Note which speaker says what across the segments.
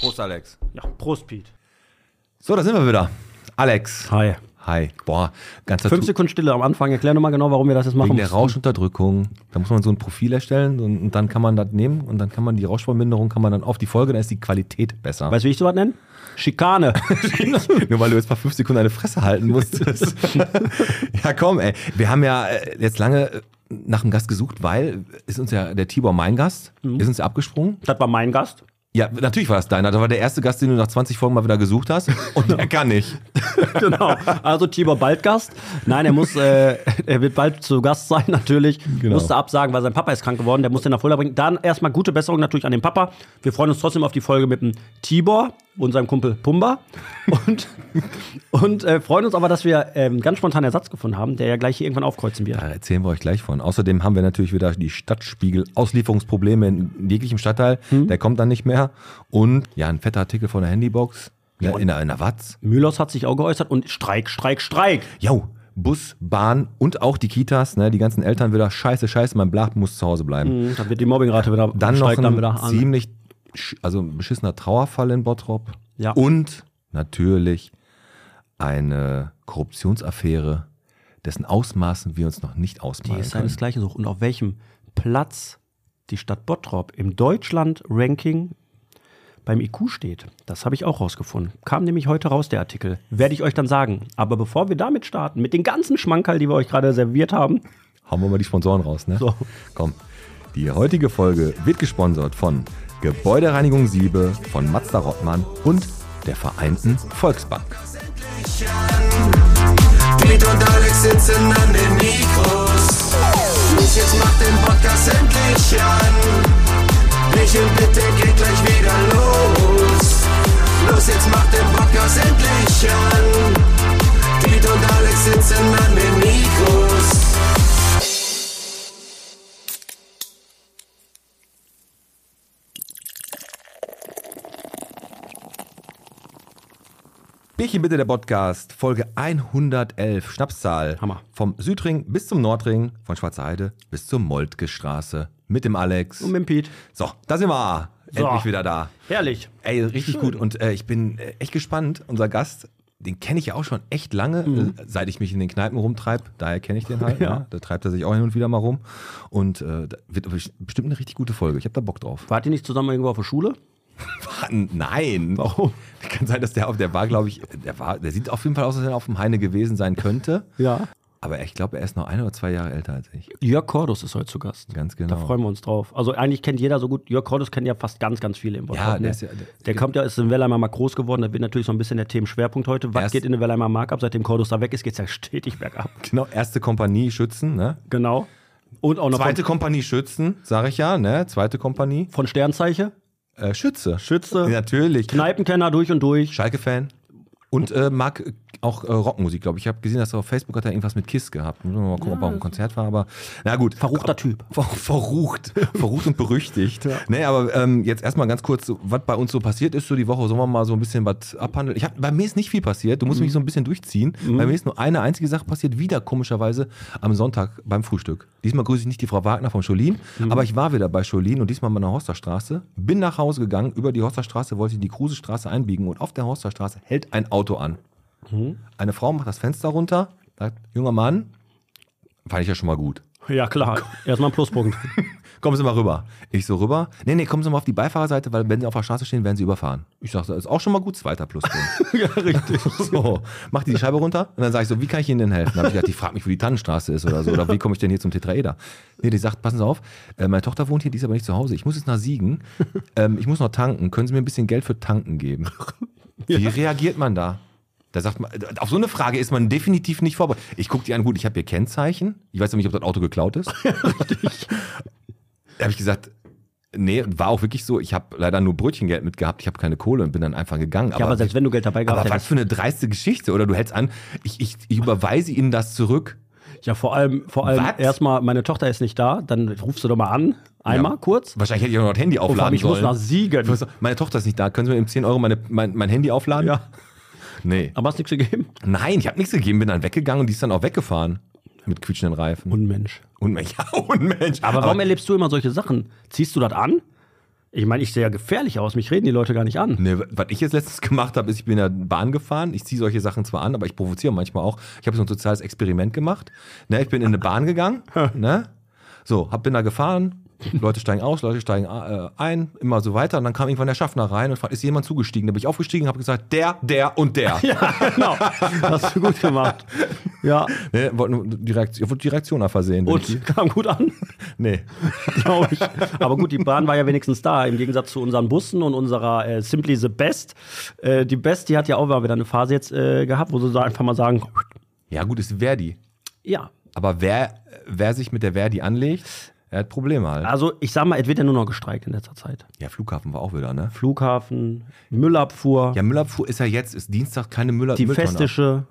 Speaker 1: Prost, Alex.
Speaker 2: Ja, Prost, Pete.
Speaker 1: So, da sind wir wieder. Alex.
Speaker 2: Hi.
Speaker 1: Hi. Boah, ganzer
Speaker 2: Fünf Sekunden Stille am Anfang. Erklär nochmal genau, warum wir das jetzt machen
Speaker 1: Wegen der
Speaker 2: mussten.
Speaker 1: Rauschunterdrückung, da muss man so ein Profil erstellen und, und dann kann man das nehmen und dann kann man die Rauschverminderung kann man dann auf die Folge, dann ist die Qualität besser.
Speaker 2: Weißt du, wie ich sowas nenne? Schikane.
Speaker 1: Nur weil du jetzt mal fünf Sekunden eine Fresse halten musstest. ja, komm, ey. Wir haben ja äh, jetzt lange äh, nach einem Gast gesucht, weil ist uns ja der Tibor mein Gast,
Speaker 2: Mhm.
Speaker 1: ist uns ja abgesprungen.
Speaker 2: das war mein Gast.
Speaker 1: Ja, natürlich war das deiner. Das war der erste Gast, den du nach 20 Folgen mal wieder gesucht hast. Und der kann nicht.
Speaker 2: Genau. Also Tibor bald Gast. Nein, er muss, äh, er wird bald zu Gast sein natürlich.
Speaker 1: Genau.
Speaker 2: Musste absagen, weil sein Papa ist krank geworden. Der muss den nach Fulda bringen. Dann erstmal gute Besserung natürlich an den Papa. Wir freuen uns trotzdem auf die Folge mit dem Tibor und seinem Kumpel Pumba. Und, und äh, freuen uns aber, dass wir ähm, ganz spontan Ersatz gefunden haben, der ja gleich hier irgendwann aufkreuzen wird.
Speaker 1: Da Äh, erzählen wir euch gleich von. Außerdem haben wir natürlich wieder die Stadtspiegel-Auslieferungsprobleme in jeglichem Stadtteil.
Speaker 2: Hm.
Speaker 1: Der kommt dann nicht mehr. Und ja, ein fetter Artikel von der Handybox. Ja, in einer, in einer Watz.
Speaker 2: Mylos hat sich auch geäußert und Streik, Streik, Streik.
Speaker 1: Jo, Bus, Bahn und auch die Kitas, ne, die ganzen Eltern wieder, scheiße, scheiße, mein Blatt muss zu Hause bleiben.
Speaker 2: Dann wird die Mobbingrate wieder
Speaker 1: Dann noch
Speaker 2: Hm. steigt
Speaker 1: ein
Speaker 2: dann wieder an.
Speaker 1: ziemlich, sch- also ein beschissener Trauerfall in Bottrop.
Speaker 2: Ja.
Speaker 1: Und natürlich eine Korruptionsaffäre, dessen Ausmaßen wir uns noch nicht
Speaker 2: Die
Speaker 1: ausmalen
Speaker 2: ist halt
Speaker 1: können.
Speaker 2: seinesgleichen sucht. Und auf welchem Platz die Stadt Bottrop im Deutschland-Ranking beim IQ steht. Das habe ich auch rausgefunden. Kam nämlich heute raus, der Artikel. Werde ich euch dann sagen. Aber bevor wir damit starten, mit den ganzen Schmankerl, die wir euch gerade serviert haben,
Speaker 1: Hauen wir mal die Sponsoren raus, ne?
Speaker 2: So.
Speaker 1: Komm. Die heutige Folge wird gesponsert von Gebäudereinigung Siebe, von Mazda Rottmann und der Vereinten Volksbank.
Speaker 3: Pete und Alex sitzen an den Mikros. Ich jetzt mach den Podcast endlich an. Michel, bitte geht gleich wieder los. Los, jetzt mach den Podcast endlich an. Pete und Alex sitzen an den Mikros.
Speaker 1: Bierchen bitte der Podcast, Folge 111, Schnapszahl.
Speaker 2: Hammer.
Speaker 1: Vom Südring bis zum Nordring, von Schwarze Heide bis zur Moltke Straße. Mit dem Alex.
Speaker 2: und mit dem Piet.
Speaker 1: So, da sind wir.
Speaker 2: So.
Speaker 1: Endlich wieder da.
Speaker 2: Herrlich.
Speaker 1: Ey, richtig gut. Und äh, ich bin äh, echt gespannt. Unser Gast, den kenne ich ja auch schon echt lange, äh, seit ich mich in den Kneipen rumtreibe. Daher kenne ich den halt.
Speaker 2: Ja.
Speaker 1: Ne? Da treibt er sich auch hin und wieder mal rum. Und äh, da wird aber bestimmt eine richtig gute Folge. Ich habe da Bock drauf.
Speaker 2: Wart ihr nicht zusammen irgendwo auf der Schule?
Speaker 1: Nein. Warum? Kann sein, dass der auf der war, glaube ich, der war, der sieht auf jeden Fall aus, als wenn er auf dem Heine gewesen sein könnte.
Speaker 2: Ja.
Speaker 1: Aber ich glaube, er ist noch ein oder zwei Jahre älter als ich.
Speaker 2: Jörg Cordus ist heute zu Gast.
Speaker 1: Ganz
Speaker 2: Da
Speaker 1: genau.
Speaker 2: freuen wir uns drauf. Also eigentlich kennt jeder so gut, Jörg Cordus kennen ja fast ganz, ganz viele im Bottrop.
Speaker 1: Ja, der
Speaker 2: ne?
Speaker 1: ist ja- der-
Speaker 2: der, kommt ja, ist in Wellheimer mal groß geworden, da wird natürlich so ein bisschen der Themenschwerpunkt heute.
Speaker 1: Er
Speaker 2: Was
Speaker 1: ist-
Speaker 2: geht in den Wellheimer Mark ab? Seitdem Cordus da weg ist, geht es ja stetig bergab.
Speaker 1: Genau, erste Kompanie Schützen, ne?
Speaker 2: Genau. Und auch noch von,
Speaker 1: Zweite Kompanie Schützen, sage ich ja, ne? Zweite Kompanie
Speaker 2: von Sternzeichen,
Speaker 1: äh, Schütze.
Speaker 2: Schütze,
Speaker 1: Natürlich.
Speaker 2: Kneipenkenner durch und durch.
Speaker 1: Schalke-Fan. Und äh, mag äh, auch äh, Rockmusik, glaube ich. Ich habe gesehen, dass er auf Facebook hat er irgendwas mit Kiss gehabt. Müssen wir mal gucken, ob er auf dem Konzert war, aber na gut.
Speaker 2: Verruchter Typ.
Speaker 1: Ver verrucht. Verrucht und berüchtigt. Nee, aber ähm, jetzt erstmal ganz kurz, so, was bei uns so passiert ist, so die Woche, sollen wir mal so ein bisschen was abhandeln. Ich hab, bei mir ist nicht viel passiert, du musst mich so ein bisschen durchziehen. Bei mir ist nur eine einzige Sache passiert, wieder komischerweise am Sonntag beim Frühstück. Diesmal grüße ich nicht die Frau Wagner vom Scholin, aber ich war wieder bei Scholin und diesmal an der Horsterstraße. Bin nach Hause gegangen, über die Horsterstraße wollte ich in die Krusestraße einbiegen und auf der Horsterstraße hält ein Auto an. Eine Frau macht das Fenster runter, sagt, junger Mann, fand ich ja schon mal gut.
Speaker 2: Ja, klar. Erstmal ein Pluspunkt.
Speaker 1: Kommen Sie mal rüber. Ich so rüber. Nee, nee, kommen Sie mal auf die Beifahrerseite, weil wenn Sie auf der Straße stehen, werden Sie überfahren. Ich sag, das ist auch schon mal gut, zweiter Pluspunkt. ja, richtig. So, macht die die Scheibe runter und dann sage ich so, wie kann ich Ihnen denn helfen? Dann habe ich gedacht, die fragt mich, wo die Tannenstraße ist oder so, oder wie komme ich denn hier zum Tetraeder? Nee, die sagt, passen Sie auf, äh, meine Tochter wohnt hier, die ist aber nicht zu Hause. Ich muss jetzt nach Siegen, ähm, ich muss noch tanken. Können Sie mir ein bisschen Geld für tanken geben? Wie reagiert man da? Da sagt man, auf so eine Frage ist man definitiv nicht vorbereitet. Ich gucke die an, gut, ich habe ihr Kennzeichen. Ich weiß ja nicht, ob das Auto geklaut ist. Da habe ich gesagt, nee, war auch wirklich so, ich habe leider nur Brötchengeld mitgehabt, ich habe keine Kohle und bin dann einfach gegangen.
Speaker 2: Ja, aber selbst wenn du Geld dabei gehabt
Speaker 1: aber was
Speaker 2: hättest.
Speaker 1: für eine dreiste Geschichte, oder du hältst an, ich, ich, ich überweise ihnen das zurück.
Speaker 2: Ja, vor allem, vor allem
Speaker 1: Was?
Speaker 2: erstmal, meine Tochter ist nicht da, dann rufst du doch mal an. Einmal
Speaker 1: Ja.
Speaker 2: kurz.
Speaker 1: Wahrscheinlich hätte ich auch noch das Handy
Speaker 2: Und vor
Speaker 1: aufladen
Speaker 2: allem, Oh, ich muss
Speaker 1: sollen.
Speaker 2: nach Siegen.
Speaker 1: Ich muss- meine Tochter ist nicht da, können Sie mir eben 10 Euro meine, mein, mein Handy aufladen?
Speaker 2: Ja.
Speaker 1: Nee.
Speaker 2: Aber hast nichts gegeben?
Speaker 1: Nein, ich habe nichts gegeben, bin dann weggegangen und die ist dann auch weggefahren. Mit quietschenden Reifen.
Speaker 2: Unmensch.
Speaker 1: Unmensch. Ja, Unmensch.
Speaker 2: Aber warum erlebst du immer solche Sachen? Ziehst du das an? Ich meine, ich sehe ja gefährlich aus. Mich reden die Leute gar nicht an.
Speaker 1: Ne, was ich jetzt letztens gemacht habe, ist, ich bin in der Bahn gefahren. Ich ziehe solche Sachen zwar an, aber ich provoziere manchmal auch. Ich habe so ein soziales Experiment gemacht. Ne, ich bin in eine Bahn gegangen. ne? So, hab, bin da gefahren. Leute steigen aus, Leute steigen äh, ein, immer so weiter. Und dann kam irgendwann der Schaffner rein und fragt, ist jemand zugestiegen? Da bin ich aufgestiegen und habe gesagt, der, der und der.
Speaker 2: genau. Hast du gut gemacht. Ja.
Speaker 1: Ne, wollte nur die Reaktion, wollte die Reaktion einfach sehen. wenn ich
Speaker 2: Und kam gut an,
Speaker 1: die- Nee.
Speaker 2: glaube ich. Aber gut, die Bahn war ja wenigstens da. Im Gegensatz zu unseren Bussen und unserer äh, Simply the Best. Äh, die Best, die hat ja auch mal wieder eine Phase jetzt äh, gehabt, wo sie da einfach mal sagen,
Speaker 1: Ja, gut, ist Verdi.
Speaker 2: ja.
Speaker 1: Aber wer, wer sich mit der Verdi anlegt, er hat Probleme halt.
Speaker 2: Also ich sag mal, es wird ja nur noch gestreikt in letzter Zeit.
Speaker 1: Ja, Flughafen war auch wieder, ne?
Speaker 2: Flughafen, Müllabfuhr,
Speaker 1: Ja, Müllabfuhr ist ja jetzt, ist Dienstag keine Müller
Speaker 2: die
Speaker 1: Mülltonne.
Speaker 2: Festische.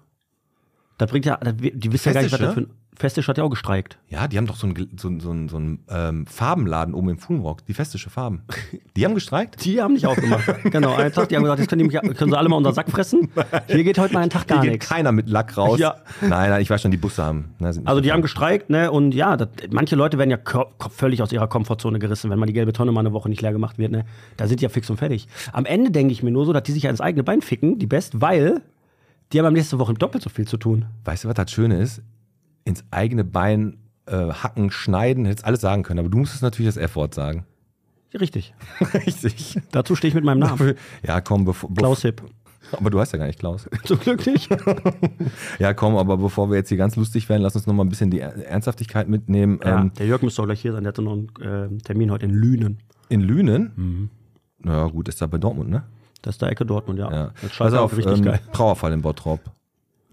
Speaker 2: Das bringt ja, das, die wissen ja gar nicht, was das für
Speaker 1: Festische?
Speaker 2: ein. Festische hat ja auch gestreikt.
Speaker 1: Ja, die haben doch so einen, so einen, so einen, so einen ähm, Farbenladen oben im Fuhlenrock, die festische Farben. Die haben gestreikt?
Speaker 2: Die haben nicht aufgemacht. genau, einen Tag, die haben gesagt, jetzt können, die, mich- können sie alle mal unseren Sack fressen. Hier geht heute mal einen Tag gar
Speaker 1: Hier geht
Speaker 2: nichts.
Speaker 1: keiner mit Lack raus.
Speaker 2: Ja.
Speaker 1: Nein, nein, ich weiß schon, die Busse haben. Ne, sind nicht
Speaker 2: Also die haben
Speaker 1: gefahren.
Speaker 2: gestreikt, ne? Und ja, das, manche Leute werden ja ko- ko- völlig aus ihrer Komfortzone gerissen, wenn mal die gelbe Tonne mal eine Woche nicht leer gemacht wird, ne? Da sind die ja fix und fertig. Am Ende denke ich mir nur so, dass die sich ans eigene Bein ficken, die Best, weil die haben am nächsten Woche doppelt so viel zu tun.
Speaker 1: Weißt du, was das Schöne ist? Ins eigene Bein äh, hacken, schneiden, hättest alles sagen können. Aber du musstest natürlich das F-Wort sagen.
Speaker 2: Richtig.
Speaker 1: Richtig.
Speaker 2: Dazu stehe ich mit meinem Namen.
Speaker 1: Ja, komm, bevor. bev-
Speaker 2: Klaus Hipp.
Speaker 1: Aber du heißt ja gar nicht Klaus.
Speaker 2: Zum Glück nicht.
Speaker 1: Ja, komm, aber bevor wir jetzt hier ganz lustig werden, lass uns nochmal ein bisschen die Er- Ernsthaftigkeit mitnehmen.
Speaker 2: Ja,
Speaker 1: Ähm,
Speaker 2: der Jörg müsste auch gleich hier sein, der hatte noch einen äh, Termin heute in Lünen.
Speaker 1: in Lünen,
Speaker 2: Mhm.
Speaker 1: naja, gut, ist da bei Dortmund, ne?
Speaker 2: Das ist der Ecke Dortmund, ja.
Speaker 1: Ja.
Speaker 2: Das
Speaker 1: Pass
Speaker 2: scheiße
Speaker 1: auf,
Speaker 2: auf, richtig
Speaker 1: ähm,
Speaker 2: geil.
Speaker 1: Trauerfall in Bottrop.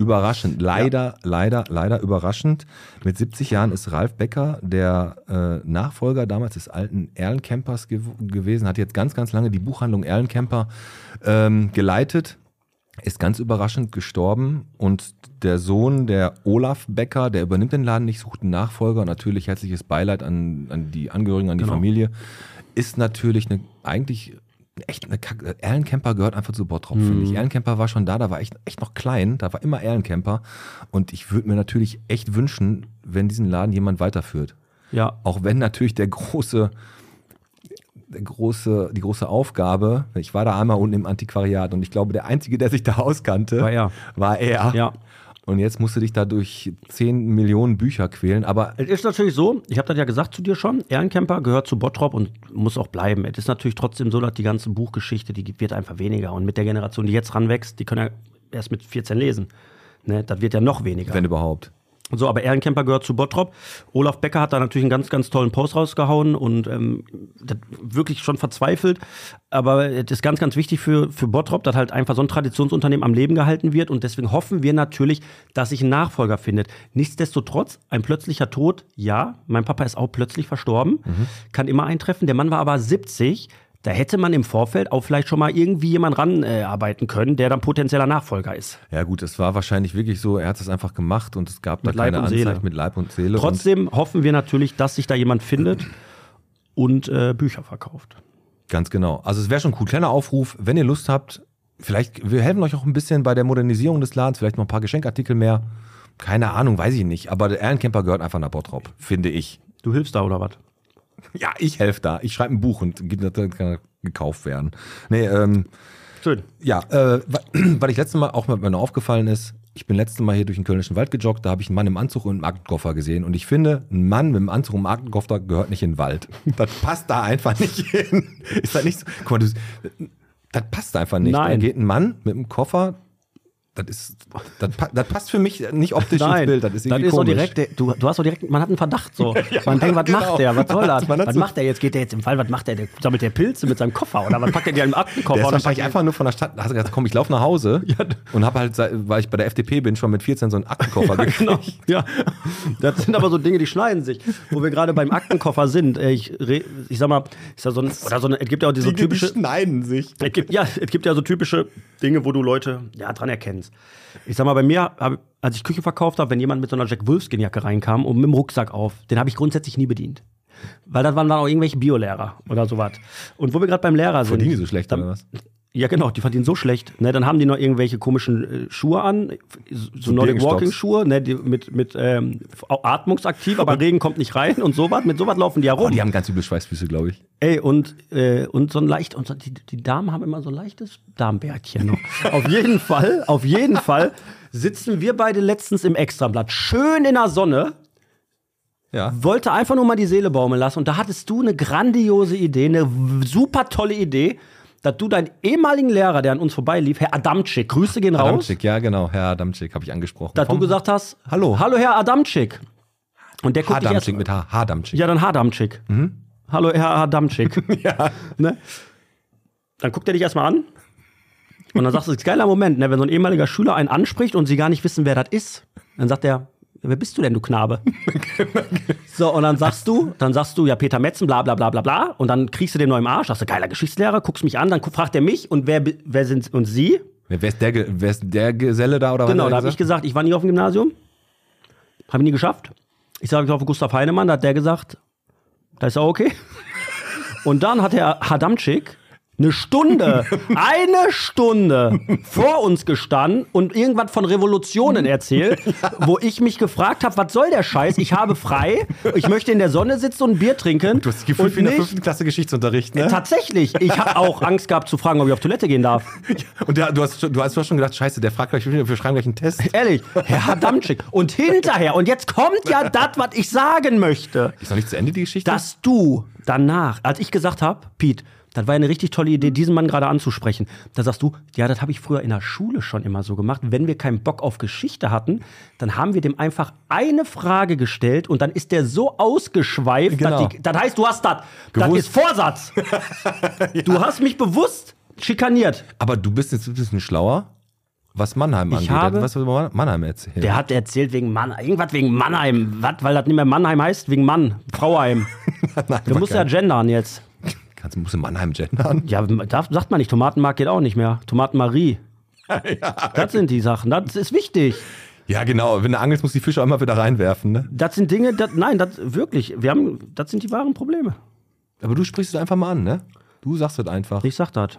Speaker 1: Überraschend, leider, leider, leider überraschend. Mit 70 Jahren ist Ralf Becker der äh, Nachfolger damals des alten Erlenkempers gew gewesen, hat jetzt ganz, ganz lange die Buchhandlung Erlenkemper ähm, geleitet, ist ganz überraschend gestorben und der Sohn, der Olaf Becker, der übernimmt den Laden nicht, sucht einen Nachfolger. Natürlich herzliches Beileid an, an die Angehörigen, an die
Speaker 2: Genau.
Speaker 1: Familie. Ist natürlich eine, eigentlich echt eine Kacke. Erlenkemper gehört einfach zu Bottrop,
Speaker 2: Mhm.
Speaker 1: finde ich. Erlenkemper war schon da, da war ich echt noch klein, da war immer Erlenkemper. Und ich würde mir natürlich echt wünschen, wenn diesen Laden jemand weiterführt.
Speaker 2: Ja,
Speaker 1: Auch wenn natürlich der große, der große, die große Aufgabe, ich war da einmal unten im Antiquariat und ich glaube, der Einzige, der sich da auskannte,
Speaker 2: War er.
Speaker 1: War er.
Speaker 2: Ja.
Speaker 1: Und jetzt musst du dich da durch 10 Millionen Bücher quälen, aber
Speaker 2: es ist natürlich so, ich habe das ja gesagt zu dir schon, Ehrencamper gehört zu Bottrop und muss auch bleiben. Es ist natürlich trotzdem so, dass die ganze Buchgeschichte, die gibt- wird einfach weniger. Und mit der Generation, die jetzt ranwächst, die können ja erst mit 14 lesen. Ne, das wird ja noch weniger.
Speaker 1: wenn überhaupt.
Speaker 2: So, aber Ehrencamper gehört zu Bottrop. Olaf Becker hat da natürlich einen ganz, ganz tollen Post rausgehauen und ähm, das wirklich schon verzweifelt. Aber es ist ganz, ganz wichtig für, für Bottrop, dass halt einfach so ein Traditionsunternehmen am Leben gehalten wird. Und deswegen hoffen wir natürlich, dass sich ein Nachfolger findet. Nichtsdestotrotz, ein plötzlicher Tod, ja, mein Papa ist auch plötzlich verstorben, kann immer eintreffen. Der Mann war aber 70. Da hätte man im Vorfeld auch vielleicht schon mal irgendwie jemand ranarbeiten äh, arbeiten können, der dann potenzieller Nachfolger ist.
Speaker 1: Ja gut, es war wahrscheinlich wirklich so, er hat es einfach gemacht und es gab
Speaker 2: Mit
Speaker 1: da
Speaker 2: Leib
Speaker 1: keine
Speaker 2: und Seele.
Speaker 1: Anzeige mit Leib und Seele.
Speaker 2: Trotzdem hoffen wir natürlich, dass sich da jemand findet und äh, Bücher verkauft.
Speaker 1: Und ganz genau. Also es wäre schon cool. Kleiner Aufruf, wenn ihr Lust habt, vielleicht, wir helfen euch auch ein bisschen bei der Modernisierung des Ladens, vielleicht noch ein paar Geschenkartikel mehr. Keine Ahnung, weiß ich nicht. Aber der Ehrencamper gehört einfach nach Bottrop, finde ich.
Speaker 2: Du hilfst da oder was?
Speaker 1: Ja, ich helfe da. Ich schreibe ein Buch und gibt- das kann gekauft werden. Nee, ähm,
Speaker 2: Schön.
Speaker 1: ja, äh, wa- weil ich letztes Mal auch mal mir noch aufgefallen ist, ich bin letztes Mal hier durch den Kölnischen Wald gejoggt, da habe ich einen Mann im Anzug und einen Aktenkoffer gesehen und ich finde, ein Mann mit einem Anzug und einem Aktenkoffer gehört nicht in den Wald. Das passt da einfach nicht hin. Ist das nicht so? Guck mal, das, das passt einfach nicht.
Speaker 2: Nein.
Speaker 1: Da geht ein Mann mit einem Koffer, das ist, das, pa- das passt für mich nicht optisch ins Bild. Das ist irgendwie
Speaker 2: so
Speaker 1: komisch.
Speaker 2: direkt, der- du, du hast so direkt, man hat einen Verdacht so. man denkt, was
Speaker 1: genau.
Speaker 2: macht der? Was soll das?
Speaker 1: Man hat
Speaker 2: Was
Speaker 1: so-
Speaker 2: macht der jetzt? Geht der jetzt im Fall? Was macht der? der sammelt der Pilze mit seinem Koffer oder was packt er dir im Aktenkoffer?
Speaker 1: Der ist
Speaker 2: Oder
Speaker 1: wahrscheinlich
Speaker 2: packt
Speaker 1: einfach nur von der Stadt, da hast du gesagt, komm, ich laufe nach Hause und habe halt, seit- weil ich bei der FDP bin, schon mit 14 so einen Aktenkoffer
Speaker 2: er-
Speaker 1: gekriegt.
Speaker 2: Genau. Ja. Das sind aber so Dinge, die schneiden sich. Wo wir gerade beim Aktenkoffer sind. Äh, Ich, re- ich sag mal, ich sag so ein, oder so eine, es gibt ja auch diese
Speaker 1: Dinge,
Speaker 2: typische.
Speaker 1: schneiden sich.
Speaker 2: Es gibt, ja, es gibt ja so typische Dinge, wo du Leute ja, dran erkennst. Ich sag mal, bei mir, hab, als ich Küche verkauft habe, wenn jemand mit so einer Jack Wolfskin-Jacke reinkam und mit dem Rucksack auf, den habe ich grundsätzlich nie bedient. Weil das waren dann auch irgendwelche Biolehrer oder sowas. Und wo wir gerade beim Lehrer sind.
Speaker 1: Verdienen die so schlecht,
Speaker 2: dann,
Speaker 1: oder was?
Speaker 2: Ja, genau, die fand ihn so schlecht. Ne, dann haben die noch irgendwelche komischen äh, Schuhe an, so Nordic
Speaker 1: Birkenstocks.
Speaker 2: Walking Schuhe, ne, die mit, mit ähm, au- atmungsaktiv, aber Regen kommt nicht rein und sowas. Mit sowas laufen die ja
Speaker 1: Oh,
Speaker 2: rum.
Speaker 1: die haben ganz üble Schweißfüße, glaube ich.
Speaker 2: Ey, und, äh, und so ein leicht, und so, die, die Damen haben immer so ein leichtes Darmbärtchen noch. auf jeden Fall, auf jeden Fall sitzen wir beide letztens im Extrablatt, schön in der Sonne,
Speaker 1: Ja.
Speaker 2: wollte einfach nur mal die Seele baumeln lassen. Und da hattest du eine grandiose Idee, eine w- super tolle Idee, dass du deinen ehemaligen Lehrer, der an uns vorbeilief, Herr Adamczyk, Grüße gehen raus,
Speaker 1: Adamczyk, ja, genau. Herr Adamczyk habe ich angesprochen.
Speaker 2: dass du
Speaker 1: Vom-
Speaker 2: gesagt hast,
Speaker 1: Hallo.
Speaker 2: hallo Herr Adamczyk. Und der guckt dich erst,
Speaker 1: Hadamczyk mit H. Hadamczyk.
Speaker 2: ja, dann Hadamczyk. Hallo, Herr Hadamczyk. ja. Ne? Dann guckt er dich erstmal an. Und dann sagst du, das ist ein geiler Moment, ne? wenn so ein ehemaliger Schüler einen anspricht und sie gar nicht wissen, wer das ist. Dann sagt er, wer bist du denn, du Knabe? so, und dann sagst du, dann sagst du, ja, Peter Metzen, bla, bla, bla, bla, bla. Und dann kriegst du den neu im Arsch, sagst du, geiler Geschichtslehrer, guckst mich an, dann gu- fragt er mich und wer, bi- wer sind und sie?
Speaker 1: Wer, wer, ist der, Ge- wer ist der Geselle da oder was?
Speaker 2: Genau,
Speaker 1: hat
Speaker 2: da
Speaker 1: er
Speaker 2: habe ich
Speaker 1: gesagt?
Speaker 2: gesagt, ich war nie auf dem Gymnasium. Habe ich nie geschafft. Ich sage, ich war auf Gustav Heinemann, da hat der gesagt, das ist auch okay. Und dann hat Herr Hadamczyk eine Stunde, eine Stunde vor uns gestanden und irgendwas von Revolutionen erzählt, wo ich mich gefragt habe, was soll der Scheiß? Ich habe frei, ich möchte in der Sonne sitzen und ein Bier trinken.
Speaker 1: Du hast das Gefühl,
Speaker 2: und
Speaker 1: wie in der
Speaker 2: nicht-
Speaker 1: fünften Klasse Geschichtsunterricht, ne?
Speaker 2: Tatsächlich, ich habe auch Angst gehabt zu fragen, ob ich auf Toilette gehen darf.
Speaker 1: Und der, du, hast, schon- du hast schon gedacht, scheiße, der fragt gleich, wir schreiben gleich einen Test.
Speaker 2: Ehrlich, Herr Hadamczyk. Und hinterher, und jetzt kommt ja das, was ich sagen möchte,
Speaker 1: Ist noch nicht zu Ende die Geschichte?
Speaker 2: dass du danach, als ich gesagt habe, Pete, das war eine richtig tolle Idee, diesen Mann gerade anzusprechen. Da sagst du, ja, das habe ich früher in der Schule schon immer so gemacht. Wenn wir keinen Bock auf Geschichte hatten, dann haben wir dem einfach eine Frage gestellt und dann ist der so ausgeschweift,
Speaker 1: Genau.
Speaker 2: dass die, das heißt, du hast das. Das
Speaker 1: Gewusst.
Speaker 2: ist Vorsatz. Du hast mich bewusst schikaniert.
Speaker 1: Aber du bist jetzt ein bisschen schlauer, was Mannheim angeht.
Speaker 2: habe-
Speaker 1: was wir über Man- Mannheim erzählen.
Speaker 2: Der hat erzählt wegen Mann, irgendwas wegen Mannheim. Was? Weil das nicht mehr Mannheim heißt, wegen Mann. Frauheim. Du musst ja gendern jetzt.
Speaker 1: Kannst, musst du Mannheim gendern?
Speaker 2: Ja, darf, sagt man nicht. Tomatenmarkt geht auch nicht mehr. Tomatenmarie. Das sind die Sachen. Das ist wichtig.
Speaker 1: Ja, genau. Wenn du angelst, musst du die Fische auch immer wieder reinwerfen, ne?
Speaker 2: Das sind Dinge, das, nein, das wirklich. Wir haben, das sind die wahren Probleme.
Speaker 1: Aber du sprichst es einfach mal an, ne? Du sagst es einfach.
Speaker 2: Ich sag das.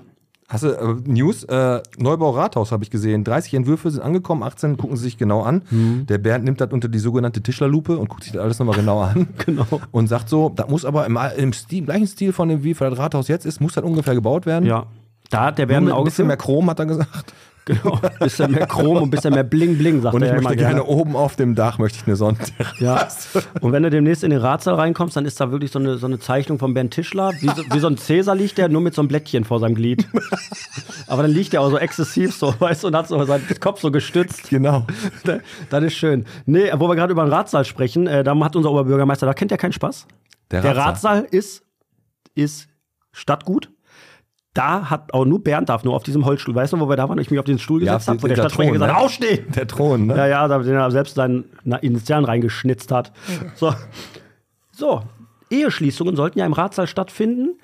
Speaker 1: Hast du äh, News? Äh, Neubau Rathaus habe ich gesehen. 30 Entwürfe sind angekommen, 18 gucken sie sich genau an.
Speaker 2: Hm.
Speaker 1: Der Bernd nimmt das unter die sogenannte Tischlerlupe und guckt sich das alles nochmal genau an.
Speaker 2: Genau.
Speaker 1: Und sagt so, das muss aber im, im Stil, gleichen Stil von dem, wie für das Rathaus jetzt ist, muss das ungefähr gebaut werden.
Speaker 2: Ja. Da hat der
Speaker 1: Nur
Speaker 2: Bär ein
Speaker 1: mit ein
Speaker 2: Auge
Speaker 1: bisschen
Speaker 2: für.
Speaker 1: mehr Chrom, hat er gesagt.
Speaker 2: genau. bisschen mehr Chrom und bisschen mehr Bling Bling, sagt
Speaker 1: Und ich
Speaker 2: er immer
Speaker 1: möchte gerne oben auf dem Dach möchte ich eine Sonnenterrasse.
Speaker 2: Ja. Und wenn du demnächst in den Ratsaal reinkommst, dann ist da wirklich so eine, so eine Zeichnung von Bernd Tischler. Wie so, wie so ein Cäsar liegt der, nur mit so einem Blättchen vor seinem Glied. Aber dann liegt der auch so exzessiv so, weißt du, und hat so seinen Kopf so gestützt.
Speaker 1: Genau.
Speaker 2: Das ist schön. Nee, wo wir gerade über den Ratsaal sprechen, äh, da hat unser Oberbürgermeister, da kennt ja keinen Spaß.
Speaker 1: Der
Speaker 2: Der
Speaker 1: Ratsaal.
Speaker 2: Ratsaal ist, ist Stadtgut. Da hat auch nur Bernd darf nur auf diesem Holzstuhl, weißt du, wo wir da waren, und ich mich auf diesen Stuhl
Speaker 1: Ja,
Speaker 2: gesetzt habe, wo
Speaker 1: dieser
Speaker 2: der Stadtsprecher
Speaker 1: Thron,
Speaker 2: gesagt hat,
Speaker 1: ne?
Speaker 2: aufstehen!
Speaker 1: Der Thron, ne?
Speaker 2: Ja, ja, da- den er selbst seinen na, Initialen reingeschnitzt hat. So. so, Eheschließungen sollten ja im Ratssaal stattfinden.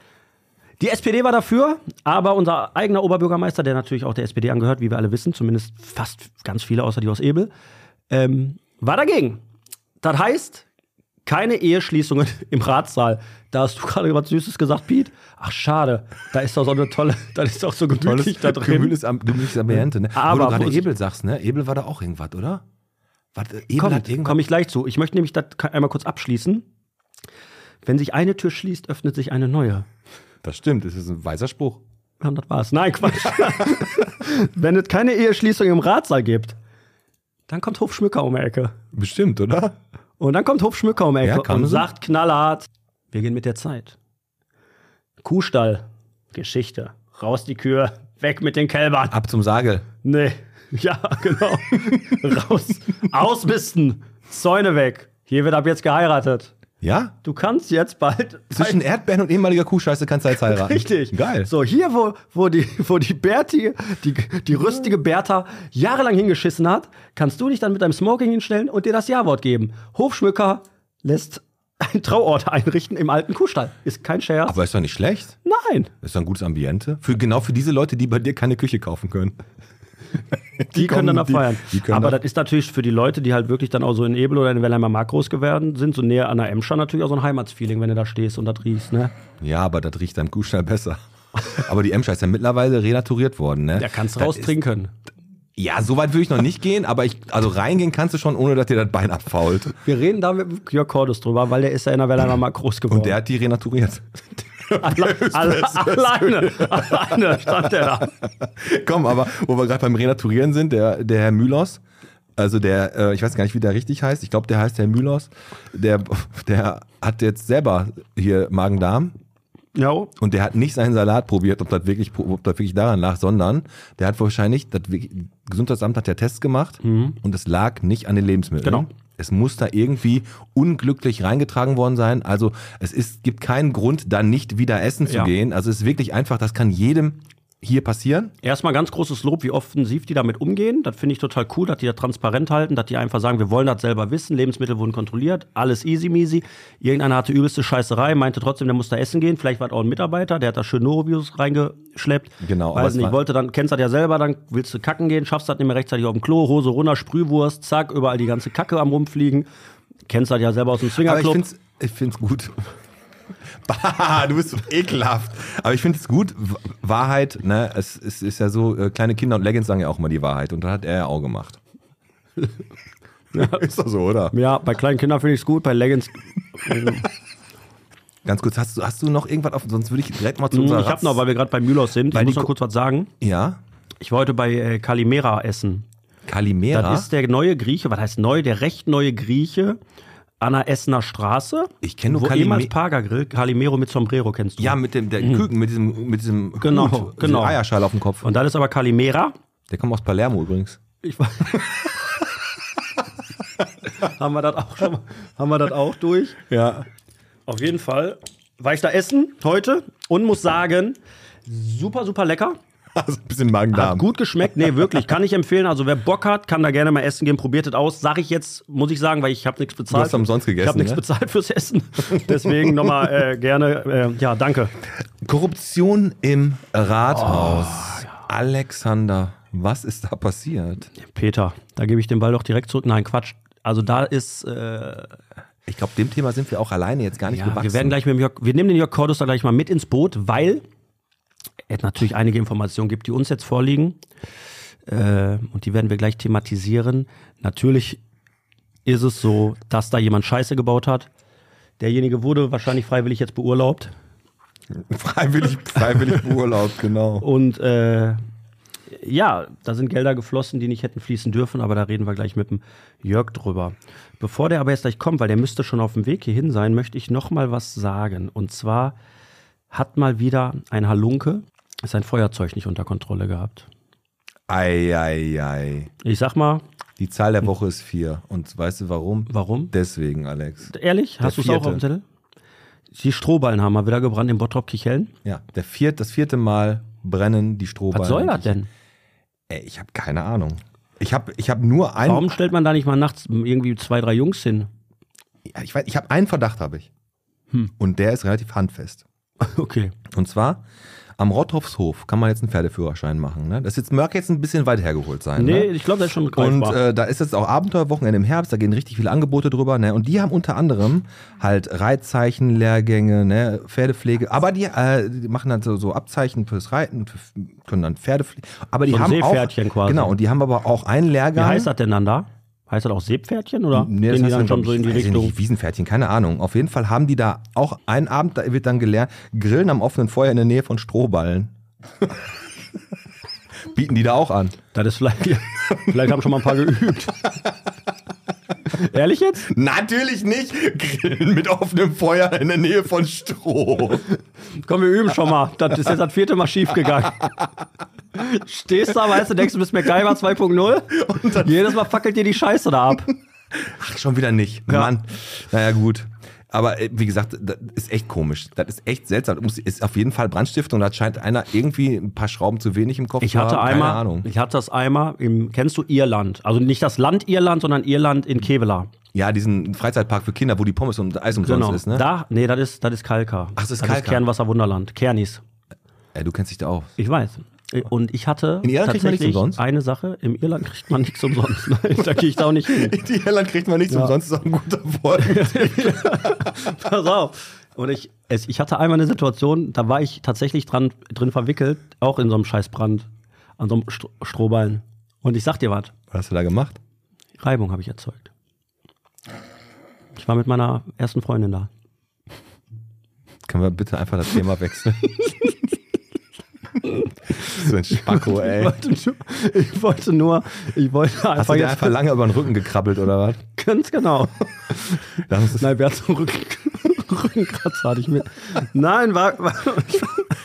Speaker 2: Die SPD war dafür, aber unser eigener Oberbürgermeister, der natürlich auch der SPD angehört, wie wir alle wissen, zumindest fast ganz viele außer die aus Ebel, ähm, war dagegen. Das heißt, keine Eheschließungen im Ratssaal. Da hast du gerade was Süßes gesagt, Piet. Ach, schade. Da ist doch so eine tolle, da ist doch so gemütlich da drin.
Speaker 1: Gemütliches Am- gemütliches Ambiente, ne?
Speaker 2: Aber
Speaker 1: Wo du
Speaker 2: wo
Speaker 1: gerade
Speaker 2: ist-
Speaker 1: Ebel sagst, ne? Ebel war da auch irgendwas, oder? Was, äh, Ebel hat
Speaker 2: Kommt,
Speaker 1: irgendwas.
Speaker 2: komme ich gleich zu. Ich möchte nämlich das einmal kurz abschließen. Wenn sich eine Tür schließt, öffnet sich eine neue.
Speaker 1: Das stimmt, das ist ein weiser Spruch.
Speaker 2: Ja, das war's. Nein, Quatsch. Wenn es keine Eheschließung im Ratsaal gibt, dann kommt Hofschmücker um die Ecke.
Speaker 1: Bestimmt, oder?
Speaker 2: Und dann kommt Hofschmücker um die
Speaker 1: Ja,
Speaker 2: Ecke
Speaker 1: kann
Speaker 2: und
Speaker 1: sie.
Speaker 2: sagt knallhart, wir gehen mit der Zeit. Kuhstall, Geschichte. Raus die Kühe, weg mit den Kälbern.
Speaker 1: Ab zum Sagel.
Speaker 2: Nee. Ja, genau. Raus. Ausmisten. Zäune weg. Hier wird ab jetzt geheiratet.
Speaker 1: Ja?
Speaker 2: Du kannst jetzt bald.
Speaker 1: Zwischen Erdbeeren und ehemaliger Kuhscheiße kannst du jetzt heiraten.
Speaker 2: Richtig.
Speaker 1: Geil.
Speaker 2: So, hier, wo, wo, die, wo die Berti, die, die rüstige Bertha, jahrelang hingeschissen hat, kannst du dich dann mit deinem Smoking hinstellen und dir das Ja-Wort geben. Hofschmücker lässt einen Trauort einrichten im alten Kuhstall. Ist kein Scherz.
Speaker 1: Aber ist doch nicht schlecht.
Speaker 2: Nein.
Speaker 1: Ist doch ein gutes Ambiente. Für, genau für diese Leute, die bei dir keine Küche kaufen können.
Speaker 2: Die, können dann
Speaker 1: kommen-
Speaker 2: da feiern.
Speaker 1: Die, die können
Speaker 2: Aber
Speaker 1: da-
Speaker 2: das ist natürlich für die Leute, die halt wirklich dann auch so in Ebel oder in Wellheimer Mark groß geworden sind, so näher an der Emscher natürlich auch so ein Heimatsfeeling, wenn du da stehst und das riechst, ne?
Speaker 1: ja, aber das riecht am Kuhstall besser. Aber die Emscher ist ja mittlerweile renaturiert worden, ne?
Speaker 2: Da kannst du
Speaker 1: Das
Speaker 2: raustrinken.
Speaker 1: ist- Ja, so weit würde ich noch nicht gehen, aber ich, also reingehen kannst du schon, ohne dass dir das Bein abfault.
Speaker 2: Wir reden da mit Jörg Cordes drüber, weil der ist ja in der Werder mal groß geworden.
Speaker 1: Und der hat die renaturiert.
Speaker 2: Alle, alle, alleine, alleine stand der da.
Speaker 1: Komm, aber wo wir gerade beim Renaturieren sind, der, der Herr Mülos, also der, äh, ich weiß gar nicht, wie der richtig heißt, ich glaube, der heißt Herr Mülos, der, der hat jetzt selber hier Magen-Darm
Speaker 2: Ja,
Speaker 1: und der hat nicht seinen Salat probiert, ob das wirklich, ob das wirklich daran lag, sondern der hat wahrscheinlich, das wirklich- Gesundheitsamt hat ja Tests gemacht und es lag nicht an den Lebensmitteln.
Speaker 2: Mhm. Genau.
Speaker 1: Es muss da irgendwie unglücklich reingetragen worden sein. Also es ist, gibt keinen Grund, da nicht wieder essen zu
Speaker 2: Ja.
Speaker 1: gehen. Also es ist wirklich einfach, das kann jedem hier passieren.
Speaker 2: Erstmal ganz großes Lob, wie offensiv die damit umgehen. Das finde ich total cool, dass die da transparent halten, dass die einfach sagen, wir wollen das selber wissen, Lebensmittel wurden kontrolliert, alles easy measy. Irgendeiner hatte übelste Scheißerei, meinte trotzdem, der muss da essen gehen. Vielleicht war das auch ein Mitarbeiter, der hat da schön Norovirus reingeschleppt.
Speaker 1: Genau, aber es
Speaker 2: Weiß nicht,
Speaker 1: war-
Speaker 2: wollte dann, kennst das ja selber, dann willst du kacken gehen, schaffst das nicht mehr rechtzeitig auf dem Klo, Hose runter, Sprühwurst, zack, überall die ganze Kacke am rumfliegen. Kennst das ja selber aus dem
Speaker 1: Aber ich
Speaker 2: Swingerclub.
Speaker 1: find's, ich find's gut. Bah, du bist so ekelhaft. Aber ich find's gut. W- Wahrheit, ne, es, es ist ja so, äh, kleine Kinder und Leggings sagen ja auch immer die Wahrheit. Und das hat er ja auch gemacht. Ist doch so, oder?
Speaker 2: Ja, bei kleinen Kindern finde ich es gut, bei Hm, Leggings.
Speaker 1: Ganz kurz, hast, du- hast du noch irgendwas auf, sonst würde ich direkt mal zu
Speaker 2: Mm, ich
Speaker 1: unserer Ratz-
Speaker 2: habe noch, weil wir gerade bei Mühlers sind, ich
Speaker 1: Weil die
Speaker 2: muss noch
Speaker 1: Ko-
Speaker 2: kurz was sagen.
Speaker 1: Ja?
Speaker 2: Ich war heute bei äh, Kalimera essen.
Speaker 1: Kalimera?
Speaker 2: Das ist der neue Grieche, was heißt neu? Der recht neue Grieche an der Essener Straße.
Speaker 1: Ich kenn nur
Speaker 2: Wo
Speaker 1: Kalime-
Speaker 2: ehemals Pagergrill, Calimero mit Sombrero kennst du.
Speaker 1: ja, mit dem der Küken, mit diesem, mit diesem
Speaker 2: Genau,
Speaker 1: Hut,
Speaker 2: genau.
Speaker 1: diese Eierschale auf dem Kopf.
Speaker 2: Und dann ist aber Calimera.
Speaker 1: der kommt aus Palermo übrigens.
Speaker 2: Ich weiß- haben wir das auch schon mal, haben wir das auch durch?
Speaker 1: Ja.
Speaker 2: Auf jeden Fall war ich da essen heute und muss sagen, super super lecker.
Speaker 1: Also ein bisschen
Speaker 2: Hat
Speaker 1: Magen-Darm.
Speaker 2: gut geschmeckt. Nee, wirklich, kann ich empfehlen. Also wer Bock hat, kann da gerne mal essen gehen. Probiert es aus. Sag ich jetzt, muss ich sagen, weil ich habe nichts bezahlt.
Speaker 1: hast umsonst gegessen,
Speaker 2: Ich habe nichts
Speaker 1: ne?
Speaker 2: bezahlt fürs Essen. Deswegen nochmal äh, gerne, äh, ja, danke.
Speaker 1: Korruption im
Speaker 2: Oh,
Speaker 1: Rathaus. Alexander, was ist da passiert?
Speaker 2: Peter, da gebe ich den Ball doch direkt zurück. Nein, Quatsch. Also da ist, äh,
Speaker 1: Ich glaube, dem Thema sind wir auch alleine jetzt gar nicht
Speaker 2: ja,
Speaker 1: gewachsen.
Speaker 2: wir werden gleich mit dem Jörg, wir nehmen den Jörg Cordus da gleich mal mit ins Boot, weil es natürlich einige Informationen gibt, die uns jetzt vorliegen. Äh, und die werden wir gleich thematisieren. Natürlich ist es so, dass da jemand Scheiße gebaut hat. Derjenige wurde wahrscheinlich freiwillig jetzt beurlaubt.
Speaker 1: freiwillig, freiwillig beurlaubt, genau.
Speaker 2: Und äh, ja, da sind Gelder geflossen, die nicht hätten fließen dürfen, aber da reden wir gleich mit dem Jörg drüber. Bevor der aber jetzt gleich kommt, weil der müsste schon auf dem Weg hierhin sein, möchte ich noch mal was sagen. Und zwar hat mal wieder ein Halunke sein Feuerzeug nicht unter Kontrolle gehabt.
Speaker 1: Ei, ei, ei.
Speaker 2: Ich sag mal,
Speaker 1: Die Zahl der Woche ist vier. Und weißt du warum?
Speaker 2: warum?
Speaker 1: Deswegen, Alex.
Speaker 2: Ehrlich, hast du es auch
Speaker 1: vierte.
Speaker 2: auf dem Zettel? Die Strohballen haben mal wieder gebrannt in Bottrop-Kicheln.
Speaker 1: Ja, der viert, das vierte Mal brennen die Strohballen.
Speaker 2: Was soll das denn?
Speaker 1: Ey, ich habe keine Ahnung. Ich habe ich hab nur einen,
Speaker 2: Warum stellt man da nicht mal nachts irgendwie zwei, drei Jungs hin?
Speaker 1: Ja, ich, weiß, ich hab einen Verdacht, habe ich.
Speaker 2: Hm.
Speaker 1: Und der ist relativ handfest.
Speaker 2: Okay.
Speaker 1: Und zwar am Rotthofshof kann man jetzt einen Pferdeführerschein machen. Ne? Das ist jetzt, mag jetzt ein bisschen weit hergeholt sein.
Speaker 2: Nee,
Speaker 1: ne?
Speaker 2: ich glaube, das ist schon
Speaker 1: Und
Speaker 2: greifbar.
Speaker 1: äh, da ist jetzt auch Abenteuerwochenende im Herbst, da gehen richtig viele Angebote drüber. Ne? Und die haben unter anderem halt Reitzeichenlehrgänge, ne? Pferdepflege, aber die, äh, die machen dann so, so Abzeichen fürs Reiten, für, können dann Pferdepflege. Aber die
Speaker 2: So ein
Speaker 1: haben
Speaker 2: Seepferdchen
Speaker 1: auch,
Speaker 2: quasi.
Speaker 1: Genau, und die haben aber auch einen
Speaker 2: Wie
Speaker 1: Lehrgang.
Speaker 2: heißt das denn dann da? Heißt das auch Seepferdchen oder
Speaker 1: Nee, das
Speaker 2: gehen die
Speaker 1: heißt
Speaker 2: dann schon
Speaker 1: glaub
Speaker 2: so in
Speaker 1: ich,
Speaker 2: die
Speaker 1: weiß ich
Speaker 2: Richtung?
Speaker 1: Nicht, Wiesenpferdchen, keine Ahnung. Auf jeden Fall haben die da auch einen Abend, da wird dann gelernt, grillen am offenen Feuer in der Nähe von Strohballen. Bieten die da auch an.
Speaker 2: Das ist vielleicht, vielleicht haben schon mal ein paar geübt. Ehrlich jetzt?
Speaker 1: Natürlich nicht. Grillen mit offenem Feuer in der Nähe von Stroh.
Speaker 2: Komm, wir üben schon mal. Das ist jetzt das vierte Mal schief gegangen. Stehst da, weißt du, denkst du bist MacGyver 2.0. Jedes Mal fackelt dir die Scheiße da ab.
Speaker 1: Ach, schon wieder nicht.
Speaker 2: Ja.
Speaker 1: Mann. Naja, gut. Aber äh, wie gesagt, das ist echt komisch. Das ist echt seltsam. Das muss- Ist auf jeden Fall Brandstiftung. Da scheint einer irgendwie ein paar Schrauben zu wenig im Kopf
Speaker 2: Ich
Speaker 1: zu haben.
Speaker 2: hatte
Speaker 1: Keine
Speaker 2: einmal,
Speaker 1: Ahnung.
Speaker 2: ich hatte das einmal, im, kennst du Irland? Also nicht das Land Irland, sondern Irland in Kevela.
Speaker 1: Ja, diesen Freizeitpark für Kinder, wo die Pommes und Eis umsonst
Speaker 2: Genau.
Speaker 1: ist, ne?
Speaker 2: Da, nee, das ist, das ist Kalka.
Speaker 1: Ach, das ist Kalka.
Speaker 2: Kernwasser Wunderland. Kernis.
Speaker 1: Ey, du kennst dich da aus.
Speaker 2: Ich weiß. Und ich hatte
Speaker 1: In Irland kriegt man nichts
Speaker 2: tatsächlich
Speaker 1: umsonst?
Speaker 2: eine Sache, im Irland kriegt man nichts umsonst. Nein, da gehe ich da auch nicht hin.
Speaker 1: In Irland kriegt man nichts umsonst, ist auch ein guter Wort.
Speaker 2: Pass auf. Und ich, es, ich hatte einmal eine Situation, da war ich tatsächlich dran, drin verwickelt, auch in so einem Scheißbrand, an so einem Stro Strohballen. Und ich sag dir was,
Speaker 1: Was hast du da gemacht?
Speaker 2: Reibung habe ich erzeugt. Ich war mit meiner ersten Freundin da.
Speaker 1: Können wir bitte einfach das Thema wechseln? so ein Spacko,
Speaker 2: Ich
Speaker 1: ey.
Speaker 2: wollte nur, ich wollte, nur, ich wollte
Speaker 1: Hast du
Speaker 2: einfach
Speaker 1: dir
Speaker 2: jetzt
Speaker 1: einfach lange über den Rücken gekrabbelt oder was?
Speaker 2: ganz genau.
Speaker 1: Das ist,
Speaker 2: Nein, wer hat so einen Rücken, Rückenkratzer hatte ich mir. Nein, war, war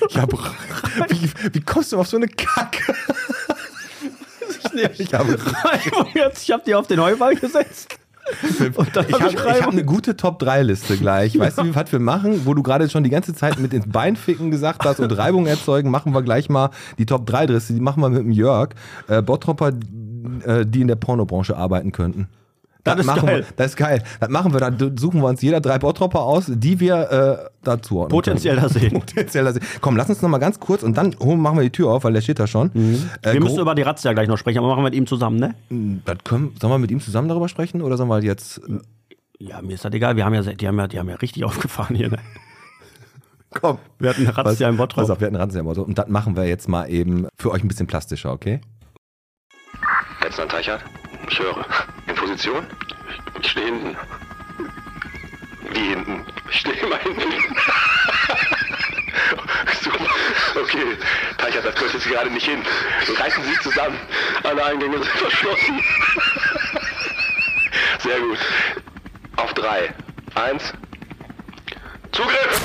Speaker 1: ich hab, wie, wie kommst du auf so eine Kacke? Ich habe
Speaker 2: Reibung jetzt. Ich habe die auf den Heuballen gesetzt. Und dann
Speaker 1: ich
Speaker 2: hab
Speaker 1: habe
Speaker 2: ich
Speaker 1: hab
Speaker 2: Reibung.
Speaker 1: eine gute Top-3-Liste gleich. Weißt du, wie- was wir machen? Wo du gerade schon die ganze Zeit mit ins Bein ficken gesagt hast und Reibung erzeugen, machen wir gleich mal die Top-3-Liste. Die machen wir mit dem Jörg. Äh, Bottropper, äh, die in der Pornobranche arbeiten könnten.
Speaker 2: Das ist
Speaker 1: machen
Speaker 2: geil.
Speaker 1: Wir, das ist geil. Das machen wir. Da suchen wir uns jeder drei Bottropper aus, die wir äh, dazu ordnen.
Speaker 2: Potenziell das sehen.
Speaker 1: Potenziell. das- Komm, lass uns noch mal ganz kurz und dann holen- machen wir die Tür auf, weil der steht da schon. Äh,
Speaker 2: Mhm. Wir
Speaker 1: gro-
Speaker 2: müssen über die Razzia gleich noch sprechen, aber machen wir mit ihm zusammen, ne?
Speaker 1: das können, sollen wir mit ihm zusammen darüber sprechen oder sollen wir jetzt
Speaker 2: Ja, mir ist das egal. Wir haben ja, die haben ja, die haben ja richtig aufgefahren hier. Ne?
Speaker 1: Komm.
Speaker 2: Wir hatten eine Razzia im Bottrop.
Speaker 1: Pass auf, wir hatten eine Razzia im Bottrop. Und das machen wir jetzt mal eben für euch ein bisschen plastischer, okay?
Speaker 4: Letzter Teichert? Ich höre. In Position? Ich stehe hinten. Wie hinten? Ich stehe immer hinten. Super. Okay, Teichert, das könnte jetzt gerade nicht hin. Reißen Sie sich zusammen. Alle Eingänge sind verschlossen. Sehr gut. Auf drei. Eins. Zugriff!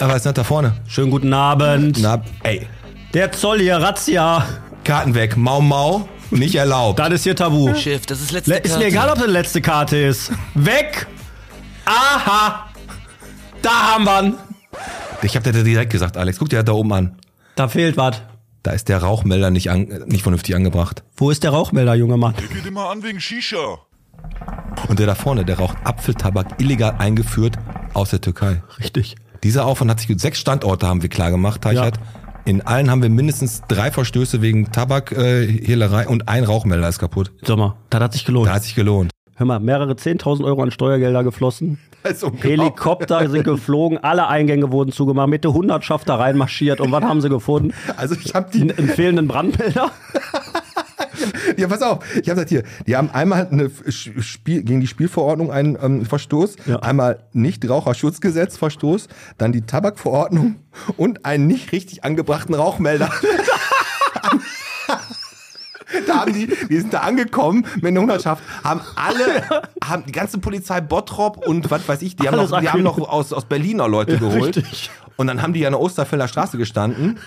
Speaker 1: Aber es ist nicht da vorne.
Speaker 2: Schönen guten Abend.
Speaker 1: Na, ey,
Speaker 2: Der Zoll hier, Razzia.
Speaker 1: Karten weg. Mau Mau, nicht erlaubt.
Speaker 2: Das ist hier Tabu.
Speaker 5: Schiff, Oh, das ist letzte
Speaker 2: Le ist mir egal, ob das die letzte Karte ist. Weg! Aha! Da haben wir'n.
Speaker 1: Ich hab dir das direkt gesagt, Alex. Guck dir das da oben an.
Speaker 2: Da fehlt was.
Speaker 1: Da ist der Rauchmelder nicht, an, äh, nicht vernünftig angebracht.
Speaker 2: Wo ist der Rauchmelder, junger Mann?
Speaker 6: geht immer an wegen Shisha.
Speaker 1: Und der da vorne, der raucht Apfeltabak illegal eingeführt aus der Türkei.
Speaker 2: Richtig.
Speaker 1: Dieser Aufwand hat sich sechs Standorte haben wir klar gemacht, Teichert.
Speaker 2: Ja.
Speaker 1: In allen haben wir mindestens drei Verstöße wegen Tabakhehlerei und ein Rauchmelder ist kaputt.
Speaker 2: Sag mal, das hat sich gelohnt.
Speaker 1: Da hat sich gelohnt.
Speaker 2: Hör mal, mehrere 10.000 Euro an Steuergelder geflossen.
Speaker 1: Also,
Speaker 2: Genau. Helikopter sind geflogen, alle Eingänge wurden zugemacht, mit der Hundertschaft da reinmarschiert. Und was haben sie gefunden?
Speaker 1: Also ich habe die,
Speaker 2: Einen einen fehlenden Brandmelder?
Speaker 1: Ja, pass auf. Ich habe das hier. Die haben einmal eine F- Sch- Spiel, gegen die Spielverordnung einen ähm, Verstoß,
Speaker 2: Ja.
Speaker 1: einmal Nichtraucherschutzgesetz-Verstoß, dann die Tabakverordnung und einen nicht richtig angebrachten Rauchmelder. Da haben die, die sind da angekommen mit einer Hundertschaft, haben alle, haben die ganze Polizei Bottrop und was weiß ich, die haben
Speaker 2: Alles
Speaker 1: noch, die haben
Speaker 2: angemeldet.
Speaker 1: noch aus, aus Berlin noch Leute geholt.
Speaker 2: richtig.
Speaker 1: Und dann haben die an der Osterfelder Straße gestanden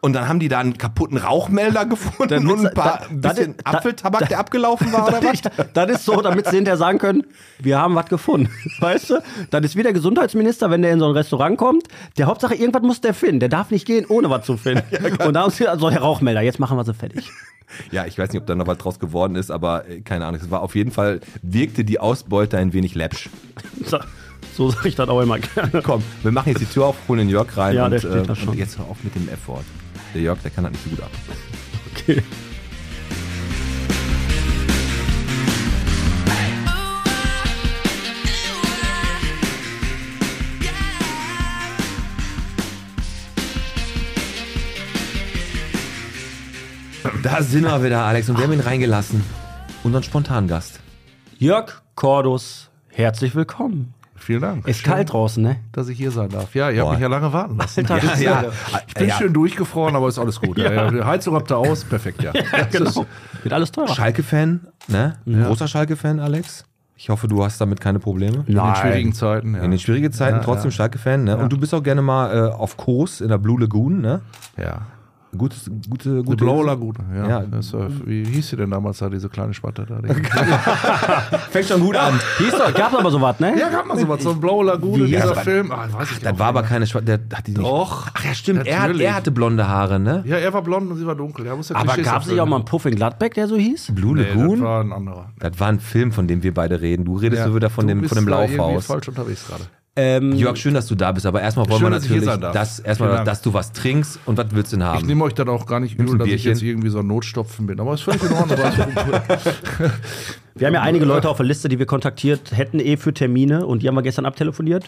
Speaker 1: und dann haben die da einen kaputten Rauchmelder gefunden
Speaker 2: Dann
Speaker 1: und ein
Speaker 2: wird's-
Speaker 1: paar
Speaker 2: da-
Speaker 1: ein
Speaker 2: da-
Speaker 1: bisschen
Speaker 2: da-
Speaker 1: Apfeltabak, der abgelaufen war oder was?
Speaker 2: Das ist so, damit sie hinterher sagen können, wir haben was gefunden. Weißt du? Dann ist wieder Gesundheitsminister, wenn der in so ein Restaurant kommt. Der Hauptsache, irgendwas muss der finden. Der darf nicht gehen, ohne was zu finden. Und da haben sie also Herr Rauchmelder, jetzt machen wir sie fertig.
Speaker 1: Ja, ich weiß nicht, ob da noch was draus geworden ist, aber äh, keine Ahnung. Es war auf jeden Fall, wirkte die Ausbeute ein wenig läppsch.
Speaker 2: So, so sage ich das auch immer gerne.
Speaker 1: Komm, wir machen jetzt die Tür auf, holen den Jörg rein
Speaker 2: Ja,
Speaker 1: und, äh,
Speaker 2: der steht da schon.
Speaker 1: und jetzt hör auf mit dem F-Wort. Der Jörg, der kann das nicht so gut ab.
Speaker 2: Okay.
Speaker 1: Da sind wir wieder, Alex, und wir haben ihn reingelassen. Unseren Spontangast.
Speaker 2: Jörg Cordus, herzlich willkommen.
Speaker 7: Vielen Dank,
Speaker 2: Ist kalt draußen, ne?
Speaker 7: dass ich hier sein darf. Ja, ihr
Speaker 1: Boah.
Speaker 7: habt mich ja lange warten lassen.
Speaker 2: Alter, das ist ja-
Speaker 7: Ich bin
Speaker 1: ja.
Speaker 7: schön durchgefroren, aber ist alles gut. ja. Ja, Heizung habt ihr aus, perfekt, ja.
Speaker 2: genau. Wird alles teurer.
Speaker 1: Schalke-Fan, ne? Ein Großer Schalke-Fan, Alex. Ich hoffe, du hast damit keine Probleme.
Speaker 7: In
Speaker 2: Nein.
Speaker 7: den schwierigen Zeiten, ja.
Speaker 1: In den schwierigen Zeiten trotzdem Schalke-Fan, ne? Und du bist auch gerne mal äh, auf Kurs in der Blue Lagoon, ne?
Speaker 7: ja.
Speaker 1: Gutes, gute,
Speaker 7: Die
Speaker 1: gute
Speaker 7: Blaue Lagune, ja.
Speaker 1: Ja.
Speaker 7: Das, äh, wie hieß sie denn damals da, diese kleine Spatte da? Die-
Speaker 1: Fängt schon gut an.
Speaker 2: Hieß doch, gab's aber sowas, ne?
Speaker 7: ja, gab man sowas, so eine Blaue Lagune,
Speaker 1: hieß
Speaker 7: dieser
Speaker 1: das?
Speaker 7: Film. Ah, weiß ich
Speaker 1: Das
Speaker 7: auch
Speaker 1: war
Speaker 7: nicht.
Speaker 1: aber keine Schwa Der hat die nicht.
Speaker 7: Doch.
Speaker 1: Ach ja, stimmt. Er, hat-
Speaker 7: Oh, Natürlich.
Speaker 1: er hatte blonde Haare, ne?
Speaker 7: Ja, er war blond und sie war dunkel. Ja, muss ja
Speaker 2: Aber
Speaker 7: Klischees
Speaker 2: gab's nicht auch
Speaker 7: erfüllen.
Speaker 2: mal einen Puff in Gladbeck, der so hieß?
Speaker 1: Blue
Speaker 7: Nee,
Speaker 1: Lagoon?
Speaker 7: das
Speaker 1: Das war,
Speaker 7: war ein anderer.
Speaker 1: ein Film, von dem wir beide reden. Du redest
Speaker 7: Ja,
Speaker 1: so wieder von
Speaker 7: du
Speaker 1: dem,
Speaker 7: bist
Speaker 1: von dem
Speaker 7: da irgendwie
Speaker 1: Laufhaus.
Speaker 7: falsch unterwegs gerade.
Speaker 2: Ähm,
Speaker 1: Jörg, schön, dass du da bist, aber erstmal wollen
Speaker 7: Schön,
Speaker 1: wir
Speaker 7: dass ich hier
Speaker 1: natürlich,
Speaker 7: sein darf.
Speaker 1: dass,
Speaker 7: Vielen
Speaker 1: erstmal,
Speaker 7: Dank.
Speaker 1: dass du was trinkst und was willst du denn
Speaker 7: Ich
Speaker 1: haben?
Speaker 7: nehme euch dann auch gar nicht
Speaker 1: Nimmst
Speaker 7: übel,
Speaker 1: ein
Speaker 7: dass ich
Speaker 1: Bierchen?
Speaker 7: jetzt irgendwie so ein Notstopfen bin. Aber ist völlig in Ordnung. aber ist gut.
Speaker 2: wir haben ja einige Leute auf der Liste, die wir kontaktiert hätten eh für Termine und die haben wir gestern abtelefoniert.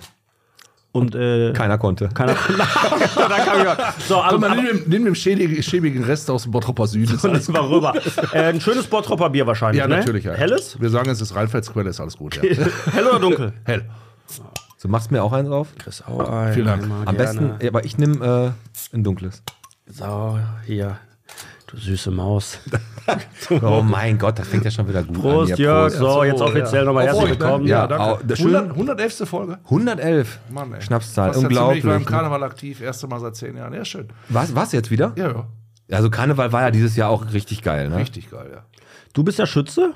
Speaker 2: Und äh,
Speaker 1: Keiner konnte.
Speaker 2: keiner. da kam Jörg. So, also,
Speaker 7: Komm mal, nimm, dem- nimm dem schädigen- schäbigen Rest aus dem Bottroper Süden. Ist alles-
Speaker 2: das war rüber. Äh, ein schönes Bottropper Bier wahrscheinlich.
Speaker 7: Ja,
Speaker 2: ne?
Speaker 7: natürlich. Ja.
Speaker 2: Helles?
Speaker 7: Wir sagen, es ist Rheinfeldquelle, ist alles gut. Ja.
Speaker 2: Hell oder dunkel?
Speaker 7: Hell.
Speaker 1: So, machst du mir auch einen drauf?
Speaker 5: Chris, hau ein.
Speaker 7: Vielen Dank.
Speaker 5: Einmal
Speaker 1: Am
Speaker 5: gerne.
Speaker 1: besten, aber ich nehme äh, ein dunkles.
Speaker 5: So, hier.
Speaker 2: Du süße Maus.
Speaker 1: Oh mein Gott, das fängt ja schon wieder gut
Speaker 2: Prost,
Speaker 1: an. hier. Prost.
Speaker 2: Jörg. So, jetzt offiziell nochmal
Speaker 7: Auf
Speaker 2: herzlich
Speaker 7: euch, ne?
Speaker 2: willkommen.
Speaker 7: Ja,
Speaker 1: Ja, au-
Speaker 7: danke.
Speaker 1: das schön-
Speaker 7: 100, 111. Folge.
Speaker 1: 111
Speaker 7: Mann, ey.
Speaker 1: Schnapszahl,
Speaker 7: Fast dazu bin Ich war im
Speaker 1: unglaublich.
Speaker 7: Karneval aktiv, erste Mal seit zehn Jahren. Ja, schön.
Speaker 1: Was, was jetzt wieder?
Speaker 7: Ja, ja.
Speaker 1: Also Karneval war ja dieses Jahr auch richtig geil, ne?
Speaker 7: Richtig geil, ja.
Speaker 2: Du bist ja Schütze.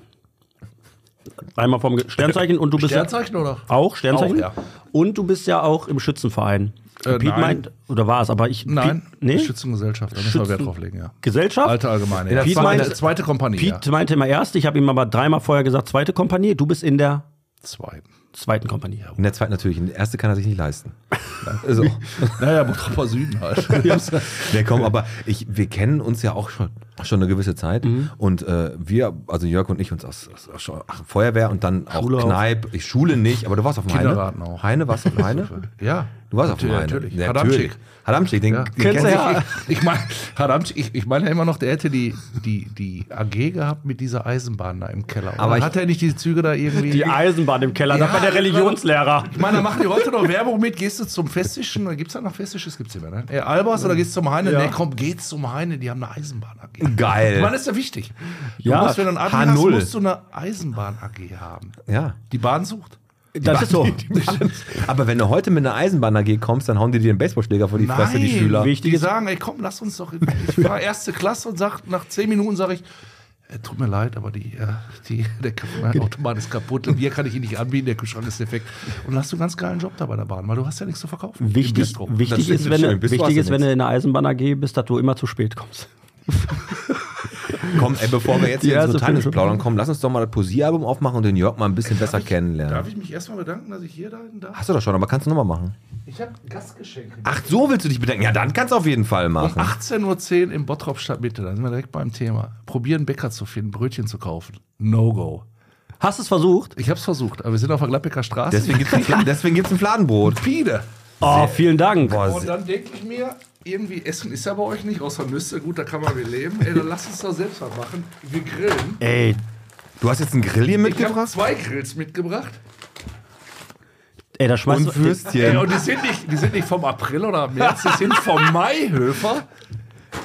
Speaker 2: Einmal vom Ge- Sternzeichen und du bist ja
Speaker 7: Sternzeichen oder?
Speaker 2: auch Sternzeichen.
Speaker 7: Auch, ja.
Speaker 2: Und du bist ja auch im Schützenverein.
Speaker 7: Äh, nein.
Speaker 2: oder war es, aber ich.
Speaker 7: Nein,
Speaker 2: Piet, nee?
Speaker 7: Schützengesellschaft, da müssen wir
Speaker 2: Schützen-
Speaker 7: Wert drauf legen, ja.
Speaker 2: Gesellschaft?
Speaker 7: Alte Allgemeine.
Speaker 1: In der
Speaker 7: Piet
Speaker 1: zweiten-
Speaker 7: meinte- zweite Kompanie.
Speaker 2: Piet meinte immer erste, ich habe ihm aber dreimal vorher gesagt, zweite Kompanie. Du bist in der
Speaker 7: Zwei.
Speaker 2: zweiten Kompanie.
Speaker 1: In der zweiten natürlich. In der ersten kann er sich nicht leisten. so.
Speaker 7: Naja, Bottroper Süden halt. ja,
Speaker 1: Nee, komm, aber ich, wir kennen uns ja auch schon, schon eine gewisse Zeit.
Speaker 7: Mhm.
Speaker 1: Und äh, wir, also Jörg und ich, uns aus, aus, aus schon- ach, Feuerwehr und dann auch
Speaker 2: Schule auch.
Speaker 1: Kneipp. Ich schule nicht, aber du warst auf dem Heine.
Speaker 7: Kindergarten auch.
Speaker 1: Heine, warst du auf dem Heine? Du warst auf dem Heine.
Speaker 7: natürlich.
Speaker 1: natürlich.
Speaker 7: Hadamschick.
Speaker 1: Hadamschick, den,
Speaker 7: Ja.
Speaker 1: den kennst du ja.
Speaker 7: Ich, ich meine, Hadamsch, ich, ich meine ja immer noch, der hätte die, die, die AG gehabt mit dieser Eisenbahn da im Keller.
Speaker 1: Aber ich-
Speaker 7: hat er nicht diese Züge da irgendwie?
Speaker 2: Die Eisenbahn im Keller, das war der Religionslehrer.
Speaker 7: ich meine, da machen die heute noch Werbung mit. Gehst du zum Festischen? Gibt es da noch Festisches? Gibt es nicht mehr, ne? Ey, Albers oder gehst du zum Heine? Nee, komm, geht's zum Heine. Die haben eine Eisenbahn AG.
Speaker 1: Geil.
Speaker 7: Ich meine, das ist ja wichtig. Du
Speaker 2: Ja,
Speaker 7: musst, wenn du ein Abi hast,
Speaker 1: H0.
Speaker 7: musst du eine Eisenbahn AG haben.
Speaker 1: Ja.
Speaker 7: Die Bahn sucht.
Speaker 2: Das ist so.
Speaker 1: Aber wenn du heute mit einer Eisenbahn AG kommst, dann hauen die dir einen Baseballschläger vor die Fresse, die Schüler.
Speaker 2: Wichtig
Speaker 7: Die
Speaker 2: ist-
Speaker 7: sagen, ey, komm, lass uns doch. Ich war erste Klasse und sag, nach zehn Minuten sage ich, äh, tut mir leid, aber die, äh, die, der K- mein
Speaker 1: Genau.
Speaker 7: Automat ist kaputt und hier kann ich ihn nicht anbieten, der Kühlschrank ist defekt. Und hast du einen ganz geilen Job da bei der Bahn, weil du hast ja nichts zu verkaufen. im
Speaker 2: Wichtig,
Speaker 7: Bistro.
Speaker 1: Das
Speaker 2: wichtig
Speaker 1: ist
Speaker 2: ist, wenn,
Speaker 1: schön.
Speaker 2: du,
Speaker 1: Bist du hast
Speaker 2: wichtig
Speaker 1: du
Speaker 2: ist, wenn du in der Eisenbahn AG bist, dass du immer zu spät kommst.
Speaker 1: Komm, ey, bevor wir jetzt
Speaker 2: Die
Speaker 1: hier in so
Speaker 2: erste
Speaker 1: Tennis
Speaker 2: Fünf-
Speaker 1: plaudern, komm, lass uns doch mal das Posieralbum aufmachen und den Jörg mal ein bisschen besser
Speaker 7: Darf
Speaker 1: kennenlernen.
Speaker 7: ich mich erstmal bedanken, dass ich hier sein darf?
Speaker 1: Hast du doch schon, aber kannst du nochmal machen.
Speaker 7: Ich habe Gastgeschenke.
Speaker 1: Ach, so willst du dich bedenken? Ja, dann kannst du auf jeden Fall machen.
Speaker 7: 18.10 Uhr im Bottrop Stadtmitte, da sind wir direkt beim Thema. Probieren, Bäcker zu finden, Brötchen zu kaufen. No-Go.
Speaker 2: Hast du es versucht?
Speaker 7: Ich habe es versucht, aber wir sind auf der Gladbecker Straße.
Speaker 1: Deswegen gibt's ein, deswegen gibt's ein Fladenbrot.
Speaker 7: Pide.
Speaker 2: Oh, vielen Dank.
Speaker 1: Boah,
Speaker 7: Und dann denke ich mir, irgendwie Essen ist ja bei euch nicht, außer Nüsse. Gut, da kann man mit leben. Ey, dann lass uns doch selbst was machen. Wir grillen.
Speaker 2: Ey,
Speaker 1: du hast jetzt einen Grill hier
Speaker 7: Ich habe
Speaker 1: mitgebracht?
Speaker 7: zwei Grills mitgebracht.
Speaker 2: ey, da schmeißt
Speaker 1: Und
Speaker 2: du.
Speaker 7: Ey,
Speaker 1: Würstchen.
Speaker 7: und die sind, nicht, die sind nicht vom April oder März, die sind vom Maihöfer.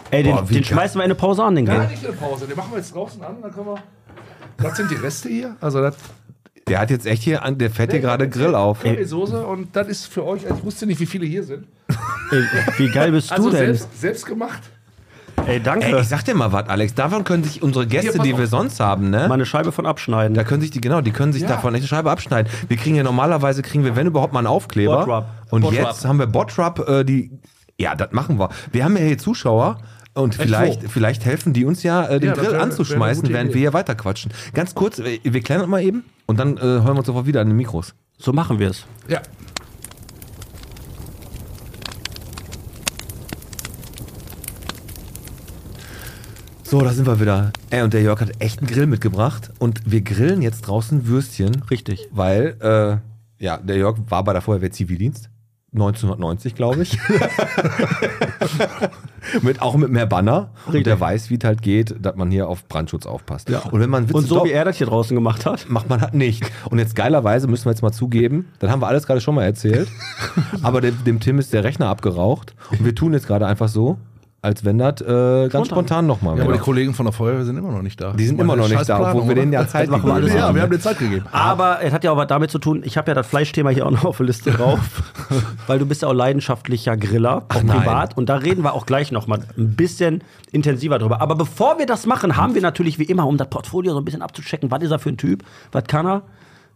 Speaker 2: Ey, den,
Speaker 1: Boah, wie
Speaker 2: den
Speaker 1: geil.
Speaker 2: schmeißen wir in eine Pause an, den
Speaker 7: Gar
Speaker 2: Grill.
Speaker 7: nicht eine Pause. Den machen wir jetzt draußen an, dann können wir. Was sind die Reste hier? Also das
Speaker 1: Der hat jetzt echt hier, an, der fährt dir gerade Grill auf.
Speaker 7: Soße und das ist für euch. Ich wusste nicht, wie viele hier sind.
Speaker 2: Ey, wie geil bist
Speaker 7: Also
Speaker 2: du denn?
Speaker 7: selbst, selbst gemacht.
Speaker 2: Ey, danke.
Speaker 1: Ey, ich Äh, sag dir mal was, Alex. Davon können sich unsere Gäste,
Speaker 7: Hier, pass
Speaker 1: die
Speaker 7: auf.
Speaker 1: wir sonst haben, ne?
Speaker 2: Meine Scheibe von abschneiden.
Speaker 1: Da können sich die, genau, die können sich
Speaker 7: Ja.
Speaker 1: davon echt eine Scheibe abschneiden. Wir kriegen ja normalerweise, kriegen wir, wenn überhaupt, mal einen Aufkleber.
Speaker 2: Bottrop.
Speaker 1: Und
Speaker 7: Bottrop.
Speaker 1: jetzt haben wir Bottrop, äh, die, ja, das machen wir. Wir haben ja hier Zuschauer. Und vielleicht,
Speaker 7: wo?
Speaker 1: vielleicht helfen die uns ja, äh, den
Speaker 7: Ja, das
Speaker 1: Grill
Speaker 7: wär- wär eine
Speaker 1: anzuschmeißen,
Speaker 7: gute
Speaker 1: während
Speaker 7: Idee.
Speaker 1: wir hier weiterquatschen. Ganz kurz, äh, wir klären das mal eben und dann äh, hören wir uns sofort wieder an den Mikros.
Speaker 2: So machen wir es.
Speaker 7: Ja.
Speaker 1: So, da sind wir wieder. Ey, und der Jörg hat echt einen Grill mitgebracht. Und wir grillen jetzt draußen Würstchen.
Speaker 2: Richtig.
Speaker 1: Weil, äh, ja, der Jörg war bei der Feuerwehr Zivildienst. 1990, glaube ich. mit, auch mit mehr Banner. Und der weiß, wie es halt geht, dass man hier auf Brandschutz aufpasst. Und wenn man Witze
Speaker 2: Und so
Speaker 1: doch-
Speaker 2: wie er das hier draußen gemacht hat.
Speaker 1: macht man das nicht. Und jetzt geilerweise müssen wir jetzt mal zugeben, dann haben wir alles gerade schon mal erzählt, aber dem, dem Tim ist der Rechner abgeraucht und wir tun jetzt gerade einfach so, als wenn das äh, ganz spontan nochmal
Speaker 7: Ja, aber die
Speaker 1: wäre.
Speaker 7: Kollegen von der Feuerwehr sind immer noch nicht da.
Speaker 1: Die sind immer noch nicht da, obwohl wir denen ja Zeit
Speaker 2: Machen wir
Speaker 1: gegeben
Speaker 2: alles
Speaker 1: haben.
Speaker 7: Ja, wir haben dir Zeit gegeben.
Speaker 2: Aber es hat ja auch was damit zu tun, ich habe ja das Fleischthema hier auch noch auf der Liste drauf, weil du bist ja auch leidenschaftlicher Griller, auch
Speaker 1: nein.
Speaker 2: privat. Und da reden wir auch gleich nochmal ein bisschen intensiver drüber. Aber bevor wir das machen, haben wir natürlich wie immer, um das Portfolio so ein bisschen abzuchecken, was ist er für ein Typ, was kann er?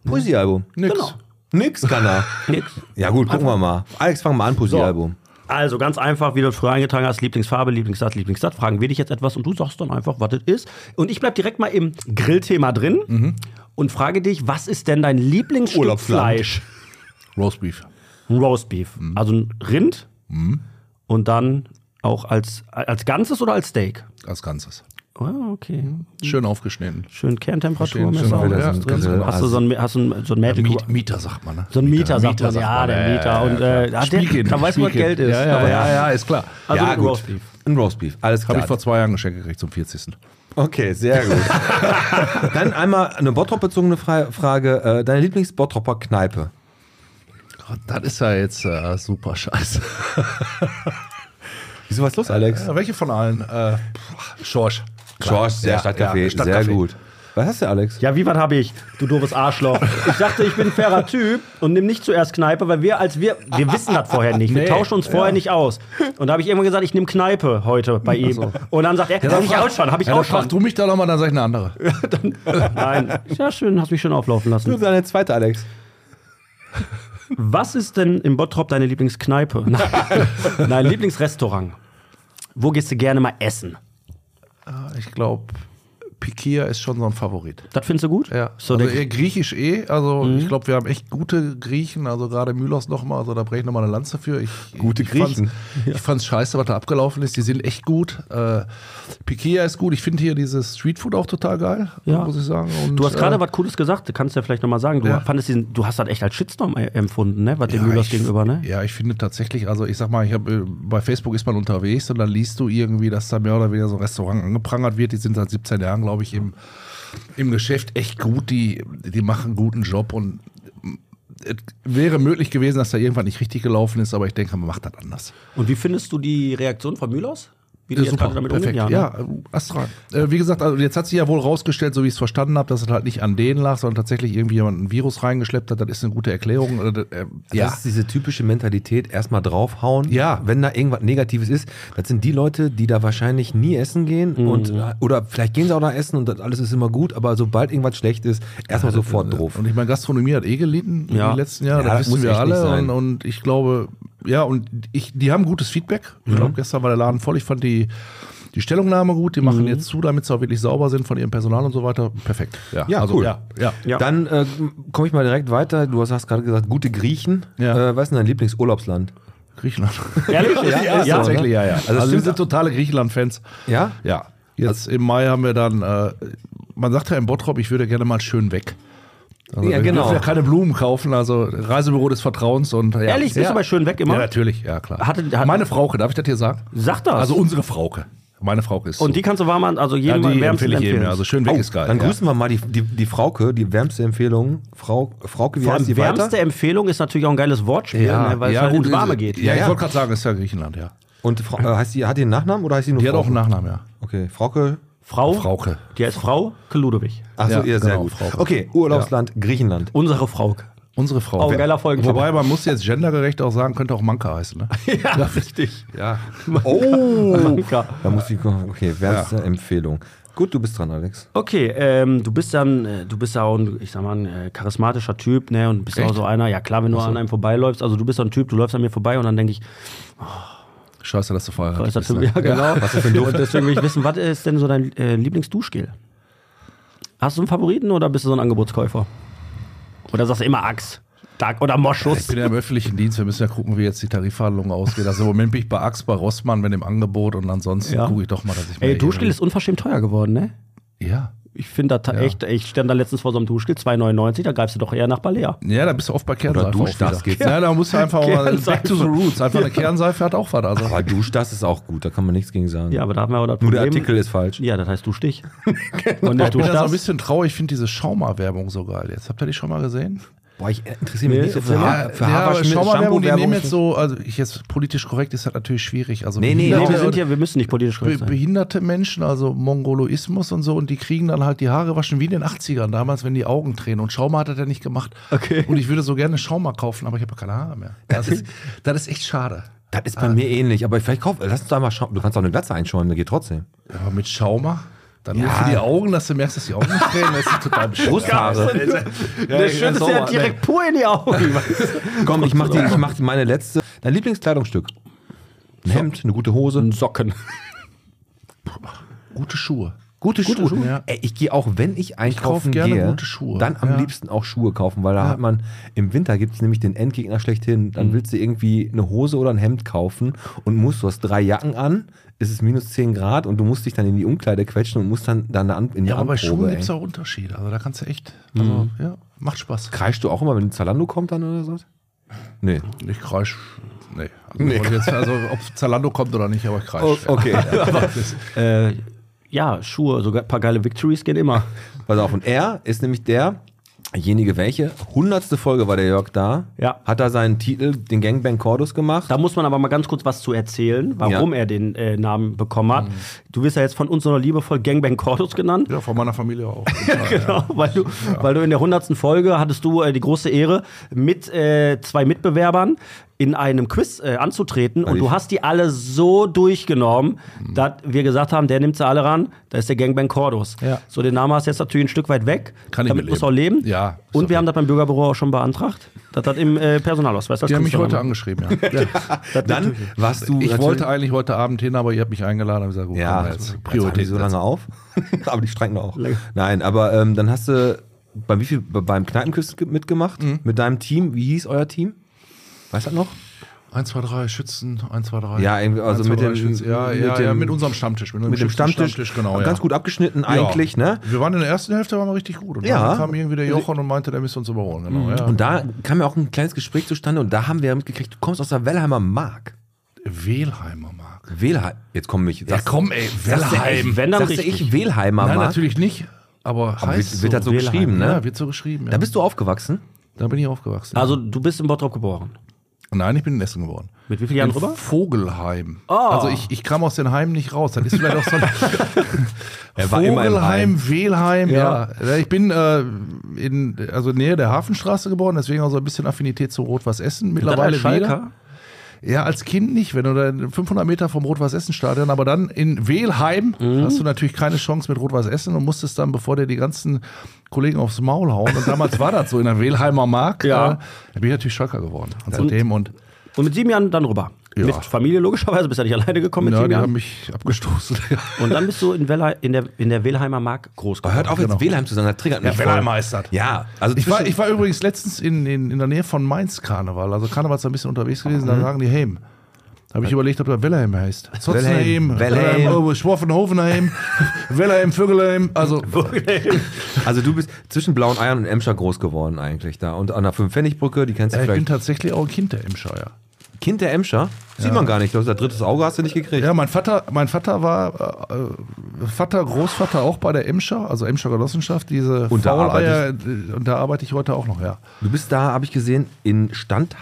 Speaker 1: Poesiealbum.
Speaker 7: Nix.
Speaker 2: Genau.
Speaker 1: Nix kann er.
Speaker 2: Nix.
Speaker 1: Ja gut, gucken wir mal. Alex, fang mal an, Poesiealbum.
Speaker 2: Also ganz einfach, wie du es früher eingetragen hast, Lieblingsfarbe, Lieblingsstadt, Lieblingsstadt, fragen wir dich jetzt etwas und du sagst dann einfach, was das ist. Und ich bleib direkt mal im Grillthema drin und frage dich, was ist denn dein Lieblingsstück
Speaker 1: Urlaubsland.
Speaker 2: Fleisch?
Speaker 7: Roastbeef.
Speaker 2: Ein Roast Beef. Also ein Rind und dann auch als, als Ganzes oder als Steak?
Speaker 7: Als Ganzes.
Speaker 2: Ah, okay.
Speaker 7: Schön aufgeschnitten.
Speaker 2: Schön Kerntemperatur.
Speaker 7: Schön, schön
Speaker 2: Messer
Speaker 7: auf
Speaker 2: auch.
Speaker 7: der-
Speaker 2: Ja,
Speaker 7: ganz
Speaker 2: drin.
Speaker 1: genau.
Speaker 2: Hast du so ein, hast du ein, so ein Magic
Speaker 7: Miet- Mieter sagt man, ne?
Speaker 2: So ein Mieter, sagt
Speaker 7: Mieter
Speaker 2: man, ja, der Mieter. Und äh, ja, der,
Speaker 7: Spielkind,
Speaker 2: da weiß man, was
Speaker 7: Spielkind.
Speaker 2: Geld ist.
Speaker 7: Ja, ja,
Speaker 2: Aber
Speaker 7: ja, ja, ist klar.
Speaker 2: Also
Speaker 1: ja,
Speaker 2: ein
Speaker 1: gut.
Speaker 2: Roastbeef.
Speaker 1: Ein Roastbeef, alles klar.
Speaker 7: Habe ich vor zwei Jahren geschenkt gekriegt zum 40.
Speaker 1: okay, sehr gut. Dann einmal eine Bottrop-bezogene Fra- Frage. Äh, Deine Lieblings-Bottropper Kneipe?
Speaker 7: Gott, das ist ja jetzt äh, super scheiße.
Speaker 1: Wieso was ist los, Alex?
Speaker 7: Ja, welche von allen? Äh, pff, Schorsch. Klar.
Speaker 1: Schorsch, sehr
Speaker 7: Ja,
Speaker 1: Stadtcafé,
Speaker 7: ja,
Speaker 1: sehr
Speaker 7: Stadtcafé.
Speaker 1: gut. Was hast du, Alex?
Speaker 2: Ja, wie was habe ich? Du doofes Arschloch. Ich dachte, ich bin ein fairer Typ und nimm nicht zuerst Kneipe, weil wir als wir wir wissen das vorher nicht. Wir
Speaker 7: Nee,
Speaker 2: tauschen uns vorher nicht aus. Und da habe ich irgendwann gesagt, ich nehme Kneipe heute bei ihm. Und dann sagt er, habe ich auch schon, habe ich
Speaker 7: Ja,
Speaker 2: auch
Speaker 7: dann
Speaker 2: schon.
Speaker 7: frag du mich da nochmal, dann sag ich eine andere.
Speaker 2: Nein. Ja, schön, hast mich schön auflaufen
Speaker 1: Du
Speaker 2: lassen.
Speaker 1: deine zweite, Alex.
Speaker 2: Was ist denn im Bottrop deine Lieblingskneipe? Nein, Nein Lieblingsrestaurant. Wo gehst du gerne mal essen?
Speaker 7: Ich glaube, Pikia ist schon so ein Favorit.
Speaker 2: Das findest du gut?
Speaker 7: Ja,
Speaker 2: So,
Speaker 7: also
Speaker 2: der- Mhm.
Speaker 7: eher griechisch eh. Also ich glaube, wir haben echt gute Griechen. Also gerade Mylos nochmal, also da breche ich nochmal eine Lanze für. Ich,
Speaker 1: Gute
Speaker 7: ich
Speaker 1: Griechen.
Speaker 7: Fand's, Ich fand's scheiße, was da abgelaufen ist. Die sind echt gut. Äh, Pikia ist gut. Ich finde hier dieses Streetfood auch total geil,
Speaker 2: Ja.
Speaker 7: muss ich sagen. Und,
Speaker 2: Du hast gerade
Speaker 7: äh,
Speaker 2: was Cooles gesagt, du kannst ja vielleicht nochmal sagen. Du,
Speaker 7: Ja.
Speaker 2: fandest diesen, du hast das echt als Shitstorm e- empfunden, ne? Was dem
Speaker 7: Ja,
Speaker 2: Müllers
Speaker 7: ich-
Speaker 2: gegenüber, ne?
Speaker 7: Ja, ich finde tatsächlich, also ich sag mal, ich hab, äh, bei Facebook ist man unterwegs und dann liest du irgendwie, dass da mehr oder weniger so ein Restaurant angeprangert wird. Die sind seit 17 Jahren, glaube ich, im, im Geschäft echt gut. Die, die machen einen guten Job und mm, es wäre möglich gewesen, dass da irgendwann nicht richtig gelaufen ist, aber ich denke, man macht das anders.
Speaker 2: Und wie findest du die Reaktion von Müllers? Wie die
Speaker 7: Ja,
Speaker 2: jetzt gerade damit
Speaker 7: perfekt.
Speaker 2: umgehen? ne?
Speaker 7: Ja, äh, astral. Äh, wie gesagt, also jetzt hat sich ja wohl rausgestellt, so wie ich es verstanden habe, dass es halt nicht an denen lag, sondern tatsächlich irgendwie jemand ein Virus reingeschleppt hat. Das ist eine gute Erklärung. Äh,
Speaker 2: Also
Speaker 7: äh,
Speaker 1: Ja. Das ist diese typische Mentalität, erstmal draufhauen,
Speaker 7: Ja.
Speaker 1: wenn da irgendwas Negatives ist. Das sind die Leute, die da wahrscheinlich nie essen gehen und äh, oder vielleicht gehen sie auch da essen und das alles ist immer gut, aber sobald irgendwas schlecht ist, erstmal sofort drauf.
Speaker 7: Äh, Und ich meine, Gastronomie hat eh gelitten in
Speaker 2: Ja.
Speaker 7: den letzten Jahren,
Speaker 1: Ja,
Speaker 7: das
Speaker 1: das
Speaker 7: wissen
Speaker 1: muss
Speaker 7: wir
Speaker 1: echt nicht
Speaker 7: alle.
Speaker 1: sein.
Speaker 7: Und, und ich glaube, ja, und ich, die haben gutes Feedback.
Speaker 1: Mhm.
Speaker 7: Ich glaube, gestern war der Laden voll. Ich fand die, die Stellungnahme gut. Die
Speaker 1: Mhm.
Speaker 7: machen jetzt zu, damit sie auch wirklich sauber sind von ihrem Personal und so weiter. Perfekt.
Speaker 1: Ja, cool.
Speaker 7: Ja, ja.
Speaker 2: Ja.
Speaker 1: Dann äh, komme ich mal direkt weiter. Du hast, hast gerade gesagt, gute Griechen.
Speaker 7: Ja.
Speaker 1: Äh, was ist denn dein Lieblingsurlaubsland?
Speaker 7: Griechenland.
Speaker 2: Ehrlich? Ja,
Speaker 7: Ja,
Speaker 2: ja,
Speaker 7: ist tatsächlich, ja, ja. Also, wir
Speaker 1: stimmt-
Speaker 7: sind totale Griechenland-Fans.
Speaker 1: Ja?
Speaker 7: Ja. Jetzt
Speaker 2: Also
Speaker 7: im Mai haben wir dann, äh, man sagt ja im Bottrop, ich würde gerne mal schön weg. Also
Speaker 1: Ja,
Speaker 7: wir
Speaker 1: genau.
Speaker 7: dürfen ja keine Blumen kaufen, also Reisebüro des Vertrauens und ja.
Speaker 2: Ehrlich, bist
Speaker 7: ja.
Speaker 2: du bei schön weg immer?
Speaker 7: Ja, natürlich, ja klar.
Speaker 2: Hatte- hat-
Speaker 7: Meine Frauke, darf ich das hier sagen?
Speaker 2: Sag das.
Speaker 7: Also unsere Frauke. Meine Frauke ist.
Speaker 2: und die kannst du warm an, also
Speaker 7: ja,
Speaker 2: jedem
Speaker 7: die
Speaker 2: wärmstens
Speaker 7: empfehle ich jedem.
Speaker 2: empfehlen. Oh,
Speaker 7: ja. Also schön weg ist geil.
Speaker 1: Dann
Speaker 7: ja.
Speaker 1: grüßen wir mal die, die, die Frauke, die wärmste Empfehlung. Frau, Frauke, wie
Speaker 2: Vor
Speaker 1: heißt
Speaker 2: allem
Speaker 1: die weiter?
Speaker 2: wärmste Empfehlung ist natürlich auch ein geiles Wortspiel, ne? weil es halt ins Warme geht.
Speaker 7: Ja,
Speaker 1: Ja,
Speaker 7: ich
Speaker 1: ja.
Speaker 7: wollte gerade sagen, ist ja Griechenland, ja.
Speaker 1: Und Frau, äh, heißt die, hat die einen Nachnamen oder heißt die nur
Speaker 7: Die hat auch einen
Speaker 1: Frauke?
Speaker 7: Nachnamen, ja.
Speaker 1: Okay, Frauke.
Speaker 2: Frau,
Speaker 7: Frauke.
Speaker 2: die heißt Frau Ludewig.
Speaker 1: Achso,
Speaker 7: Ja,
Speaker 1: ihr sehr
Speaker 7: genau,
Speaker 1: gut.
Speaker 7: Frauke.
Speaker 1: Okay, Urlaubsland, Griechenland.
Speaker 2: Unsere Frauke.
Speaker 7: Unsere Frauke.
Speaker 2: Auch Oh, ein geiler Folgentitel.
Speaker 7: Wobei man muss jetzt gendergerecht auch sagen, könnte auch Manka heißen, ne?
Speaker 2: Ja, richtig.
Speaker 7: Ja.
Speaker 1: Oh!
Speaker 2: Danke.
Speaker 1: Da muss ich Okay, wärmste Empfehlung. Gut, du bist dran, Alex.
Speaker 2: Okay, ähm, du bist dann, äh, du bist ja auch ein, ich sag mal, ein äh, charismatischer Typ, ne? Und bist auch so einer, ja klar, wenn du an einem vorbeiläufst, also du bist so ein Typ, du läufst an mir vorbei und dann denke ich,
Speaker 7: Scheiße, dass du
Speaker 2: da
Speaker 7: verheiratet
Speaker 2: ist das
Speaker 7: bist.
Speaker 2: für
Speaker 7: ne?
Speaker 2: ja, genau.
Speaker 1: Was ist für ein Duft?
Speaker 2: Und deswegen will ich wissen, was ist denn so dein äh, Lieblingsduschgel? Hast du einen Favoriten oder bist du so ein Angebotskäufer? Oder sagst du immer Axt? Dark oder
Speaker 7: Ich
Speaker 2: Moschus?
Speaker 7: bin ja im öffentlichen Dienst, wir müssen ja gucken, wie jetzt die Tarifverhandlungen ausgehen. Also im Moment bin ich bei Axe, bei Rossmann, wenn im Angebot und ansonsten
Speaker 2: Ja.
Speaker 7: gucke ich doch mal, dass ich mir
Speaker 2: Ey, Duschgel
Speaker 7: irgendwie-
Speaker 2: ist unverschämt teuer geworden, ne?
Speaker 7: Ja.
Speaker 2: Ich finde da ta- echt, ich stand da letztens vor so einem Duschgel, 2,99, da greifst du doch eher nach Balea.
Speaker 7: Ja, da bist du oft bei Kernseife.
Speaker 1: Oder Dusch,
Speaker 7: auch wieder.
Speaker 1: das geht's.
Speaker 7: Ja, da musst du einfach mal
Speaker 2: Kernseife.
Speaker 7: back to the roots. Einfach eine Kernseife hat auch was. Also.
Speaker 1: Aber Dusch, das ist auch gut, da kann man nichts gegen sagen.
Speaker 2: Ja, aber da haben wir auch das
Speaker 1: Nur der
Speaker 2: Problem-
Speaker 1: Artikel ist falsch.
Speaker 2: Ja, das heißt du Stich. Und
Speaker 7: Ich
Speaker 2: nicht du
Speaker 7: bin da so ein
Speaker 2: das.
Speaker 7: bisschen traurig, ich finde diese Schauma-Werbung so geil. Jetzt habt ihr die schon mal gesehen?
Speaker 1: Boah, ich interessiere mich
Speaker 2: Nee,
Speaker 1: nicht so für,
Speaker 2: ja,
Speaker 1: ha für
Speaker 7: aber
Speaker 1: Haarwaschmittel,
Speaker 7: Schauma-Werbung, die nehmen
Speaker 1: Shampoo-Werbung.
Speaker 7: jetzt so, also ich jetzt politisch korrekt ist das natürlich schwierig. Also
Speaker 1: Nee, nee,
Speaker 2: Nee,
Speaker 7: Behinderte
Speaker 2: wir sind
Speaker 7: und-
Speaker 2: hier, wir müssen nicht politisch
Speaker 7: Be
Speaker 2: korrekt sein.
Speaker 7: behinderte Menschen, also Mongoloismus und so, und die kriegen dann halt die Haare waschen wie in den 80ern damals, wenn die Augen tränen. Und Schauma hat er ja nicht gemacht.
Speaker 2: Okay.
Speaker 7: Und ich würde so gerne Schauma kaufen, aber ich habe keine Haare mehr. Das ist, das ist echt schade.
Speaker 1: Das ist bei
Speaker 7: Ah.
Speaker 1: mir ähnlich, aber vielleicht kauf, lass uns da mal schauen. Du kannst auch eine Glatze einschäumen, das geht trotzdem.
Speaker 7: Aber mit Schauma, dann nur für die Augen, dass du merkst, dass die Augen nicht tränen, das ist total bescheuert.
Speaker 1: Brusthaare. Ne,
Speaker 2: Der Schütze ist ja direkt pur in die Augen.
Speaker 1: Komm, ich mach, die, ich mach meine letzte. Dein Lieblingskleidungsstück? Ein Hemd, eine gute Hose.
Speaker 2: Socken.
Speaker 7: Gute Schuhe.
Speaker 1: Gute Schuhe.
Speaker 7: Schuhe, ja.
Speaker 1: Ey, ich gehe auch, wenn ich einkaufen
Speaker 7: gerne
Speaker 1: gehe,
Speaker 7: gute Schuhe.
Speaker 1: dann am
Speaker 7: Ja.
Speaker 1: liebsten auch Schuhe kaufen, weil da hat man, im Winter gibt es nämlich den Endgegner schlechthin.
Speaker 7: Mhm.
Speaker 1: Dann willst du irgendwie eine Hose oder ein Hemd kaufen und musst, du hast drei Jacken an, es ist minus 10 Grad und du musst dich dann in die Umkleide quetschen und musst dann, dann eine an, in die
Speaker 7: Ja, aber bei Schuhen
Speaker 1: Anprobe,
Speaker 7: gibt es
Speaker 1: ey.
Speaker 7: auch Unterschiede. Also da kannst du echt. Also, ja, macht Spaß.
Speaker 1: Kreischst du auch immer, wenn ein Zalando kommt dann oder so? Nee.
Speaker 7: Ich kreisch. Nee. Oh, Also, wollte Jetzt, also ob Zalando kommt oder nicht, aber ich kreisch.
Speaker 1: okay.
Speaker 2: Äh, ja, Schuhe, sogar ein paar geile Victories gehen immer.
Speaker 1: Pass auf, und er ist nämlich derjenige, welche, hundertste Folge war der Jörg da,
Speaker 2: Ja.
Speaker 1: hat da seinen Titel, den Gangbang Cordus gemacht.
Speaker 2: Da muss man aber mal ganz kurz was zu erzählen, warum
Speaker 1: Ja.
Speaker 2: er den äh, Namen bekommen hat. Du wirst ja jetzt von uns so liebevoll Gangbang Cordus genannt.
Speaker 7: Mhm. Ja, von meiner Familie auch.
Speaker 2: Genau, weil du, weil du in der hundertsten Folge hattest du äh, die große Ehre, mit äh, zwei Mitbewerbern in einem Quiz äh, anzutreten und
Speaker 1: ich-
Speaker 2: du hast die alle so durchgenommen,
Speaker 7: Mhm.
Speaker 2: dass wir gesagt haben, der nimmt sie alle ran, da ist der Gangbang Cordus.
Speaker 7: Ja.
Speaker 2: So, den Namen hast du jetzt natürlich ein Stück weit weg.
Speaker 7: Kann ich
Speaker 2: Damit
Speaker 7: mit
Speaker 2: musst du auch
Speaker 7: leben.
Speaker 2: leben.
Speaker 7: Ja,
Speaker 2: Und
Speaker 7: sorry.
Speaker 2: wir haben das beim Bürgerbüro auch schon beantragt, dass das im äh, Personalausweis als
Speaker 7: Die haben mich heute
Speaker 2: Künstlername-
Speaker 7: angeschrieben, ja. ja.
Speaker 1: dann warst du.
Speaker 7: Ich
Speaker 1: natürlich-
Speaker 7: wollte Oh, eigentlich heute Abend hin, aber ihr habt mich eingeladen. Hab ich gesagt, gut, komm,
Speaker 1: Ja, Priorität.
Speaker 7: jetzt Priorität.
Speaker 1: so lange auf. aber die streiken auch. Nein, aber ähm, dann hast du beim wie viel, beim Kneipenquiz ge- mitgemacht
Speaker 7: Mhm.
Speaker 1: mit deinem Team. Wie hieß euer Team? Weißt du das noch?
Speaker 7: 1, 2, 3, Schützen, 1, 2, 3.
Speaker 1: Ja, irgendwie, also mit dem-
Speaker 7: ja,
Speaker 1: mit
Speaker 7: ja, mit, ja,
Speaker 1: dem-
Speaker 7: mit unserem Stammtisch.
Speaker 1: Mit dem
Speaker 7: Schützen-
Speaker 1: Stammtisch.
Speaker 7: genau.
Speaker 1: Ganz
Speaker 7: ja.
Speaker 1: gut abgeschnitten eigentlich,
Speaker 7: ja.
Speaker 1: ne?
Speaker 7: Wir waren in der ersten Hälfte waren wir richtig gut. Und
Speaker 1: Ja. Also- Mhm.
Speaker 7: dann kam irgendwie der Jochen und meinte, der müsste uns überholen. Genau, ja.
Speaker 1: Und da kam ja auch ein kleines Gespräch zustande und da haben wir mitgekriegt, du kommst aus der Wellheimer Mark.
Speaker 7: Wehlheimer Mark.
Speaker 1: Wehlheim. Jetzt komme ich.
Speaker 7: Ja, komm, ey, Wellheim.
Speaker 2: Wenn dann
Speaker 1: Sagst du
Speaker 2: richtig.
Speaker 1: ich Wehlheimer
Speaker 7: Nein,
Speaker 1: Mark?
Speaker 7: natürlich nicht. Aber, heißt
Speaker 1: Wird, wird das so
Speaker 2: Wehlheim,
Speaker 1: geschrieben, ne?
Speaker 7: Ja, wird so geschrieben. Ja.
Speaker 1: Da bist du aufgewachsen.
Speaker 7: da bin ich aufgewachsen.
Speaker 2: Also du bist in Bottrop geboren.
Speaker 7: Nein, ich bin in Essen geworden.
Speaker 2: Mit wie vielen Jahren
Speaker 7: In
Speaker 2: rüber?
Speaker 7: Vogelheim. Also ich, ich kam aus den Heimen nicht raus. Das ist vielleicht auch so ein
Speaker 1: Er war immer im Heim.
Speaker 7: Wehlheim, ja. Ich bin äh, in also Nähe der Hafenstraße geboren, deswegen auch so ein bisschen Affinität zu Rot-Weiß Essen. Mittlerweile
Speaker 2: Dann als
Speaker 7: wieder.
Speaker 2: Schalker?
Speaker 7: Ja, als Kind nicht, wenn du dann 500 Meter vom Rot-Weiß-Essen-Stadion, aber dann in Wehlheim
Speaker 1: Mhm.
Speaker 7: hast du natürlich keine Chance mit Rot-Weiß-Essen und musstest dann, bevor dir die ganzen Kollegen aufs Maul hauen, und damals war das so in der Wehlheimer Mark,
Speaker 2: Ja.
Speaker 7: äh, da bin ich natürlich Schalker geworden. Und seitdem und
Speaker 2: Und mit sieben Jahren dann rüber.
Speaker 7: Ja.
Speaker 2: Mit Familie logischerweise, bist ja nicht alleine gekommen mit
Speaker 7: ja,
Speaker 2: sieben
Speaker 7: die
Speaker 2: Jahren.
Speaker 7: haben mich abgestoßen.
Speaker 2: Und dann bist du in, Wellhe in, der, in der Wilheimer Mark groß geworden.
Speaker 1: Hört auf, jetzt
Speaker 7: Genau.
Speaker 1: Wehlheim zu sagen, das triggert mich. voll.
Speaker 7: Wehlheimer ist das.
Speaker 1: Ja, also
Speaker 7: Ich war,
Speaker 1: zwischen-
Speaker 7: ich war übrigens letztens in, in, in der Nähe von Mainz Karneval. Also Karneval ist ein bisschen unterwegs gewesen,
Speaker 1: Mhm.
Speaker 7: da sagen die Heim. Da habe ich überlegt, ob der Wellheim heißt. Zotzenheim,
Speaker 1: Wellheim, Wellheim.
Speaker 7: Wellheim, Schworfenhofenheim, Wellheim, Vögelheim. Also
Speaker 1: Also du bist zwischen blauen Eiern und Emscher groß geworden eigentlich da. Und an der Fünf-Pfennig-Brücke, die kennst du
Speaker 7: ich bin
Speaker 1: vielleicht.
Speaker 7: tatsächlich auch ein Kind der Emscheier.
Speaker 1: Kind der Emscher? Sieht man gar nicht. Du hast dein drittes Auge hast du nicht gekriegt.
Speaker 7: Ja, mein Vater, mein Vater war äh, äh, Vater, Großvater auch bei der Emscher, also Emscher Genossenschaft, diese
Speaker 1: Und da
Speaker 7: Fauleier, äh, und da arbeite ich heute auch noch, ja.
Speaker 1: Du bist da, habe ich gesehen,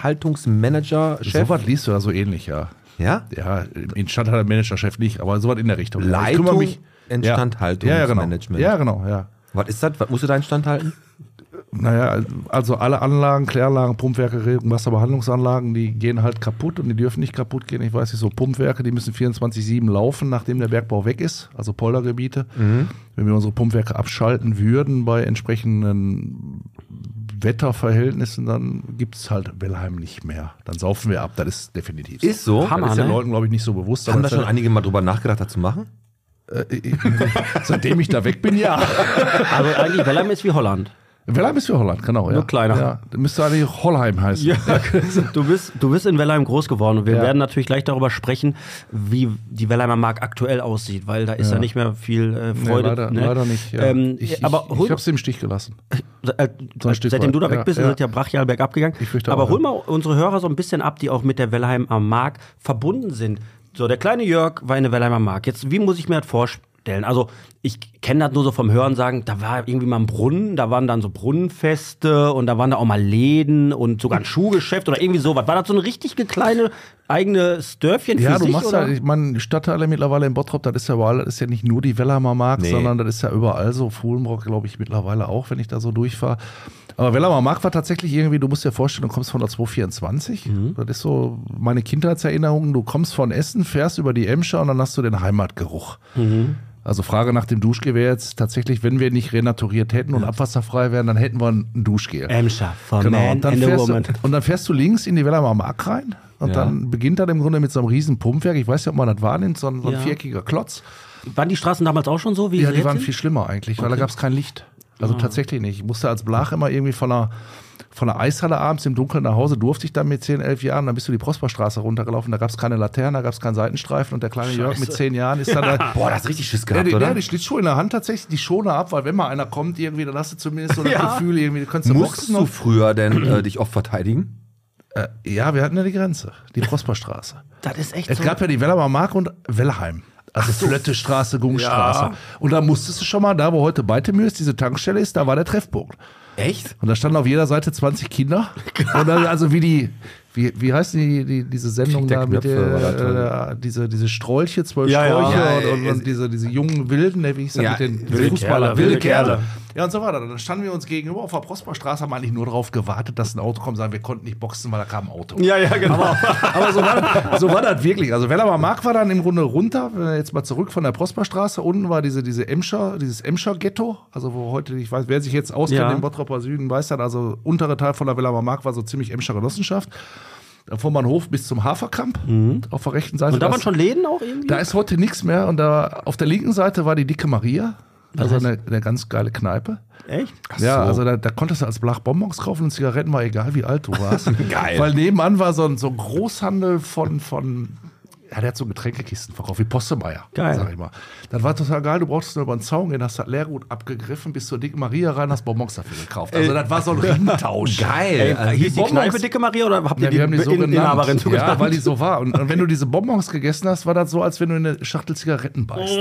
Speaker 1: Instandhaltungsmanager, Chef.
Speaker 7: So was liest du da so ähnlich, ja.
Speaker 1: Ja?
Speaker 7: Ja, in Stand hat der Managerchef nicht, aber sowas in der Richtung. Ich kümmere
Speaker 1: Leitung,
Speaker 7: mich-
Speaker 1: Instandhaltung,
Speaker 7: ja, ja, genau.
Speaker 1: Management.
Speaker 7: Ja, genau, ja.
Speaker 1: Was ist das? Was musst du da instand halten?
Speaker 7: Naja, also alle Anlagen, Kläranlagen, Pumpwerke, Regen- Wasserbehandlungsanlagen, die gehen halt kaputt und die dürfen nicht kaputt gehen. Ich weiß nicht, so Pumpwerke, die müssen 24-7 laufen, nachdem der Bergbau weg ist, also Poldergebiete.
Speaker 1: Mhm.
Speaker 7: Wenn wir unsere Pumpwerke abschalten würden bei entsprechenden Wetterverhältnissen, dann gibt es halt Wellheim nicht mehr. Dann saufen wir ab, das ist definitiv so.
Speaker 1: Ist so.
Speaker 2: Hammer.
Speaker 7: das ist den
Speaker 2: ne?
Speaker 7: Leuten, glaube ich, nicht so bewusst.
Speaker 1: Haben
Speaker 7: aber
Speaker 1: da
Speaker 7: das ist halt
Speaker 1: schon einige mal drüber nachgedacht, das zu machen?
Speaker 7: Äh, Seitdem ich da weg bin, ja.
Speaker 2: Also eigentlich, Wellheim ist wie Holland.
Speaker 7: Wellheim ist für Holland, genau. Ja.
Speaker 2: Nur kleiner.
Speaker 7: Ja, dann müsste eigentlich Hollheim heißen.
Speaker 2: Du bist, du bist in Wellheim groß geworden und wir
Speaker 7: Ja.
Speaker 2: werden natürlich gleich darüber sprechen, wie die Wellheimer Mark aktuell aussieht, weil da ist ja, nicht mehr viel äh,
Speaker 7: Nee,
Speaker 2: Freude.
Speaker 7: leider,
Speaker 2: ne?
Speaker 7: leider nicht. Ja.
Speaker 2: Ähm,
Speaker 7: ich ich,
Speaker 2: aber
Speaker 7: ich
Speaker 2: hol,
Speaker 7: habe es im Stich gelassen.
Speaker 2: äh,
Speaker 7: so ein Stück
Speaker 2: seitdem
Speaker 7: weit.
Speaker 2: du da weg
Speaker 7: Ja,
Speaker 2: bist,
Speaker 7: ja.
Speaker 2: ist es ja brachial bergab gegangen.
Speaker 7: Ich fürchte
Speaker 2: aber
Speaker 7: auch,
Speaker 2: hol
Speaker 7: ja.
Speaker 2: mal unsere Hörer so ein bisschen ab, die auch mit der Wellheimer Mark verbunden sind. So, der kleine Jörg war in der Wellheimer Mark. Jetzt, wie muss ich mir das vorstellen? Also, ich kenne das nur so vom Hören sagen, da war irgendwie mal ein Brunnen, da waren dann so Brunnenfeste und da waren da auch mal Läden und
Speaker 7: Hm.
Speaker 2: sogar ein Schuhgeschäft oder irgendwie sowas. War das so eine richtig kleine eigene Dörfchen für
Speaker 7: Ja, du
Speaker 2: sich?
Speaker 7: machst
Speaker 2: oder?
Speaker 7: ja, ich meine, Stadtteile mittlerweile in Bottrop, das ist ja überall, das ist ja nicht nur die Wellheimer Mark,
Speaker 1: Nee.
Speaker 7: sondern das ist ja überall so. Fuhlenbrock, glaube ich, mittlerweile auch, wenn ich da so durchfahre. Aber Wellheimer Mark war tatsächlich irgendwie, du musst dir vorstellen, du kommst von der 224. Das ist so meine Kindheitserinnerung. Du kommst von Essen, fährst über die Emscher und dann hast du den Heimatgeruch. Also Frage nach dem Duschgel wäre jetzt tatsächlich, wenn wir nicht renaturiert hätten und abwasserfrei wären, dann hätten wir ein Duschgel.
Speaker 2: Emscher, for
Speaker 7: Genau,
Speaker 2: man
Speaker 7: und dann,
Speaker 2: and a
Speaker 7: fährst du,
Speaker 2: woman.
Speaker 7: und dann fährst du links in die Wellheimer Mark rein
Speaker 1: Ja.
Speaker 7: Und dann beginnt er im Grunde mit so einem riesen Pumpwerk. Ich weiß nicht, ob man das wahrnimmt, so ein, so ein
Speaker 2: Ja.
Speaker 7: viereckiger Klotz.
Speaker 2: Waren die Straßen damals auch schon so, wie
Speaker 7: Ja,
Speaker 2: sie
Speaker 7: die
Speaker 2: jetzt
Speaker 7: waren
Speaker 2: sind?
Speaker 7: viel schlimmer eigentlich, weil da gab es kein Licht.
Speaker 1: Ah.
Speaker 7: Also tatsächlich nicht. Ich musste als Blach immer irgendwie von einer, von einer Eishalle abends im Dunkeln nach Hause, durfte ich dann mit 10, 11 Jahren, dann bist du die Prosperstraße runtergelaufen, da gab es keine Laternen, da gab es keinen Seitenstreifen und der kleine Jörg mit 10 Jahren ist dann da...
Speaker 1: Boah, das ist richtig Schiss
Speaker 7: Ja,
Speaker 1: gehabt,
Speaker 7: die, ja,
Speaker 1: oder?
Speaker 7: die Schlittschuhe in der Hand tatsächlich, die schone ab, weil wenn mal einer kommt irgendwie, dann hast du zumindest so das Gefühl, irgendwie, du kannst du
Speaker 1: Musstest
Speaker 7: boxen.
Speaker 1: du
Speaker 7: Und,
Speaker 1: früher denn äh, dich oft verteidigen?
Speaker 7: ja, wir hatten ja die Grenze, die Prosperstraße.
Speaker 2: Das ist echt
Speaker 7: Es
Speaker 2: so.
Speaker 7: gab ja die Wellemer Mark und Wellheim. Also Flöttestraße, Gungstraße. Und da musstest du schon mal, da wo heute Beitemürs diese Tankstelle ist, da war der Treffpunkt.
Speaker 1: Echt?
Speaker 7: Und da standen auf jeder Seite 20 Kinder. Und dann, also wie die, wie, wie heißt die, die diese Sendung
Speaker 1: Krieg der
Speaker 7: da mit
Speaker 1: Knöpfe oder
Speaker 7: der, äh, diese, diese Strolche, zwölf
Speaker 2: Ja, ja.
Speaker 7: Strolche
Speaker 1: Ja, ja,
Speaker 7: und, und,
Speaker 1: ja.
Speaker 7: und diese, diese jungen Wilden, ne, wie ich sag,
Speaker 1: Ja,
Speaker 7: mit den
Speaker 1: wilde
Speaker 7: Fußballer,
Speaker 2: Kerle,
Speaker 7: wilde
Speaker 2: wilde
Speaker 7: Kerle.
Speaker 2: Kerle.
Speaker 7: Ja, und so weiter. Dann standen wir uns gegenüber auf der Prosperstraße, haben eigentlich nur darauf gewartet, dass ein Auto kommt, sagen, wir konnten nicht boxen, weil da kam ein Auto.
Speaker 2: ja, ja, genau.
Speaker 7: Aber so war, so war das wirklich. Also Wellerer Mark war dann im Grunde runter, wenn er jetzt mal zurück von der Prosperstraße. Unten war diese, diese Emscher, dieses Emscher-Ghetto. Also wo heute, ich weiß, wer sich jetzt auskennt
Speaker 2: Ja.
Speaker 7: im Bottroper Süden, weiß dann, also untere Teil von der Wellerer Mark war so ziemlich Emscher Genossenschaft. Dann Vom Bahnhof bis zum Haferkamp auf der rechten Seite.
Speaker 2: Mhm. Und da
Speaker 7: Das-
Speaker 2: waren schon Läden auch irgendwie?
Speaker 7: da ist heute nichts mehr. Und da auf der linken Seite war die dicke Maria. Also
Speaker 2: heißt-
Speaker 7: eine, eine ganz geile Kneipe.
Speaker 2: echt?
Speaker 7: Ja, also da, da konntest du als Blach Bonbons kaufen und Zigaretten war egal, wie alt du warst.
Speaker 1: Geil.
Speaker 7: Weil nebenan war so ein, so ein Großhandel von, von, ja, der hat so Getränkekisten verkauft, wie Postemeier,
Speaker 2: Geil.
Speaker 7: sag ich mal. Das war total geil, du brauchtest nur über den Zaun gehen, hast das Leergut abgegriffen, bis zur dicken Maria rein, hast Bonbons dafür gekauft. Also das war so ein Riemtausch.
Speaker 1: Geil. Also,
Speaker 2: Hieß die
Speaker 1: Bonbons-
Speaker 2: Kneipe Dicke Maria oder habt ihr
Speaker 7: Ja,
Speaker 2: die,
Speaker 7: wir haben die so
Speaker 2: in,
Speaker 7: genannt.
Speaker 2: Inhaberin so
Speaker 7: ja,
Speaker 2: genannt?
Speaker 7: weil die so war. Und, und wenn du diese Bonbons gegessen hast, war das so, als wenn du in eine Schachtel Zigaretten beißt.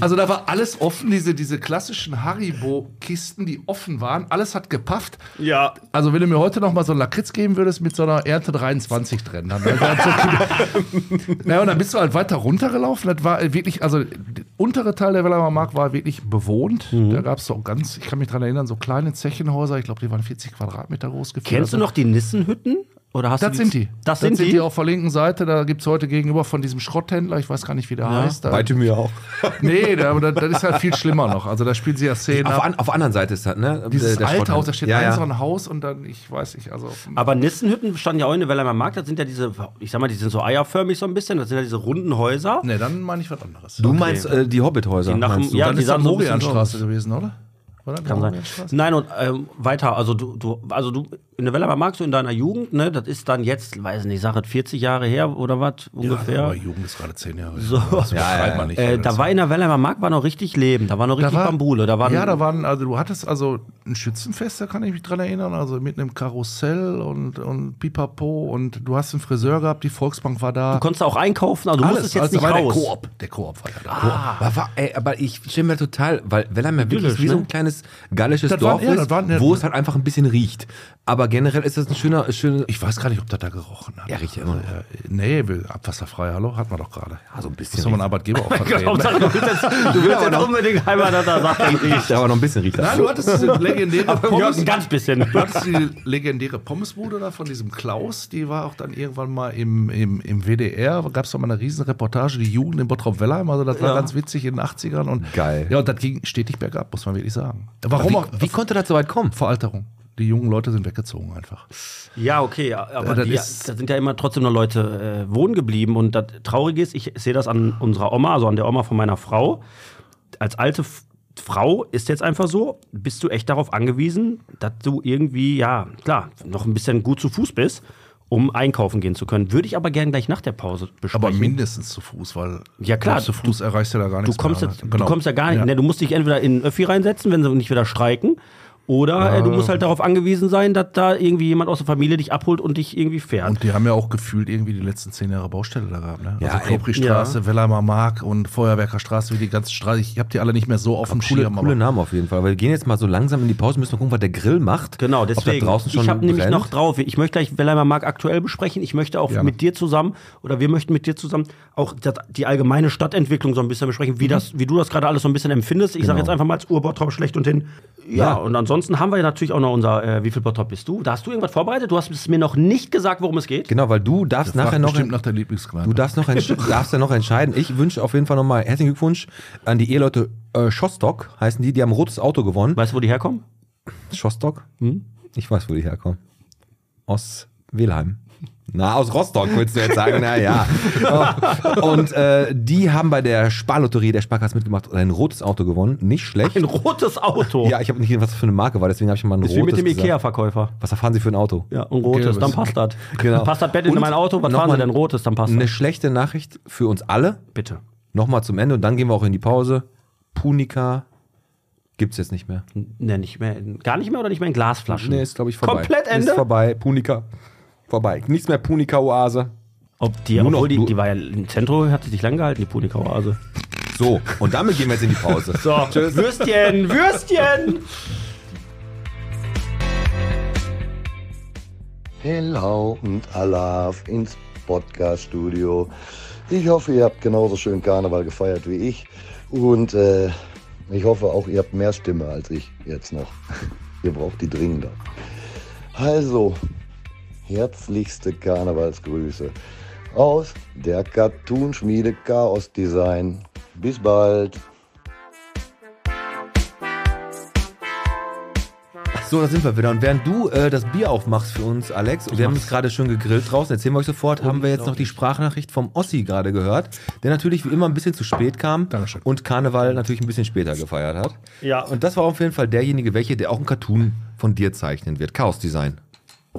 Speaker 7: Also da war alles offen, diese, diese klassischen Haribo-Kisten, die offen waren. Alles hat gepafft.
Speaker 2: ja.
Speaker 7: Also wenn du mir heute noch mal so einen Lakritz geben würdest mit so einer Ernte 23 drin, dann wäre das so Naja, und dann bist du halt weiter runtergelaufen. Das war wirklich, also der untere Teil der Wellerer Mark war wirklich bewohnt. Da gab es so ganz, ich kann mich dran erinnern, so kleine Zechenhäuser. Ich glaube, die waren 40 Quadratmeter groß. gefühlt.
Speaker 2: Kennst du
Speaker 7: Also-
Speaker 2: noch die Nissenhütten? Oder hast
Speaker 7: das
Speaker 2: du
Speaker 7: sind die.
Speaker 2: Das, sind, die?
Speaker 7: auf der linken Seite. Da gibt es heute gegenüber von diesem Schrotthändler, ich weiß gar nicht, wie der heißt. Da,
Speaker 1: Weite mir auch.
Speaker 7: nee, da, aber da, das ist halt viel schlimmer noch. Also da spielen sie ja Szenen
Speaker 1: Auf,
Speaker 7: ab.
Speaker 1: an, auf der anderen Seite ist das, ne?
Speaker 7: Dieses
Speaker 1: Der- der
Speaker 7: alte
Speaker 1: Schrott-
Speaker 7: Haus, da steht
Speaker 1: ja,
Speaker 7: ein
Speaker 1: ja.
Speaker 7: so ein Haus und dann, ich weiß nicht, also auf dem-
Speaker 2: Aber Nissenhütten standen ja auch in der Wellermer Markt. Das sind ja diese, ich sag mal, die sind so eierförmig so ein bisschen. Das sind ja diese runden Häuser.
Speaker 7: Nee, dann meine ich was anderes.
Speaker 1: Du meinst äh, die Hobbithäuser?
Speaker 2: Die nach dem-
Speaker 1: meinst du?
Speaker 2: ja,
Speaker 7: dann
Speaker 2: die
Speaker 7: ist das
Speaker 2: sahen so ein bisschen
Speaker 7: Morianstraße gewesen, oder? War das
Speaker 2: Kann sein.
Speaker 7: Morianstraße?
Speaker 2: Nein, und ähm, weiter, also du, du, also du, in der Wellermer Markt, so in deiner Jugend, ne, das ist dann jetzt, weiß nicht, Sache 40 Jahre her oder was
Speaker 7: Ja, aber
Speaker 2: ungefähr.
Speaker 7: Oh, Jugend ist gerade zehn Jahre.
Speaker 2: So.
Speaker 7: Das
Speaker 1: Ja,
Speaker 7: übertreibt
Speaker 1: ja.
Speaker 7: man nicht.
Speaker 2: äh,
Speaker 7: Das-
Speaker 2: da war in der Wellermer Markt war noch richtig Leben, da war noch richtig Bambule. Da waren,
Speaker 7: ja, da waren, also du hattest also ein Schützenfest, da kann ich mich dran erinnern, also mit einem Karussell und, und Pipapo und du hast einen Friseur gehabt, die Volksbank war da.
Speaker 2: du konntest auch einkaufen, also du musstest jetzt
Speaker 7: also
Speaker 2: nicht
Speaker 7: war
Speaker 2: raus. Ah.
Speaker 7: Der Koop, der Koop war ja da.
Speaker 1: Aber, war- ey, aber ich stelle mir total, weil Wellermeer wirklich
Speaker 2: Idyllisch,
Speaker 1: wie so ein
Speaker 2: ne?
Speaker 1: kleines gallisches
Speaker 7: Das war-
Speaker 1: Dorf
Speaker 7: ja, das
Speaker 1: ist,
Speaker 7: war- ja,
Speaker 1: wo
Speaker 7: das-
Speaker 1: es halt einfach ein bisschen riecht. Aber generell ist das ein schöner, schöner
Speaker 7: Ich weiß gar nicht, ob das da gerochen hat.
Speaker 1: Ja, riecht ja immer noch.
Speaker 7: Äh, nee, wir- abwasserfrei, hallo, hatten wir doch gerade.
Speaker 1: so ein bisschen
Speaker 7: Muss doch mal einen Arbeitgeber auch vertreten. ne?
Speaker 2: Hauptsache, du willst Genau, jetzt, du willst
Speaker 7: Genau.
Speaker 2: jetzt unbedingt einmal, dass er sagt, dann riecht.
Speaker 1: aber noch ein bisschen riecht.
Speaker 7: Nein, du hattest diese legendäre
Speaker 2: Jörg,
Speaker 7: Pommes,
Speaker 2: ein ganz bisschen.
Speaker 7: du hattest die legendäre Pommesbude da von diesem Klaus, die war auch dann irgendwann mal im, im, im WDR, gab es doch mal eine riesen Reportage, die Jugend in Bottrop-Wellheim, also das war ganz witzig in den 80ern. Und,
Speaker 1: Geil.
Speaker 7: Ja, und das ging stetig bergab, muss man wirklich sagen. Warum auch?
Speaker 1: Wie, wie konnte das so weit kommen?
Speaker 7: Veralterung. Die jungen Leute sind weggezogen einfach.
Speaker 2: Ja, okay, ja, aber
Speaker 7: Äh, das
Speaker 2: die,
Speaker 7: ist-
Speaker 2: da sind ja immer trotzdem noch Leute äh, wohnen geblieben. Und das Traurige ist, ich sehe das an unserer Oma, also an der Oma von meiner Frau. Als alte F Frau ist jetzt einfach so, bist du echt darauf angewiesen, dass du irgendwie, ja, klar, noch ein bisschen gut zu Fuß bist, um einkaufen gehen zu können. Würde ich aber gerne gleich nach der Pause besprechen.
Speaker 7: Aber mindestens zu Fuß, weil
Speaker 2: Ja, klar,
Speaker 7: zu Fuß erreichst du da gar
Speaker 2: du
Speaker 7: nichts.
Speaker 2: kommst,
Speaker 7: mehr,
Speaker 2: jetzt,
Speaker 7: ne? Genau.
Speaker 2: du kommst ja gar nicht. Ne, du musst dich entweder in den Öffi reinsetzen, wenn sie nicht wieder streiken. Oder äh, du musst halt darauf angewiesen sein, dass da irgendwie jemand aus der Familie dich abholt und dich irgendwie fährt.
Speaker 7: Und die haben ja auch gefühlt irgendwie die letzten zehn Jahre Baustelle da gehabt. Ne?
Speaker 1: Ja,
Speaker 7: also Klobrichstraße, Wellheimer Mark und Feuerwerkerstraße, wie die ganzen Straßen. Ich habe die alle nicht mehr so auf dem
Speaker 1: Coole,
Speaker 7: Schirm.
Speaker 1: coole
Speaker 7: aber-
Speaker 1: Namen auf jeden Fall. Aber wir gehen jetzt mal so langsam in die Pause, müssen noch gucken, was der Grill macht.
Speaker 2: Genau,
Speaker 1: Ob da
Speaker 2: deswegen.
Speaker 1: draußen schon
Speaker 2: ich habe nämlich
Speaker 1: brennt.
Speaker 2: noch drauf. Ich möchte gleich Wellheimer Mark aktuell besprechen. Ich möchte auch
Speaker 7: Gerne.
Speaker 2: mit dir zusammen oder wir möchten mit dir zusammen auch das, die allgemeine Stadtentwicklung so ein bisschen besprechen, wie, das, wie du das gerade alles so ein bisschen empfindest. Ich sage jetzt einfach mal als Urbottrop schlecht und hin. Ja,
Speaker 1: Ja.
Speaker 2: und ansonsten haben wir ja natürlich auch noch unser äh, Wie viel Bottrop bist du? Da hast du irgendwas vorbereitet? Du hast es mir noch nicht gesagt, worum es geht.
Speaker 1: Genau, weil du darfst nachher
Speaker 7: Fragt
Speaker 1: noch.
Speaker 7: bestimmt nach der Lieblingskneipe.
Speaker 1: Du darfst, noch entsch- darfst ja noch entscheiden. Ich wünsche auf jeden Fall nochmal herzlichen Glückwunsch an die Eheleute äh, Schostock, heißen die, die haben ein rotes Auto gewonnen. Hm?
Speaker 2: Weißt du, wo die herkommen?
Speaker 1: Schostock? Ich weiß, wo die herkommen. Aus Welheim. Na, aus Rostock, willst du jetzt sagen? Na ja. Und äh, die haben bei der Sparlotterie der Sparkasse mitgemacht und ein rotes Auto gewonnen. Nicht schlecht.
Speaker 2: Ein rotes Auto.
Speaker 1: Ja, ich habe nicht gesehen, was das für eine Marke war, deswegen habe ich mal ein
Speaker 2: ist wie
Speaker 1: rotes
Speaker 2: mit dem
Speaker 1: gesagt.
Speaker 2: Ikea-Verkäufer.
Speaker 1: Was fahren Sie für ein Auto?
Speaker 2: Ja, ein rotes,
Speaker 7: Gelbes.
Speaker 2: dann passt das.
Speaker 1: Genau.
Speaker 2: Passt das Bett in
Speaker 1: Und
Speaker 2: mein Auto, was
Speaker 1: noch
Speaker 2: fahren
Speaker 1: mal
Speaker 2: Sie denn? Rotes, dann passt
Speaker 1: Eine
Speaker 2: das.
Speaker 1: schlechte Nachricht für uns alle.
Speaker 2: Bitte.
Speaker 1: Nochmal zum Ende und dann gehen wir auch in die Pause. Punika gibt's jetzt nicht mehr.
Speaker 2: Ne, nicht mehr, in- gar nicht mehr oder nicht mehr in Glasflaschen?
Speaker 1: Nee, ist glaube ich vorbei.
Speaker 2: Komplett Ende?
Speaker 1: Ist vorbei. Punika. Vorbei. Nichts mehr Punika-Oase.
Speaker 2: Ob die,
Speaker 1: Nur noch
Speaker 2: obwohl die,
Speaker 1: du-
Speaker 2: die war ja im Zentrum, hat sie sich lang gehalten, die also. Punikauase.
Speaker 1: So, und damit gehen wir jetzt in die Pause.
Speaker 2: So, Würstchen, Würstchen!
Speaker 8: Hello und Alaf ins Podcast-Studio. Ich hoffe, ihr habt genauso schön Karneval gefeiert wie ich. Und äh, ich hoffe auch, ihr habt mehr Stimme als ich jetzt noch. ihr braucht die dringender. Also, herzlichste Karnevalsgrüße aus der Cartoon-Schmiede Chaos Design. Bis bald.
Speaker 1: So, da sind wir wieder. Und während du äh, das Bier aufmachst für uns, Alex, und wir haben
Speaker 2: mach's.
Speaker 1: es gerade schön gegrillt draußen, erzählen wir euch sofort, haben wir jetzt noch die Sprachnachricht vom Ossi gerade gehört, der natürlich wie immer ein bisschen zu spät kam
Speaker 7: Dankeschön.
Speaker 1: und Karneval natürlich ein bisschen später gefeiert hat.
Speaker 2: Ja.
Speaker 1: Und das war auf jeden Fall derjenige, welche, der auch einen Cartoon von dir zeichnen wird. Chaos Design.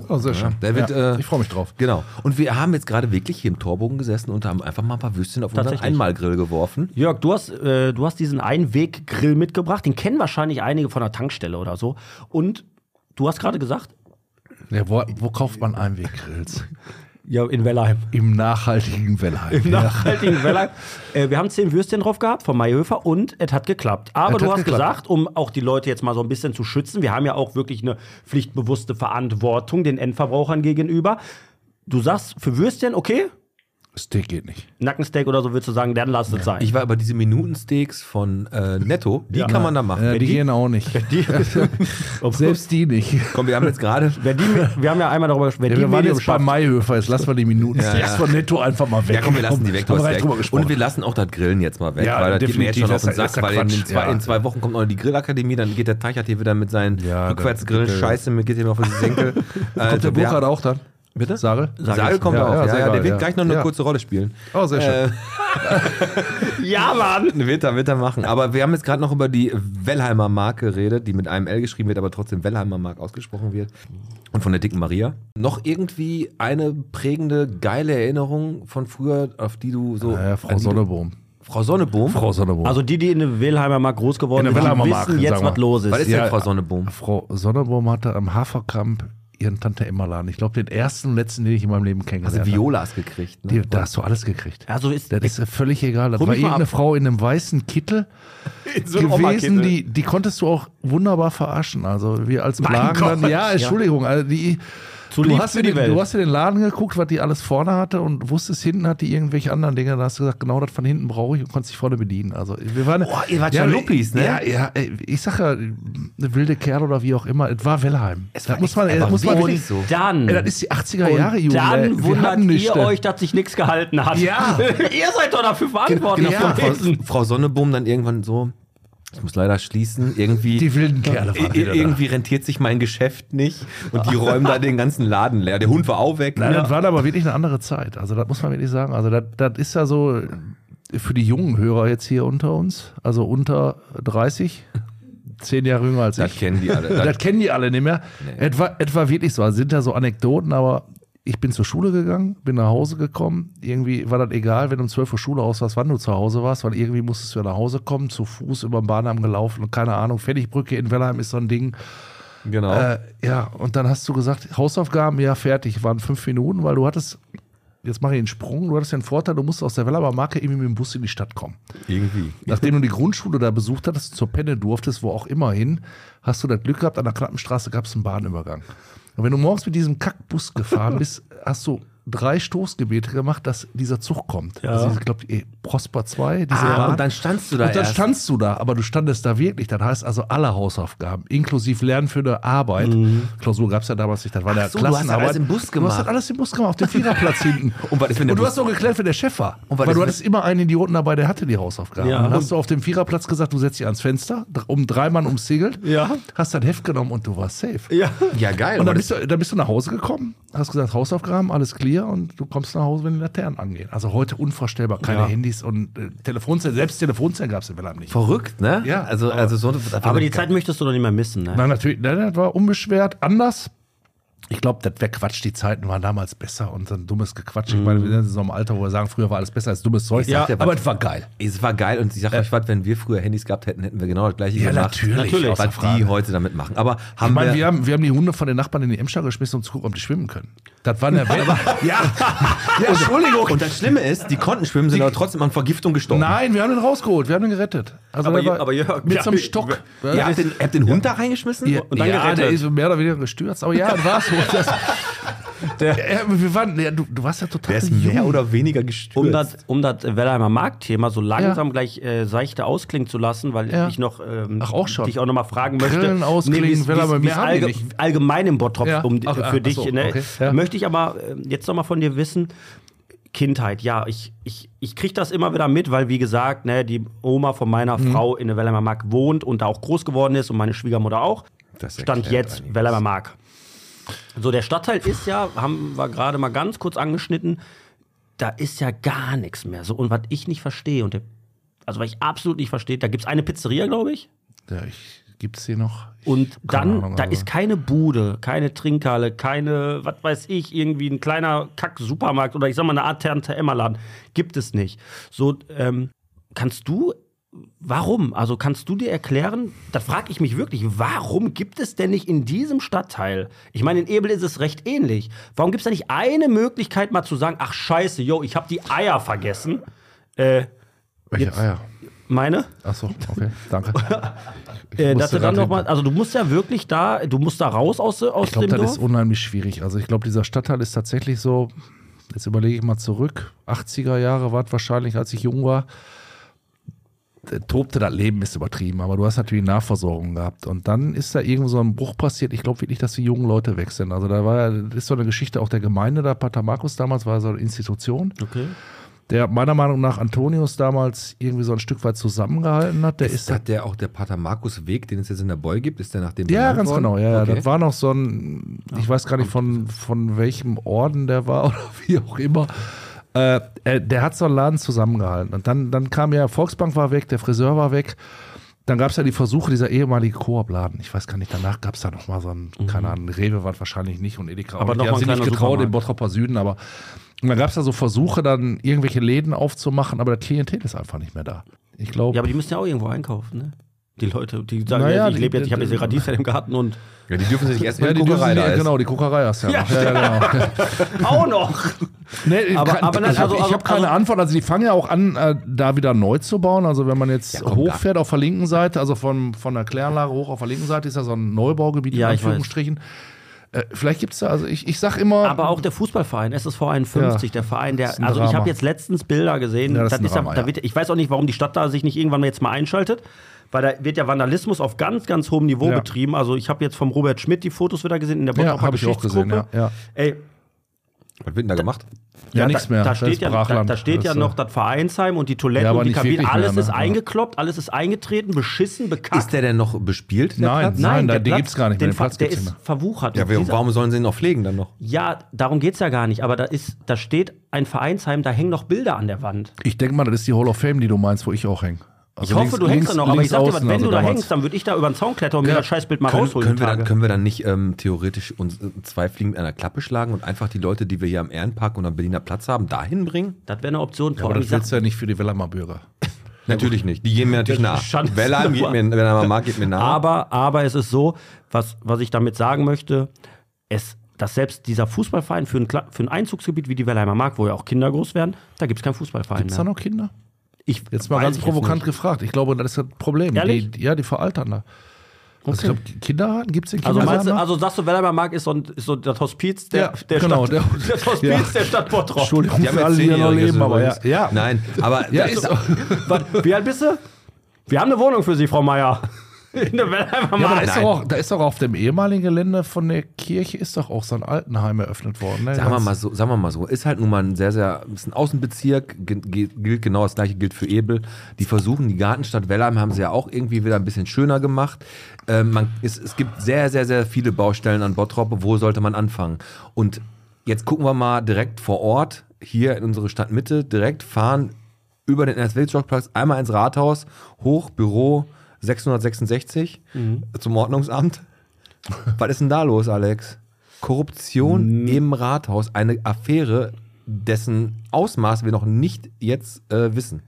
Speaker 7: Oh, sehr schön.
Speaker 1: Der wird,
Speaker 7: ja,
Speaker 1: äh,
Speaker 7: ich freue mich drauf.
Speaker 1: Genau. Und wir haben jetzt gerade wirklich hier im Torbogen gesessen und haben einfach mal ein paar Würstchen auf unseren
Speaker 2: Tatsächlich.
Speaker 1: Einmalgrill geworfen.
Speaker 2: Jörg, du hast, äh, du hast diesen Einweggrill mitgebracht. Den kennen wahrscheinlich einige von der Tankstelle oder so. Und du hast gerade gesagt,
Speaker 7: Ja, wo, wo kauft man Einweggrills?
Speaker 2: ja, in Wellheim.
Speaker 7: Im nachhaltigen Wellheim. Im
Speaker 2: Nachhaltigen Wellheim. Äh, wir haben zehn Würstchen drauf gehabt von Mayhöfer und es hat geklappt. Aber
Speaker 7: Es
Speaker 2: du
Speaker 7: hat
Speaker 2: hast
Speaker 7: geklappt.
Speaker 2: gesagt, um auch die Leute jetzt mal so ein bisschen zu schützen, wir haben ja auch wirklich eine pflichtbewusste Verantwortung den Endverbrauchern gegenüber. Du sagst, für Würstchen, okay,
Speaker 7: Steak geht nicht.
Speaker 2: Nackensteak oder so würdest du sagen, dann lass es sein.
Speaker 1: Ich war über diese Minutensteaks von äh, Netto, die
Speaker 2: Ja.
Speaker 1: kann man da machen.
Speaker 7: Äh, die,
Speaker 2: die-
Speaker 7: gehen auch nicht. Selbst die nicht.
Speaker 1: Komm, wir haben jetzt gerade
Speaker 2: Wenn die, wir haben ja einmal darüber gesprochen.
Speaker 7: Ja,
Speaker 2: wenn
Speaker 7: wir
Speaker 2: die
Speaker 7: waren
Speaker 2: Medien
Speaker 7: jetzt bei
Speaker 2: schafft-
Speaker 7: Maihöfer, jetzt lassen wir die Minuten ja,
Speaker 1: ja.
Speaker 7: von Netto einfach mal weg.
Speaker 1: Ja, komm, wir lassen die weg. Du
Speaker 7: Haben
Speaker 1: hast
Speaker 7: wir
Speaker 1: recht.
Speaker 7: recht drüber gesprochen.
Speaker 1: Und wir lassen auch das Grillen jetzt mal weg,
Speaker 7: Ja,
Speaker 1: weil das geht mir jetzt
Speaker 7: definitiv,
Speaker 1: schon auf den
Speaker 7: das ist-
Speaker 1: Sack,
Speaker 7: das
Speaker 1: weil
Speaker 7: ist
Speaker 1: in,
Speaker 7: Quatsch,
Speaker 1: zwei,
Speaker 7: ja.
Speaker 1: in zwei Wochen kommt noch die Grillakademie, dann geht der Teichert hier wieder mit seinen
Speaker 7: Ja,
Speaker 1: rückwärtsgrillen Scheiße, mit geht ihm auf den Senkel.
Speaker 7: Kommt der Burkhardt auch dann?
Speaker 1: also Bitte?
Speaker 7: Sagel?
Speaker 1: Saal kommt
Speaker 7: Ja,
Speaker 1: auch, ja,
Speaker 7: ja,
Speaker 1: ja,
Speaker 7: Saal,
Speaker 1: der wird
Speaker 7: ja.
Speaker 1: gleich noch eine
Speaker 7: Ja.
Speaker 1: kurze Rolle spielen.
Speaker 7: Oh, sehr
Speaker 1: Äh,
Speaker 7: schön.
Speaker 2: Ja, Mann!
Speaker 1: Wird er, wird er machen. Aber wir haben jetzt gerade noch über die Wellheimer Mark geredet, die mit einem L geschrieben wird, aber trotzdem Wellheimer Mark ausgesprochen wird. Und von der dicken Maria. Noch irgendwie eine prägende, geile Erinnerung von früher, auf die du so.
Speaker 7: Ah Ja,
Speaker 1: an
Speaker 7: Frau
Speaker 1: die du-
Speaker 7: Sonnebohm.
Speaker 1: Frau Sonnebohm.
Speaker 7: Frau Sonnebohm.
Speaker 2: Also die, die in der Wilhelmer Mark groß geworden
Speaker 7: In
Speaker 2: sind,
Speaker 7: der
Speaker 2: die
Speaker 7: Wilhelmer Mark,
Speaker 2: wissen jetzt,
Speaker 7: sagen wir.
Speaker 2: was los
Speaker 1: Was ist
Speaker 2: ist.
Speaker 1: denn
Speaker 7: Ja,
Speaker 1: Frau Sonnebohm?
Speaker 7: Frau Sonnebohm hatte am Haferkamp ihren Tante Emma Laden. Ich glaube, den ersten und letzten, den ich in meinem Leben kennengelernt
Speaker 1: Also
Speaker 7: habe.
Speaker 1: Violas gekriegt.
Speaker 7: Die,
Speaker 1: Ne?
Speaker 7: da hast du alles gekriegt.
Speaker 2: Also ist,
Speaker 7: Das ist ja völlig egal. Das
Speaker 2: Hol
Speaker 7: war
Speaker 2: mich mal
Speaker 7: irgendeine
Speaker 2: ab.
Speaker 7: Frau in einem weißen Kittel gewesen, die, die konntest du auch wunderbar verarschen. Also wir als Plagen dann, ja, Entschuldigung, also die,
Speaker 2: zu
Speaker 7: du,
Speaker 2: lieb
Speaker 7: hast
Speaker 2: für
Speaker 7: dir
Speaker 2: die
Speaker 7: den, du
Speaker 2: Welt.
Speaker 7: hast dir den Laden geguckt, was die alles vorne hatte und wusstest, hinten hat die irgendwelche anderen Dinge. Da hast du gesagt, genau das von hinten brauche ich und konntest dich vorne bedienen. Also wir waren,
Speaker 1: Boah, ihr wart schon Luppis, ne?
Speaker 7: Ja, ja, ey, ich sag ja, eine wilde Kerl oder wie auch immer, es war Wellheim. Es
Speaker 1: war
Speaker 7: muss man,
Speaker 1: echt-
Speaker 7: das
Speaker 1: aber
Speaker 7: muss man
Speaker 1: wirklich
Speaker 7: wirklich
Speaker 1: so.
Speaker 2: Dann,
Speaker 7: Ey, das ist die 80er Jahre
Speaker 2: und
Speaker 7: Jugend. ey.
Speaker 2: dann
Speaker 7: Wir
Speaker 2: wundert
Speaker 7: hatten
Speaker 2: ihr
Speaker 7: nichts, ey.
Speaker 2: euch, dass sich nichts gehalten hat.
Speaker 7: Ja.
Speaker 2: ihr seid doch dafür verantwortlich.
Speaker 7: Genau,
Speaker 2: Ja.
Speaker 7: ja.
Speaker 1: Frau, Frau Sonnebohm dann irgendwann so, ich muss leider schließen, irgendwie.
Speaker 7: Die wilden Kerle
Speaker 1: I-
Speaker 7: waren
Speaker 1: i-
Speaker 7: wieder da.
Speaker 1: irgendwie rentiert sich mein Geschäft nicht und die räumen da den ganzen Laden leer. Der Hund war auch weg. ne?
Speaker 7: Nein, das war aber wirklich eine andere Zeit. Also, das muss man wirklich sagen. Also, das, das ist ja so äh, für die jungen Hörer jetzt hier unter uns, also unter 30, zehn Jahre jünger als
Speaker 1: das
Speaker 7: ich.
Speaker 1: kennen die alle.
Speaker 7: das kennen die alle nicht mehr. Etwa, etwa wirklich so. Also sind da so Anekdoten, aber ich bin zur Schule gegangen, bin nach Hause gekommen. Irgendwie war das egal, wenn um 12 Uhr Schule aus warst, wann du zu Hause warst, weil irgendwie musstest du ja nach Hause kommen, zu Fuß über den Bahndamm gelaufen und keine Ahnung. Fertigbrücke in Wellheim ist so ein Ding.
Speaker 1: genau.
Speaker 7: Äh, ja, und dann hast du gesagt, Hausaufgaben, ja, fertig, waren fünf Minuten, weil du hattest, jetzt mache ich den Sprung, du hattest den Vorteil, du musst aus der Wellerbar Marke irgendwie mit dem Bus in die Stadt kommen.
Speaker 1: irgendwie.
Speaker 7: Nachdem du die Grundschule da besucht hattest, zur Penne durftest, wo auch immer hin, hast du das Glück gehabt, an der knappen Straße gab es einen Bahnübergang. Und wenn du morgens mit diesem Kackbus gefahren bist, hast du drei Stoßgebete gemacht, dass dieser Zug kommt. Also ich glaube, eh, Prosper 2, diese
Speaker 1: Ah,
Speaker 7: Bahn.
Speaker 1: und dann standst du da
Speaker 7: Und dann
Speaker 1: erst.
Speaker 7: standst du da, aber du standest da wirklich. Das heißt also alle Hausaufgaben, inklusive Lernen für eine Arbeit. Klausur gab es ja damals nicht, das war ja
Speaker 1: Mhm. so, du hast das
Speaker 7: Klassenarbeit.
Speaker 1: alles im Bus
Speaker 7: Du hast
Speaker 1: gemacht.
Speaker 7: das alles im Bus gemacht, auf dem Viererplatz hinten.
Speaker 1: Und was ist, wenn der
Speaker 7: du
Speaker 1: Bus-
Speaker 7: hast auch geklärt, wer der Chef war.
Speaker 1: Und was
Speaker 7: weil
Speaker 1: ist,
Speaker 7: du
Speaker 1: wenn-
Speaker 7: hattest immer einen Idioten dabei, der hatte die Hausaufgaben.
Speaker 2: Ja.
Speaker 7: Dann hast du auf dem Viererplatz gesagt, du setzt dich ans Fenster, dr- um drei Mann umsegelt,
Speaker 2: Ja.
Speaker 7: hast dein Heft genommen und du warst safe.
Speaker 2: Ja.
Speaker 1: Ja, geil. aber
Speaker 7: Und dann
Speaker 1: das-
Speaker 7: bist, du, dann bist du nach Hause gekommen, hast gesagt, Hausaufgaben, alles Bier und du kommst nach Hause, wenn die Laternen angehen. Also heute unvorstellbar. Keine
Speaker 2: Ja.
Speaker 7: Handys und äh, Telefonzellen, selbst Telefonzellen gab es in Wilhelm nicht.
Speaker 1: Verrückt, ne?
Speaker 7: Ja,
Speaker 1: Also, also so,
Speaker 2: Aber die Zeit möchtest du doch nicht mehr missen, ne?
Speaker 7: Nein, natürlich, nein, das war unbeschwert, anders. Ich glaube, das wäre Quatsch. Die Zeiten waren damals besser und so ein dummes Gequatsch. Ich meine, wir sind in so einem Alter, wo wir sagen, früher war alles besser als dummes Zeug.
Speaker 1: Ja,
Speaker 7: aber es war geil.
Speaker 1: Es war geil und ich sag euch was, wenn wir früher Handys gehabt hätten, hätten wir genau das gleiche
Speaker 7: Ja,
Speaker 1: gemacht.
Speaker 7: natürlich, Natürlich. außer
Speaker 1: Was die
Speaker 7: Frage.
Speaker 1: heute damit machen. Aber haben
Speaker 7: Ich meine,
Speaker 1: wir,
Speaker 7: wir haben, wir haben die Hunde von den Nachbarn in die Emscher geschmissen, um zu gucken, ob die schwimmen können. Das war eine Welt. ja. ja, Entschuldigung.
Speaker 1: Und das Schlimme ist, die konnten schwimmen, sind aber trotzdem an Vergiftung gestorben.
Speaker 7: Nein, wir haben den rausgeholt, wir haben ihn gerettet. Also
Speaker 2: Aber
Speaker 7: der
Speaker 2: Jö-
Speaker 7: war
Speaker 2: aber Jörg,
Speaker 7: mit
Speaker 2: ja,
Speaker 7: so einem
Speaker 2: wir-
Speaker 7: Stock.
Speaker 1: Ihr habt den, habt den Hund da reingeschmissen?
Speaker 7: Ja,
Speaker 2: und dann
Speaker 7: ja,
Speaker 2: gerettet.
Speaker 7: der ist mehr oder weniger gestürzt. Aber ja, das war so. Das, ja, wir waren, ja, du, du warst ja total
Speaker 1: Der ist
Speaker 7: jung.
Speaker 1: mehr oder weniger gestürzt.
Speaker 2: Um das, um das Wellheimer Marktthema so langsam
Speaker 7: Ja.
Speaker 2: gleich äh, seichte ausklingen zu lassen, weil
Speaker 7: Ja.
Speaker 2: ich noch, ähm,
Speaker 7: Ach, auch schon.
Speaker 2: dich auch noch mal fragen möchte.
Speaker 7: Grillen ausklingen,
Speaker 2: wie's-
Speaker 7: Wellheimer,
Speaker 2: wie's-
Speaker 7: mehr
Speaker 2: wie's
Speaker 7: haben die
Speaker 2: allge
Speaker 7: nicht.
Speaker 2: allgemein im Bottrop
Speaker 7: Ja.
Speaker 2: um,
Speaker 7: Ach, ah,
Speaker 2: für
Speaker 7: ach
Speaker 2: dich.
Speaker 7: so,
Speaker 2: ne?
Speaker 7: okay, ja.
Speaker 2: Möchte ich aber äh, jetzt noch mal von dir wissen, Kindheit, ja, ich, ich, ich kriege das immer wieder mit, weil, wie gesagt, ne, die Oma von meiner
Speaker 7: Mhm.
Speaker 2: Frau in der Wellheimer Mark wohnt und da auch groß geworden ist und meine Schwiegermutter auch.
Speaker 1: Das
Speaker 2: Stand
Speaker 1: erklärt
Speaker 2: jetzt
Speaker 1: einiges.
Speaker 2: Wellheimer Mark. So, der Stadtteil ist ja, haben wir gerade mal ganz kurz angeschnitten, da ist ja gar nichts mehr. So, und was ich nicht verstehe, und der, also was ich absolut nicht verstehe, da gibt es eine Pizzeria, glaube ich.
Speaker 7: Ja, ich, gibt's hier noch?
Speaker 2: Und dann,
Speaker 7: Ahnung,
Speaker 2: da
Speaker 7: also.
Speaker 2: ist keine Bude, keine Trinkhalle, keine, was weiß ich, irgendwie ein kleiner Kack-Supermarkt oder ich sag mal eine Art Tante-Emma-Laden. Gibt es nicht. So, ähm, kannst du, warum? Also kannst du dir erklären, da frage ich mich wirklich, warum gibt es denn nicht in diesem Stadtteil, ich meine, in Ebel ist es recht ähnlich, warum gibt es da nicht eine Möglichkeit mal zu sagen, ach scheiße, yo, ich habe die Eier vergessen? Äh,
Speaker 7: Welche Ah
Speaker 2: Jetzt-
Speaker 7: Eier?
Speaker 2: meine?
Speaker 7: Achso, okay, danke.
Speaker 2: Äh, dass
Speaker 7: musste
Speaker 2: du dann
Speaker 7: grad
Speaker 2: noch mal, also du musst ja wirklich da, du musst da raus aus, aus
Speaker 7: Ich glaube,
Speaker 2: dem
Speaker 7: das
Speaker 2: Dorf.
Speaker 7: ist unheimlich schwierig. Also ich glaube, dieser Stadtteil ist tatsächlich so, jetzt überlege ich mal zurück, 80er Jahre war es wahrscheinlich, als ich jung war. Da Tobte das Leben ist übertrieben, aber du hast natürlich Nahversorgung gehabt. Und dann ist da irgendwo so ein Bruch passiert. Ich glaube wirklich, dass die jungen Leute weg sind. Also da war ja, das ist so eine Geschichte auch der Gemeinde da. Pater Markus damals war so eine Institution,
Speaker 2: okay.
Speaker 7: der meiner Meinung nach Antonius damals irgendwie so ein Stück weit zusammengehalten hat. Der ist,
Speaker 1: Ist das der auch der Pater Markus Weg, den es jetzt in der Boy gibt? Ist der nach dem
Speaker 7: Ja,
Speaker 1: benannt
Speaker 7: ganz
Speaker 1: worden?
Speaker 7: genau. Ja, ja.
Speaker 1: Okay.
Speaker 7: Das war noch so ein, ich weiß gar nicht von, von welchem Orden der war oder wie auch immer. Äh, äh, der hat so einen Laden zusammengehalten. Und dann, dann kam ja, Volksbank war weg, der Friseur war weg. Dann gab es ja die Versuche dieser ehemalige Koop-Laden. Ich weiß gar nicht, danach gab es da nochmal so einen, keine Ahnung, Rewe war es wahrscheinlich nicht und Edeka. auch
Speaker 2: Mhm. Aber noch
Speaker 7: nicht. die
Speaker 2: mal
Speaker 7: haben sich
Speaker 2: ein
Speaker 7: nicht
Speaker 2: kleiner
Speaker 7: getraut im
Speaker 2: Supermarkt.
Speaker 7: Bottropper Süden, aber und dann gab es da so Versuche, dann irgendwelche Läden aufzumachen, aber das Klientel ist einfach nicht mehr da. Ich glaube,
Speaker 2: Ja, aber die müssen ja auch irgendwo einkaufen, ne? Die Leute, die sagen,
Speaker 7: Naja,
Speaker 2: ja, ich
Speaker 7: die-
Speaker 2: lebe jetzt, ich habe
Speaker 7: die-
Speaker 2: jetzt Radieschen im Garten und
Speaker 1: Ja, die dürfen sich erst mal
Speaker 7: ja,
Speaker 1: in
Speaker 7: die
Speaker 1: die Kuckerei
Speaker 7: dürfen-
Speaker 1: da ist.
Speaker 7: genau, die Kokerei hast du ja. noch. ja, ja genau.
Speaker 2: auch noch.
Speaker 7: Nee,
Speaker 2: Aber-
Speaker 7: aber, kann,
Speaker 2: aber
Speaker 7: ich
Speaker 2: nein,
Speaker 7: habe
Speaker 2: also- also-
Speaker 7: hab keine
Speaker 2: also-
Speaker 7: Antwort. Also die fangen ja auch an, äh, da wieder neu zu bauen. Also wenn man jetzt
Speaker 1: komm,
Speaker 7: hochfährt auf der linken Seite, also von, von der Kläranlage hoch auf der linken Seite, ist ja so ein Neubaugebiet
Speaker 2: Ja,
Speaker 7: in
Speaker 2: ich weiß.
Speaker 7: Anführungsstrichen. Äh, vielleicht gibt es da, also ich, ich sag immer,
Speaker 2: Aber auch der Fußballverein, SSV 51, der Verein, der,
Speaker 7: Ist ein
Speaker 2: also ich habe
Speaker 7: Drama.
Speaker 2: jetzt letztens Bilder gesehen,
Speaker 7: Ja, das
Speaker 2: das
Speaker 7: ist ein
Speaker 2: ist ja,
Speaker 7: Drama,
Speaker 2: da
Speaker 7: ja.
Speaker 2: wird, ich weiß auch nicht, warum die Stadt da sich nicht irgendwann mal jetzt mal einschaltet, weil da wird ja Vandalismus auf ganz, ganz hohem Niveau
Speaker 7: Ja.
Speaker 2: betrieben. Also ich habe jetzt vom Robert Schmidt die Fotos wieder gesehen in der
Speaker 7: ja,
Speaker 2: Bottroper
Speaker 7: habe ich auch gesehen, ja.
Speaker 2: Geschichtsgruppe.
Speaker 7: Ja,
Speaker 2: Ey,
Speaker 1: Was wird denn da gemacht?
Speaker 7: ja, nichts mehr.
Speaker 2: Da, da
Speaker 7: Das
Speaker 2: steht,
Speaker 7: ist
Speaker 2: ja, da,
Speaker 7: Brachland.
Speaker 2: da steht
Speaker 7: Das
Speaker 2: ja
Speaker 7: ist,
Speaker 2: noch
Speaker 7: äh,
Speaker 2: das Vereinsheim und die Toilette
Speaker 7: Ja, aber
Speaker 2: und die
Speaker 7: nicht
Speaker 2: Kabine.
Speaker 7: wirklich mehr,
Speaker 2: Alles
Speaker 7: ne?
Speaker 2: ist
Speaker 7: Ja.
Speaker 2: eingekloppt, alles ist eingetreten, beschissen, bekackt.
Speaker 1: Ist der denn noch bespielt? Der
Speaker 7: Nein.
Speaker 1: Platz?
Speaker 7: da-
Speaker 2: der
Speaker 7: die
Speaker 2: Platz,
Speaker 7: gibt's gar nicht mehr,
Speaker 2: Den Platz
Speaker 7: den Platz
Speaker 2: der
Speaker 7: gibt's
Speaker 2: ist
Speaker 7: nicht mehr.
Speaker 2: verwuchert.
Speaker 1: Ja,
Speaker 2: Und
Speaker 1: wir-
Speaker 2: dieser-
Speaker 1: warum sollen sie ihn noch pflegen dann noch?
Speaker 2: ja, darum geht es ja gar nicht. Aber da, ist, da steht ein Vereinsheim, da hängen noch Bilder an der Wand.
Speaker 7: ich denke mal, das ist die Hall of Fame, die du meinst, wo ich auch hänge. Also
Speaker 2: Ich hoffe, du hängst da noch, aber ich sag dir was, wenn du da hängst, dann würde ich da über den Zaun klettern und mir
Speaker 7: Ja.
Speaker 2: das Scheißbild mal
Speaker 1: Können,
Speaker 2: rausholen.
Speaker 1: können, wir dann,
Speaker 2: Tage.
Speaker 1: können wir dann nicht ähm, theoretisch uns äh, zwei Fliegen mit einer Klappe schlagen und einfach die Leute, die wir hier am Ehrenpark und am Berliner Platz haben, dahin bringen?
Speaker 2: das wäre eine Option. Vor
Speaker 7: aber
Speaker 2: allem,
Speaker 7: das
Speaker 2: ich sag-
Speaker 7: willst du ja nicht für die Wellamer Bürger.
Speaker 1: Natürlich nicht. Die gehen mir natürlich nach.
Speaker 2: Schande.
Speaker 1: Wellheim geht mir, Wellheimer Markt geht mir nach.
Speaker 2: Aber, aber es ist so, was, was ich damit sagen möchte, es, dass selbst dieser Fußballverein für ein, Kla- für ein Einzugsgebiet wie die Wellheimer Mark, wo ja auch Kinder groß werden, da gibt es keinen Fußballverein
Speaker 7: Ist da
Speaker 2: mehr.
Speaker 7: noch Kinder?
Speaker 2: Ich,
Speaker 7: Jetzt mal
Speaker 2: weiß
Speaker 7: ganz
Speaker 2: ich
Speaker 7: provokant
Speaker 2: nicht.
Speaker 7: gefragt. Ich glaube, das ist das Problem.
Speaker 2: Ehrlich?
Speaker 7: Die, ja, die veraltern da. Also ich glaube, Kindergarten gibt es in
Speaker 2: Also, meinst,
Speaker 7: Kindergarten?
Speaker 2: du- also sagst du, Wellheimer Mark ist so, ein, ist so das Hospiz der,
Speaker 7: Ja,
Speaker 2: der
Speaker 7: genau,
Speaker 2: Stadt,
Speaker 7: der-
Speaker 2: das Hospiz
Speaker 7: ja.
Speaker 2: der Stadt Bottrop.
Speaker 7: Entschuldigung
Speaker 1: Die haben
Speaker 7: für
Speaker 1: ja
Speaker 7: alle, die hier noch
Speaker 1: Zehnjährige,
Speaker 7: leben,
Speaker 1: so
Speaker 7: aber ja.
Speaker 1: übrigens.
Speaker 7: ja.
Speaker 1: Nein, aber
Speaker 7: Ja,
Speaker 1: das
Speaker 7: ist
Speaker 1: ist
Speaker 7: so.
Speaker 2: Was, wie alt bist du? Wir haben eine Wohnung für Sie, Frau Meier. In der Wellheimer
Speaker 7: Ja, aber da
Speaker 2: Mark.
Speaker 7: ist,
Speaker 1: Ah, Nein.
Speaker 7: doch auch, da ist doch auf dem ehemaligen Gelände von der Kirche ist doch auch so ein Altenheim eröffnet worden. Ne?
Speaker 1: Sagen wir,
Speaker 7: Ganz-
Speaker 1: mal so, sagen wir mal so, ist halt nun mal ein sehr, sehr, ist ein Außenbezirk, ge- ge- gilt genau das gleiche, gilt für Ebel. Die versuchen, die Gartenstadt Wellheim haben sie ja auch irgendwie wieder ein bisschen schöner gemacht. Ähm, man, es, es gibt sehr, sehr, sehr viele Baustellen an Bottrop, wo sollte man anfangen? Und Jetzt gucken wir mal direkt vor Ort, hier in unsere Stadtmitte, direkt fahren über den NSW-Jockplatz einmal ins Rathaus, hoch, Büro 666 zum Ordnungsamt. Was ist denn da los, Alex? Korruption im Rathaus, eine Affäre, dessen Ausmaß wir noch nicht jetzt äh, wissen.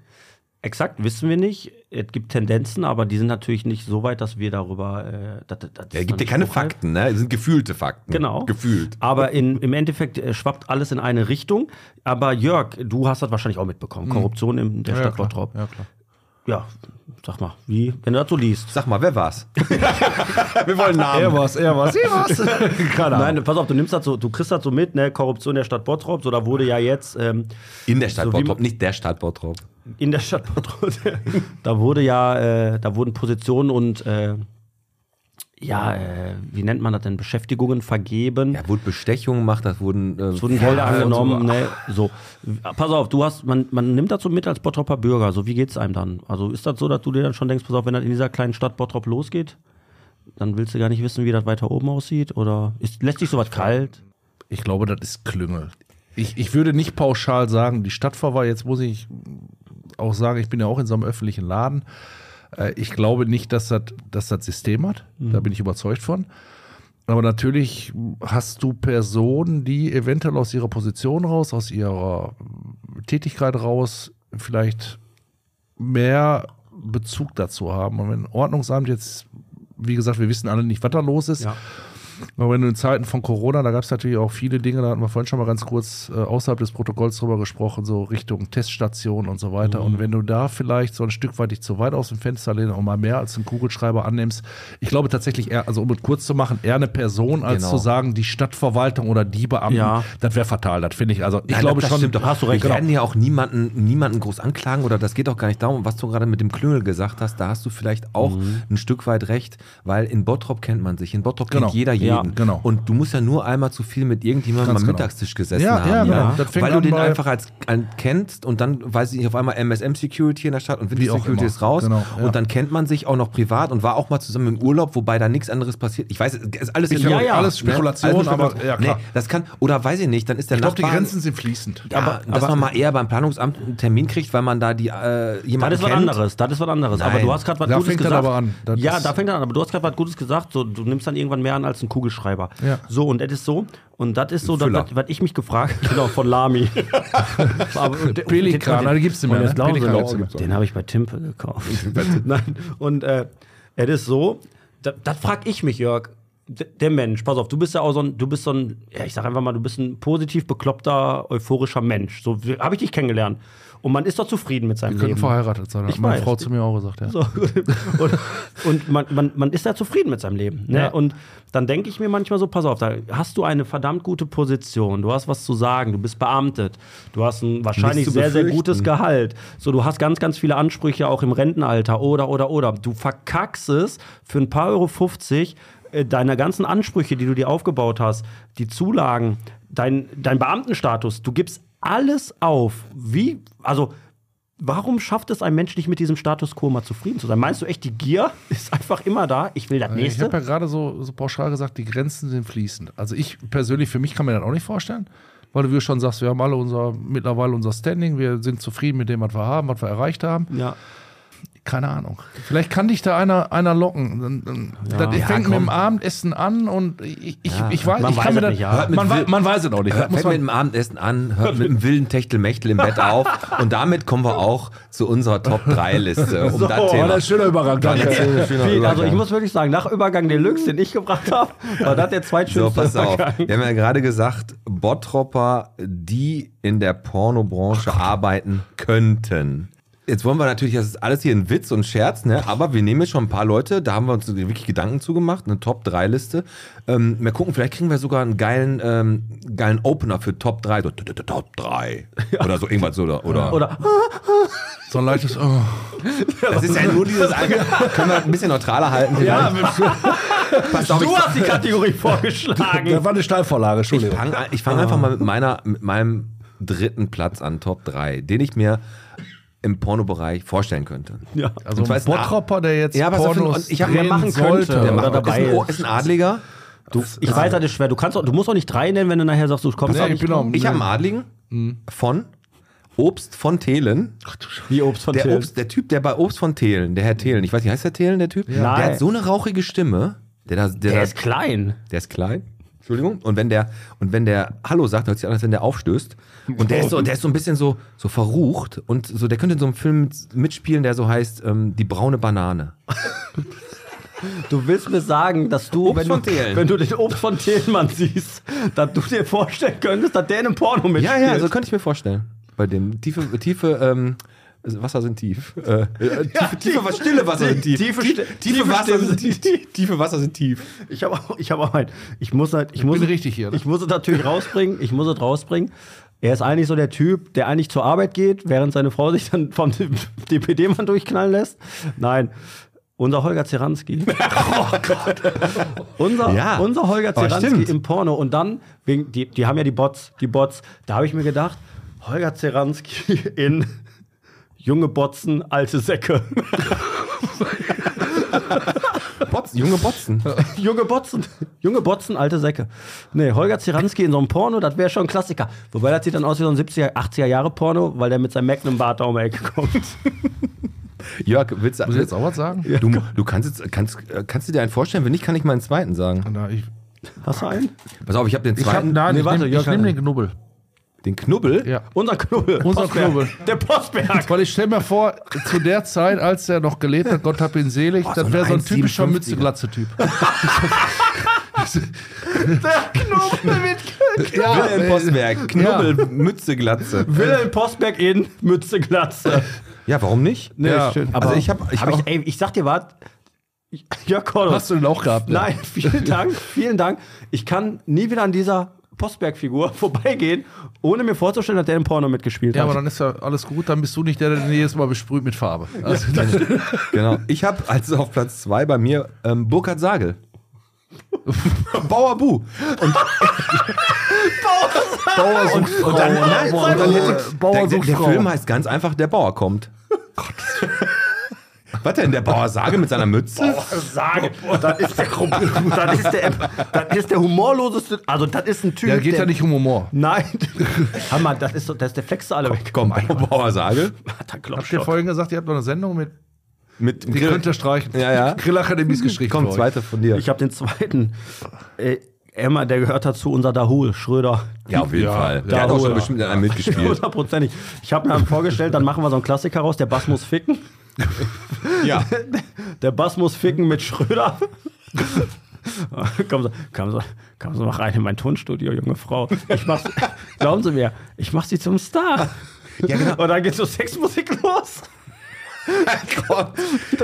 Speaker 2: Exakt, wissen wir nicht. Es gibt Tendenzen, aber die sind natürlich nicht so weit, dass wir darüber. Äh, das, das das
Speaker 1: Ja,
Speaker 2: ist
Speaker 1: gibt ja
Speaker 2: dann
Speaker 1: keine
Speaker 2: spruchreif.
Speaker 1: Fakten, ne? Das sind gefühlte Fakten.
Speaker 2: Genau.
Speaker 1: Gefühlt.
Speaker 2: Aber in, im Endeffekt äh, schwappt alles in eine Richtung. Aber Jörg, du hast das wahrscheinlich auch mitbekommen. Korruption in der Stadt Bottrop. Ja,
Speaker 7: klar.
Speaker 2: sag mal, wie, wenn du das so liest.
Speaker 1: Sag mal, wer war's? wir wollen Namen.
Speaker 7: war's, er war's, er war's. Keine Ahnung.
Speaker 2: Nein, pass auf, du nimmst das so, du kriegst das so mit, ne? Korruption der Stadt Bottrop. So, da wurde ja jetzt ähm,
Speaker 1: In der Stadt
Speaker 2: So wie
Speaker 1: Bottrop,
Speaker 2: man-
Speaker 1: nicht der Stadt Bottrop.
Speaker 2: in der Stadt Bottrop, da wurde ja, äh, da wurden Positionen und äh, ja, äh, wie nennt man das denn? Beschäftigungen vergeben.
Speaker 1: Ja, wurde Bestechung gemacht, das wurden, äh,
Speaker 2: Es wurden Gelder
Speaker 1: Fragen und so.
Speaker 2: angenommen. Ne? So, pass auf, du hast, man, man nimmt das so mit als Bottropper Bürger. So, wie geht's einem dann? Also ist das so, dass du dir dann schon denkst, pass auf, wenn das in dieser kleinen Stadt Bottrop losgeht, dann willst du gar nicht wissen, wie das weiter oben aussieht? Oder ist, lässt dich sowas kalt?
Speaker 7: Ich glaube, das ist Klüngel. Ich, ich würde nicht pauschal sagen, die Stadtverwaltung, jetzt muss ich auch sagen, ich bin ja auch in so einem öffentlichen Laden. Äh, Ich glaube nicht, dass das, dass das System hat. Da bin ich überzeugt von. Aber natürlich hast du Personen, die eventuell aus ihrer Position raus, aus ihrer Tätigkeit raus, vielleicht mehr Bezug dazu haben. Und wenn Ordnungsamt jetzt, wie gesagt, wir wissen alle nicht, was da los ist.
Speaker 2: Ja.
Speaker 7: Aber wenn du in Zeiten von Corona, da gab es natürlich auch viele Dinge, da hatten wir vorhin schon mal ganz kurz äh, außerhalb des Protokolls drüber gesprochen, so Richtung Teststation und so weiter. Und wenn du da vielleicht so ein Stück weit dich zu weit aus dem Fenster lehnst und mal mehr als einen Kugelschreiber annimmst, ich glaube tatsächlich eher, also um es kurz zu machen, eher eine Person als
Speaker 1: Genau.
Speaker 7: zu sagen, die Stadtverwaltung oder die Beamten,
Speaker 2: Ja.
Speaker 7: das wäre fatal, das finde ich. Also ich
Speaker 1: Nein,
Speaker 7: glaube
Speaker 1: das
Speaker 7: schon,
Speaker 1: stimmt doch.
Speaker 2: hast du recht.
Speaker 1: Wir
Speaker 7: Genau.
Speaker 1: werden ja auch niemanden, niemanden groß anklagen oder das geht auch gar nicht darum, was du gerade mit dem Klüngel gesagt hast, da hast du vielleicht auch
Speaker 7: Mhm.
Speaker 1: ein Stück weit recht, weil in Bottrop kennt man sich, in Bottrop
Speaker 7: Genau.
Speaker 1: kennt jeder
Speaker 2: Ja,
Speaker 1: jeden.
Speaker 7: genau.
Speaker 1: Und du musst ja nur einmal zu viel mit irgendjemandem
Speaker 7: Ganz
Speaker 1: am
Speaker 7: genau.
Speaker 1: Mittagstisch gesessen
Speaker 7: Ja,
Speaker 1: haben,
Speaker 7: ja, genau. Das fängt
Speaker 1: weil du
Speaker 7: an
Speaker 1: den
Speaker 7: bei-
Speaker 1: einfach als an, kennst und dann weiß ich nicht, auf einmal MSM Security in der Stadt und Winter
Speaker 7: auch
Speaker 1: Security
Speaker 7: immer.
Speaker 1: ist raus
Speaker 7: Genau, ja.
Speaker 1: und dann kennt man sich auch noch privat und war auch mal zusammen im Urlaub, wobei da nichts anderes passiert. Ich weiß, es ist alles
Speaker 7: Ich- ja, ja. Alles Spekulation,
Speaker 1: Alles
Speaker 7: aber-
Speaker 1: Spekulation.
Speaker 7: ja, klar.
Speaker 1: Nee, das kann oder weiß ich nicht, dann ist der
Speaker 7: ich glaube, die
Speaker 1: Nachbar-
Speaker 7: Grenzen sind fließend.
Speaker 1: ja, aber Ah, dass man mal eher beim Planamt einen Termin kriegt, weil man da die äh,
Speaker 2: Das
Speaker 1: jemanden
Speaker 2: ist was
Speaker 1: kennt.
Speaker 2: anderes, das ist was anderes. Aber
Speaker 1: Nein.
Speaker 2: du hast gerade was
Speaker 7: Da
Speaker 2: Gutes
Speaker 7: fängt das
Speaker 2: gesagt.
Speaker 7: aber an. Das
Speaker 2: ja,
Speaker 7: ist-
Speaker 2: da fängt er an, aber du hast gerade was Gutes gesagt. So, du nimmst dann irgendwann mehr an als einen Kugelschreiber.
Speaker 7: Ja.
Speaker 2: So, und das ist so. Und das ist so, das,
Speaker 1: Füller.
Speaker 2: was ich mich gefragt genau, von Lami. Aber- und- und-
Speaker 7: Pelikan,
Speaker 2: und-
Speaker 7: da gibt's nicht mehr,
Speaker 2: und jetzt
Speaker 7: ne?
Speaker 2: glauben Sie
Speaker 7: Pelikan
Speaker 2: mir,
Speaker 7: gibt's nicht mehr.
Speaker 2: Den habe ich bei Timpe gekauft. Nein, und äh, es ist so, das, das frage ich mich, Jörg. D- Der Mensch, pass auf, du bist ja auch so ein, du bist so ein, ja, ich sag einfach mal, du bist ein positiv bekloppter, euphorischer Mensch. So habe ich dich kennengelernt. Und man ist doch zufrieden mit seinem
Speaker 7: Wir können
Speaker 2: Leben.
Speaker 7: verheiratet sein, hat
Speaker 2: Ich
Speaker 7: meine
Speaker 2: weiß.
Speaker 7: Frau zu mir auch gesagt. Ja.
Speaker 2: So. und und man, man, man ist ja zufrieden mit seinem Leben. Ne?
Speaker 7: Ja.
Speaker 2: Und dann denke ich mir manchmal so, pass auf, da hast du eine verdammt gute Position, du hast was zu sagen, du bist beamtet, du hast ein wahrscheinlich
Speaker 1: Nichts zu
Speaker 2: sehr, sehr
Speaker 1: befürchten.
Speaker 2: gutes Gehalt. So, du hast ganz, ganz viele Ansprüche auch im Rentenalter oder, oder, oder. Du verkackst es für ein paar Euro 50 äh, deiner ganzen Ansprüche, die du dir aufgebaut hast, die Zulagen, dein, dein Beamtenstatus, du gibst alles auf. Wie, also Warum schafft es ein Mensch nicht mit diesem Status quo mal zufrieden zu sein? Meinst du echt, die Gier ist einfach immer da? Ich will das
Speaker 7: Ich
Speaker 2: nächste.
Speaker 7: habe ja gerade so, so pauschal gesagt, die Grenzen sind fließend. Also ich persönlich, für mich kann mir das auch nicht vorstellen, weil du wie du schon sagst, wir haben alle unser, mittlerweile unser Standing, wir sind zufrieden mit dem, was wir haben, was wir erreicht haben.
Speaker 2: Ja.
Speaker 7: Keine Ahnung. Vielleicht kann dich da einer, einer locken. Dann- dann- Das
Speaker 1: Ja,
Speaker 7: fängt mit
Speaker 1: komm.
Speaker 7: dem Abendessen an und ich, ich, ich weiß,
Speaker 2: man
Speaker 7: ich
Speaker 2: weiß
Speaker 7: kann
Speaker 2: es
Speaker 7: mir das,
Speaker 2: nicht, ja.
Speaker 7: man, wei- man weiß es auch nicht. Das
Speaker 1: Hört,
Speaker 7: muss
Speaker 1: fängt mit
Speaker 7: man,
Speaker 1: dem Abendessen an, hört mit dem wilden Techtelmechtel im Bett auf und damit kommen wir auch zu unserer Top-3-Liste. Um das Thema.
Speaker 7: schöner Übergang.
Speaker 2: Viel, also ich muss wirklich sagen, nach Übergang Deluxe, den ich gebracht habe, war das der
Speaker 1: So,
Speaker 2: zweitschönste
Speaker 1: pass auf.
Speaker 2: Übergang.
Speaker 1: Wir haben ja gerade gesagt, Bottropper, die in der Pornobranche arbeiten könnten. Jetzt wollen wir natürlich, das ist alles hier ein Witz und Scherz, ne? aber wir nehmen jetzt schon ein paar Leute, da haben wir uns wirklich Gedanken zugemacht, eine Top-3-Liste. Ähm, mal gucken, vielleicht kriegen wir sogar einen geilen, ähm, geilen Opener für Top 3. So, t- t- Top 3. Oder so irgendwas. Oder, oder.
Speaker 2: Oder
Speaker 7: So ein leichtes. Oh.
Speaker 1: Das ist ja nur dieses eine. Können wir ein bisschen neutraler halten? Ja, Pass auf, ich-
Speaker 2: du hast die Kategorie vorgeschlagen.
Speaker 7: war eine Steilvorlage,
Speaker 1: Ich fange ich fang einfach
Speaker 2: Ah.
Speaker 1: mal mit, meiner, mit meinem dritten Platz an, Top 3, den ich mir im Pornobereich vorstellen könnte.
Speaker 2: Ja.
Speaker 7: Also
Speaker 1: Und zwar
Speaker 7: ein
Speaker 1: ist ein
Speaker 7: Bottropper, der jetzt
Speaker 1: Ja, aber was ist das für ein-
Speaker 7: Pornos
Speaker 1: ich hab mal
Speaker 7: drehen
Speaker 1: machen
Speaker 2: könnte
Speaker 7: sollte.
Speaker 2: oder
Speaker 1: Der macht,
Speaker 2: dabei
Speaker 1: ist, ein,
Speaker 2: ist.
Speaker 1: ist ein Adliger,
Speaker 2: Du, ich weiß, das ist schwer. Du, kannst auch, du musst auch nicht drei nennen, wenn du nachher sagst, du kommst
Speaker 7: Nee,
Speaker 2: auch
Speaker 7: ich
Speaker 2: nicht.
Speaker 7: bin auch-
Speaker 1: Ich habe einen
Speaker 2: Mhm.
Speaker 1: Adligen von Obst von Thelen.
Speaker 2: Wie Obst von
Speaker 1: Der,
Speaker 2: Till.
Speaker 1: Obst, der Typ, der bei Obst von Thelen, der Herr Thelen, ich weiß nicht, heißt der Thelen, der Typ?
Speaker 2: Nein.
Speaker 1: Der hat so eine rauchige Stimme. Der, da, der,
Speaker 2: Der
Speaker 1: da,
Speaker 2: ist klein.
Speaker 1: der ist klein. Entschuldigung. Und wenn der, und wenn der Hallo sagt, hört sich an, als wenn der aufstößt. Und der ist so, der ist so ein bisschen so, so verrucht und so, der könnte in so einem Film mitspielen, der so heißt, ähm, die braune Banane.
Speaker 2: Du willst mir sagen, dass du,
Speaker 1: Obst
Speaker 2: wenn
Speaker 1: von
Speaker 2: du,
Speaker 1: Thelen.
Speaker 2: wenn du den Obst von Thälmann siehst, dass du dir vorstellen könntest, dass der in einem Porno
Speaker 1: Ja,
Speaker 2: mitspielt.
Speaker 1: ja, so könnte ich mir vorstellen. Bei dem tiefe, tiefe, ähm, Wasser sind tief. Äh, äh, tiefe, tiefe, was stille Wasser sind tief.
Speaker 2: Tiefe,
Speaker 1: tiefe, tiefe
Speaker 2: Sti- tiefe
Speaker 1: Wasser
Speaker 2: Stimmen
Speaker 1: sind tief. Tiefe Wasser sind tief.
Speaker 2: Ich habe auch, ich habe auch ein, ich muss halt, ich, muss,
Speaker 7: bin richtig hier, ne?
Speaker 2: Ich muss es natürlich rausbringen, ich muss es rausbringen. Er ist eigentlich so der Typ, der eigentlich zur Arbeit geht, während seine Frau sich dann vom DPD-Mann durchknallen lässt. Nein, unser Holger Zeranski.
Speaker 7: Oh
Speaker 2: Unser,
Speaker 1: Ja.
Speaker 2: unser Holger
Speaker 1: Aber
Speaker 2: Zeranski
Speaker 1: stimmt.
Speaker 2: im Porno. Und dann, wegen, die, die haben ja die Bots, die Bots. Da habe ich mir gedacht, Holger Zeranski in junge Botzen, alte Säcke.
Speaker 1: Botzen, junge Botzen.
Speaker 2: Junge Botzen, junge Botzen, alte Säcke. Nee, Holger Zeranski in so einem Porno, das wäre schon ein Klassiker. Wobei das sieht dann aus wie so ein 70er, 80er Jahre Porno, weil der mit seinem Magnum-Bart da um die Ecke kommt.
Speaker 1: Jörg, willst du
Speaker 7: Muss ich jetzt auch was sagen?
Speaker 1: Du, du kannst, jetzt, kannst, äh, kannst du dir einen vorstellen? Wenn nicht, kann ich meinen zweiten sagen.
Speaker 7: Na, ich
Speaker 2: Hast du einen?
Speaker 1: Pass auf, ich habe den
Speaker 7: ich habe
Speaker 1: zweiten,
Speaker 7: nein,
Speaker 2: nee,
Speaker 7: ich
Speaker 2: warte,
Speaker 7: nehme
Speaker 2: Jörg
Speaker 7: nehm
Speaker 2: hat-
Speaker 7: den Knubbel.
Speaker 1: den Knubbel.
Speaker 7: Ja.
Speaker 2: Unser Knubbel.
Speaker 7: Unser
Speaker 2: Postberg.
Speaker 7: Knubbel.
Speaker 2: Der Postberg.
Speaker 7: Weil ich stell mir vor, zu der Zeit, als der noch gelebt hat, Gott hab ihn selig,
Speaker 1: Boah, so
Speaker 7: das
Speaker 1: ein
Speaker 7: wäre so ein typischer
Speaker 1: 1,57er.
Speaker 7: Mütze-Glatze-Typ.
Speaker 2: Der Knubbel mit
Speaker 7: Ja,
Speaker 1: Wilhelm Postberg, Knubbel, Mütze, Glatze.
Speaker 2: Wilhelm Postberg in Mütze Glatze.
Speaker 1: Ja, warum nicht?
Speaker 2: Nee,
Speaker 7: Ja.
Speaker 2: Aber
Speaker 1: Also
Speaker 2: ich
Speaker 1: ich
Speaker 2: hab,
Speaker 1: hab-
Speaker 2: ich,
Speaker 1: ich auch-
Speaker 2: ey, ich sag dir was. Jörg Kordos.
Speaker 7: Hast du den auch gehabt? ne?
Speaker 2: Nein, vielen Dank, vielen Dank. Ich kann nie wieder an dieser Postberg-Figur vorbeigehen, ohne mir vorzustellen, dass der im Porno mitgespielt
Speaker 7: Ja,
Speaker 2: hat.
Speaker 7: aber dann ist ja alles gut, dann bist du nicht der, der den jedes Mal besprüht mit Farbe. Also,
Speaker 1: Genau. Ich habe also auf Platz zwei bei mir ähm, Burkhard Sagel. Bauer Bu. Und Bauer sucht Frau. Und dann, nein, und dann hätte,
Speaker 7: Bauer
Speaker 1: der, der,
Speaker 7: sucht
Speaker 1: der
Speaker 7: Frau.
Speaker 1: Film heißt ganz einfach Der Bauer kommt. Was denn, der Bauer Sagel mit seiner Mütze?
Speaker 2: sage, das ist, der, das, ist der, das ist der humorloseste, also das ist ein Typ.
Speaker 7: ja, geht ja nicht um Humor.
Speaker 2: Nein. Hammer, das ist, so- das ist der Flex alle weg.
Speaker 1: Komm, Bauer Sagel
Speaker 2: Hat er
Speaker 7: Habt ihr
Speaker 2: Klopfstock.
Speaker 7: vorhin gesagt, ihr habt noch eine Sendung mit.
Speaker 1: mit
Speaker 7: Die
Speaker 1: Grill-
Speaker 7: könnt ihr streichen.
Speaker 1: Ja, ja.
Speaker 7: Grillakademie ist gestrichen.
Speaker 1: Komm,
Speaker 7: für euch.
Speaker 1: zweite von dir.
Speaker 2: Ich habe den zweiten. Äh, Emma, der gehört dazu, unser Dahul, Schröder.
Speaker 1: ja, auf jeden
Speaker 7: Ja,
Speaker 1: Fall. Der
Speaker 7: ja,
Speaker 1: hat auch
Speaker 2: oder?
Speaker 1: schon bestimmt an einem mitgespielt.
Speaker 2: Hundertprozentig. Ich habe mir dann vorgestellt, dann machen wir so einen Klassiker raus, der Bass muss ficken.
Speaker 1: ja.
Speaker 2: Der Bass muss ficken mit Schröder. Kommen Sie, kommen, Sie, kommen Sie mal rein in mein Tonstudio, junge Frau. Ich mach's, glauben Sie mir, ich mach Sie zum Star.
Speaker 1: genau.
Speaker 2: Und dann geht so Sexmusik los.
Speaker 1: Gott.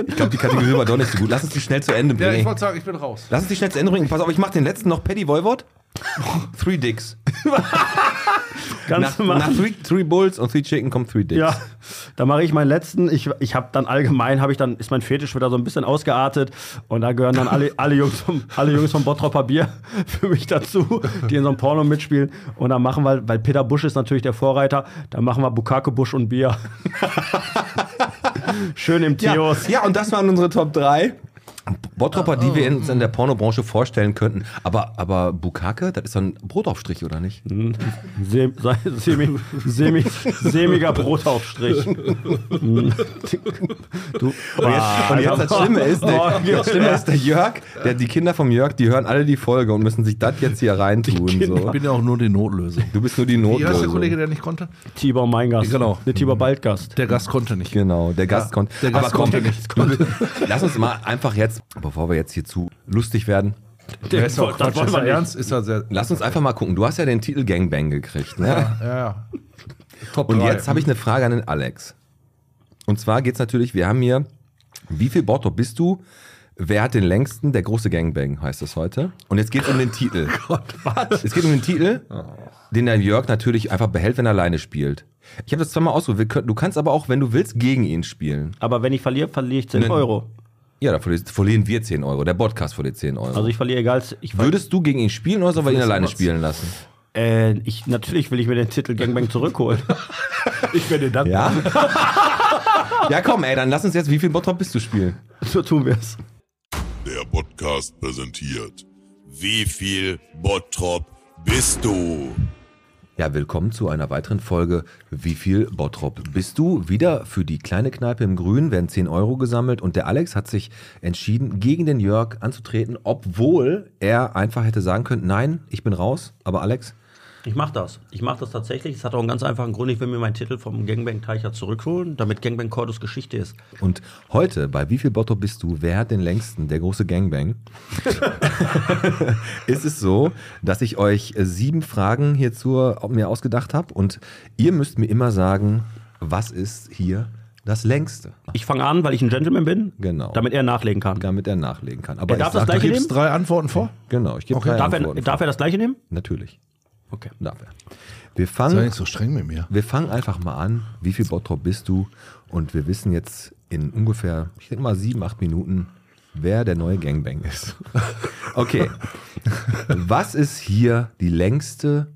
Speaker 1: Ich glaube, die Kategorie war doch nicht so gut. Lass uns die schnell zu Ende
Speaker 7: Ja,
Speaker 1: bringen.
Speaker 7: ich wollte sagen, ich bin raus.
Speaker 1: Lass uns die schnell zu Ende bringen. Pass auf, ich mach den letzten noch. Paddy Voivod. Three Dicks.
Speaker 2: Ganz
Speaker 1: Nach, nach three, three Bulls und Three Chicken kommt Three Dicks.
Speaker 2: Ja, da mache ich meinen letzten. Ich, ich habe dann allgemein, habe ich dann, ist mein Fetisch wieder so ein bisschen ausgeartet. Und da gehören dann alle, alle, Jungs, vom, alle Jungs vom Bottropper Bier für mich dazu, die in so einem Porno mitspielen. Und dann machen wir, weil Peter Busch ist natürlich der Vorreiter, dann machen wir Bukake Busch und Bier. Schön im
Speaker 1: Ja,
Speaker 2: Theos.
Speaker 1: ja, und das waren unsere Top 3. Bottropper, die
Speaker 2: Oh.
Speaker 1: wir uns in der Pornobranche vorstellen könnten. Aber, aber Bukake, das ist doch ein Brotaufstrich, oder nicht?
Speaker 2: Sem, se, semi, semi, semiger Brotaufstrich. Mm. du,
Speaker 1: Mhm.
Speaker 2: Ah, Oh,
Speaker 1: Und jetzt, und jetzt
Speaker 2: Also,
Speaker 1: das Schlimme ist, ne- der, das Schlimme ist, der Jörg, der, die Kinder vom Jörg, die hören alle die Folge und müssen sich das jetzt hier reintun.
Speaker 7: Ich
Speaker 1: So.
Speaker 7: bin ja auch nur die Notlösung.
Speaker 1: Du bist nur die
Speaker 7: Wie heißt der Kollege,
Speaker 1: Notlösung.
Speaker 7: der nicht konnte?
Speaker 2: Tibor Meingast.
Speaker 7: Genau.
Speaker 2: Der
Speaker 1: Mhm.
Speaker 2: Tibor Baldgast.
Speaker 7: Der Gast konnte nicht.
Speaker 1: Genau, der Gast
Speaker 7: Ja,
Speaker 1: konnte.
Speaker 7: der Gast
Speaker 1: komm,
Speaker 7: konnte
Speaker 1: Lass uns mal einfach jetzt, bevor wir jetzt hier zu lustig werden,
Speaker 7: Der ist auch
Speaker 2: Das
Speaker 7: Quatsch.
Speaker 2: wollen
Speaker 7: Ist
Speaker 2: wir
Speaker 7: er
Speaker 2: nicht.
Speaker 7: ernst? Ist er sehr.
Speaker 1: lass uns einfach mal gucken. Du hast ja den Titel Gangbang gekriegt. Ne?
Speaker 7: Ja, ja. Top
Speaker 1: Und
Speaker 7: drei.
Speaker 1: jetzt habe ich eine Frage an den Alex. Und zwar geht's natürlich, wir haben hier, wie viel Bottrop bist du? Wer hat den längsten? Der große Gangbang heißt das heute. Und jetzt geht's um den Titel.
Speaker 7: Oh
Speaker 1: Gott, was? Es geht um den Titel, den der Jörg natürlich einfach behält, wenn er alleine spielt. Ich habe das zweimal ausprobiert. Wir können- Du kannst aber auch, wenn du willst, gegen ihn spielen.
Speaker 2: Aber wenn ich verliere, verliere ich 10
Speaker 1: Nein.
Speaker 2: Euro.
Speaker 1: Ja, da verli- verlieren wir 10 Euro. Der Podcast verliert 10 Euro.
Speaker 2: Also ich verliere egal. Ich, ver-
Speaker 1: Würdest du gegen ihn spielen oder sollen wir ihn alleine
Speaker 7: immer-
Speaker 1: spielen lassen?
Speaker 2: äh, ich, natürlich will ich mir den Titel Gangbang zurückholen.
Speaker 7: ich werde dann.
Speaker 1: Ja? ja, komm, ey, dann lass uns jetzt, wie viel Bottrop bist du spielen?
Speaker 2: so tun wir es.
Speaker 6: Der Podcast präsentiert Wie viel Bottrop bist du?
Speaker 1: Ja, willkommen zu einer weiteren Folge Wie viel Bottrop bist du? Wieder für die kleine Kneipe im Grün werden 10 Euro gesammelt und der Alex hat sich entschieden, gegen den Jörg anzutreten, obwohl er einfach hätte sagen können, nein, ich bin raus, aber Alex,
Speaker 2: Ich mache das. Ich mache das tatsächlich. Es hat auch einen ganz einfachen Grund. Ich will mir meinen Titel vom Gangbang Teicher zurückholen, damit Gangbang Cordus Geschichte ist.
Speaker 1: Und heute bei Wie viel Bottrop bist du? Wer hat den längsten? Der große Gangbang. ist es so, dass ich euch äh, sieben Fragen hierzu mir ausgedacht habe und ihr müsst mir immer sagen, was ist hier das längste?
Speaker 2: Ich fange an, weil ich ein Gentleman bin,
Speaker 1: Genau.
Speaker 2: damit er nachlegen kann.
Speaker 1: Damit er nachlegen kann. Aber
Speaker 2: Er darf
Speaker 1: ich
Speaker 2: das
Speaker 1: sag-
Speaker 7: Du
Speaker 2: gleiche
Speaker 7: gibst
Speaker 2: nehmen?
Speaker 7: drei Antworten vor?
Speaker 1: Genau, ich gebe okay,
Speaker 2: Darf er, darf er das gleiche nehmen?
Speaker 1: Natürlich,
Speaker 2: Okay.
Speaker 1: darf er. Wir
Speaker 7: Sei
Speaker 1: fangen,
Speaker 7: nicht so streng mit mir.
Speaker 1: wir fangen einfach mal an. Wie viel Bottrop bist du? Und wir wissen jetzt in ungefähr, ich denke mal sieben, acht Minuten, wer der neue Gangbang ist. Okay. Was ist hier die längste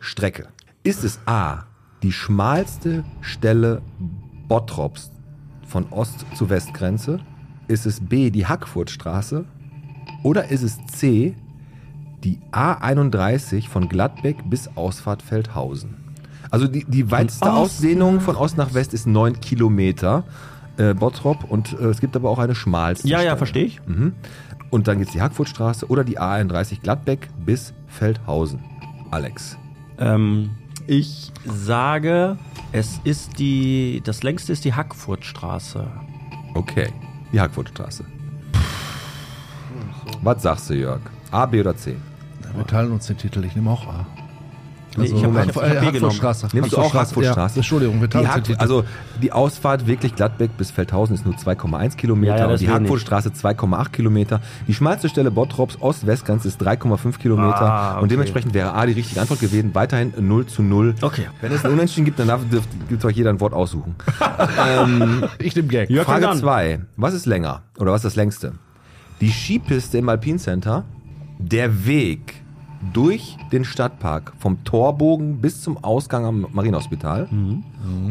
Speaker 1: Strecke? Ist es A, die schmalste Stelle Bottrops von Ost- zu Westgrenze? Ist es B, die Hackfurtstraße? Oder ist es C, die A31 von Gladbeck bis Ausfahrt Feldhausen? Also die, die weiteste Ausdehnung von Ost nach West ist 9 Kilometer äh, Bottrop und äh, es gibt aber auch eine schmalste
Speaker 2: Ja, ja,
Speaker 1: Stelle.
Speaker 2: verstehe ich.
Speaker 1: Mhm. Und dann geht's die Hackfurtstraße oder die A31 Gladbeck bis Feldhausen. Alex.
Speaker 2: Ähm, ich sage, es ist die, das längste ist die Hackfurtstraße.
Speaker 1: Okay. Die Hackfurtstraße. Was sagst du, Jörg? A, B oder C?
Speaker 7: Wir teilen uns den Titel. Ich nehme auch A. Also
Speaker 2: Nee, ich hab- ich hab- ich hab B genommen.
Speaker 7: Hackfurtstraße.
Speaker 1: Nimmst du auch Hackfurtstraße?
Speaker 7: Ja, Entschuldigung, wir
Speaker 1: Die
Speaker 7: teilen uns den
Speaker 1: Hack,
Speaker 7: Titel.
Speaker 1: also die Ausfahrt wirklich Gladbeck bis Feldhausen ist nur 2,1 Kilometer
Speaker 2: Ja, ja,
Speaker 1: und
Speaker 2: das
Speaker 1: die
Speaker 2: wenig.
Speaker 1: Hackfurtstraße 2,8 Kilometer. Die schmalste Stelle Bottrops Ost-West-Grenze ist 3,5 Kilometer
Speaker 2: Ah, okay.
Speaker 1: und dementsprechend wäre A die richtige Antwort gewesen. Weiterhin 0 zu 0.
Speaker 2: Okay.
Speaker 1: Wenn es ein Unentschieden gibt, dann darf, dürft, gibt euch jeder ein Wort aussuchen.
Speaker 7: ich nehme Gag.
Speaker 2: Jörg fängt
Speaker 1: Frage
Speaker 2: an.
Speaker 1: 2. Was ist länger? Oder was ist das längste? Die Skipiste im Alpine Center, der Weg durch den Stadtpark vom Torbogen bis zum Ausgang am Marienhospital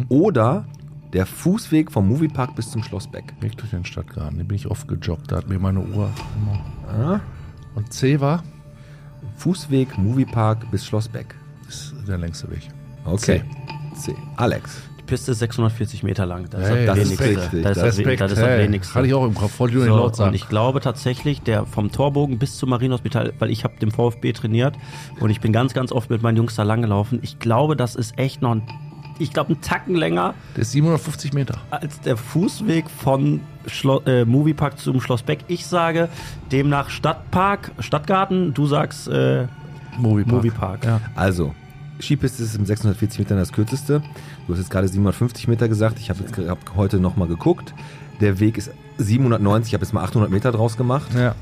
Speaker 1: oder der Fußweg vom Moviepark bis zum Schlossbeck.
Speaker 7: Weg durch den Stadtgarten. Den bin ich oft gejoggt. Da hat mir meine Uhr immer. Und C war
Speaker 1: Fußweg, Moviepark bis Schlossbeck.
Speaker 7: ist der längste Weg.
Speaker 1: Okay. C. Alex.
Speaker 2: Die Piste ist 640 Meter lang. Das
Speaker 7: Hey,
Speaker 2: am
Speaker 7: das ist
Speaker 2: wenigsten.
Speaker 1: richtig.
Speaker 2: Das ist, am we- das ist am wenigsten.
Speaker 7: Hatte ich auch im Kopf. Wollte ich nur nicht laut
Speaker 2: So, und
Speaker 7: sagen.
Speaker 2: ich glaube tatsächlich, der vom Torbogen bis zum Marienhospital, weil ich habe dem VfB trainiert und ich bin ganz, ganz oft mit meinen Jungs da langgelaufen. Ich glaube, das ist echt noch ein, ich glaube, ein Tacken länger
Speaker 7: Der ist 750 Meter.
Speaker 2: als der Fußweg von Schlo äh, Moviepark zum Schlossbeck. Ich sage demnach Stadtpark, Stadtgarten. Du sagst äh,
Speaker 7: Moviepark.
Speaker 2: Moviepark.
Speaker 7: Ja.
Speaker 1: Also, Skipiste ist im 640 Metern das kürzeste. Du hast jetzt gerade 750 Meter gesagt. Ich habe jetzt ge- hab heute nochmal geguckt. Der Weg ist 790. Ich habe jetzt mal 800 Meter draus gemacht.
Speaker 7: Ja.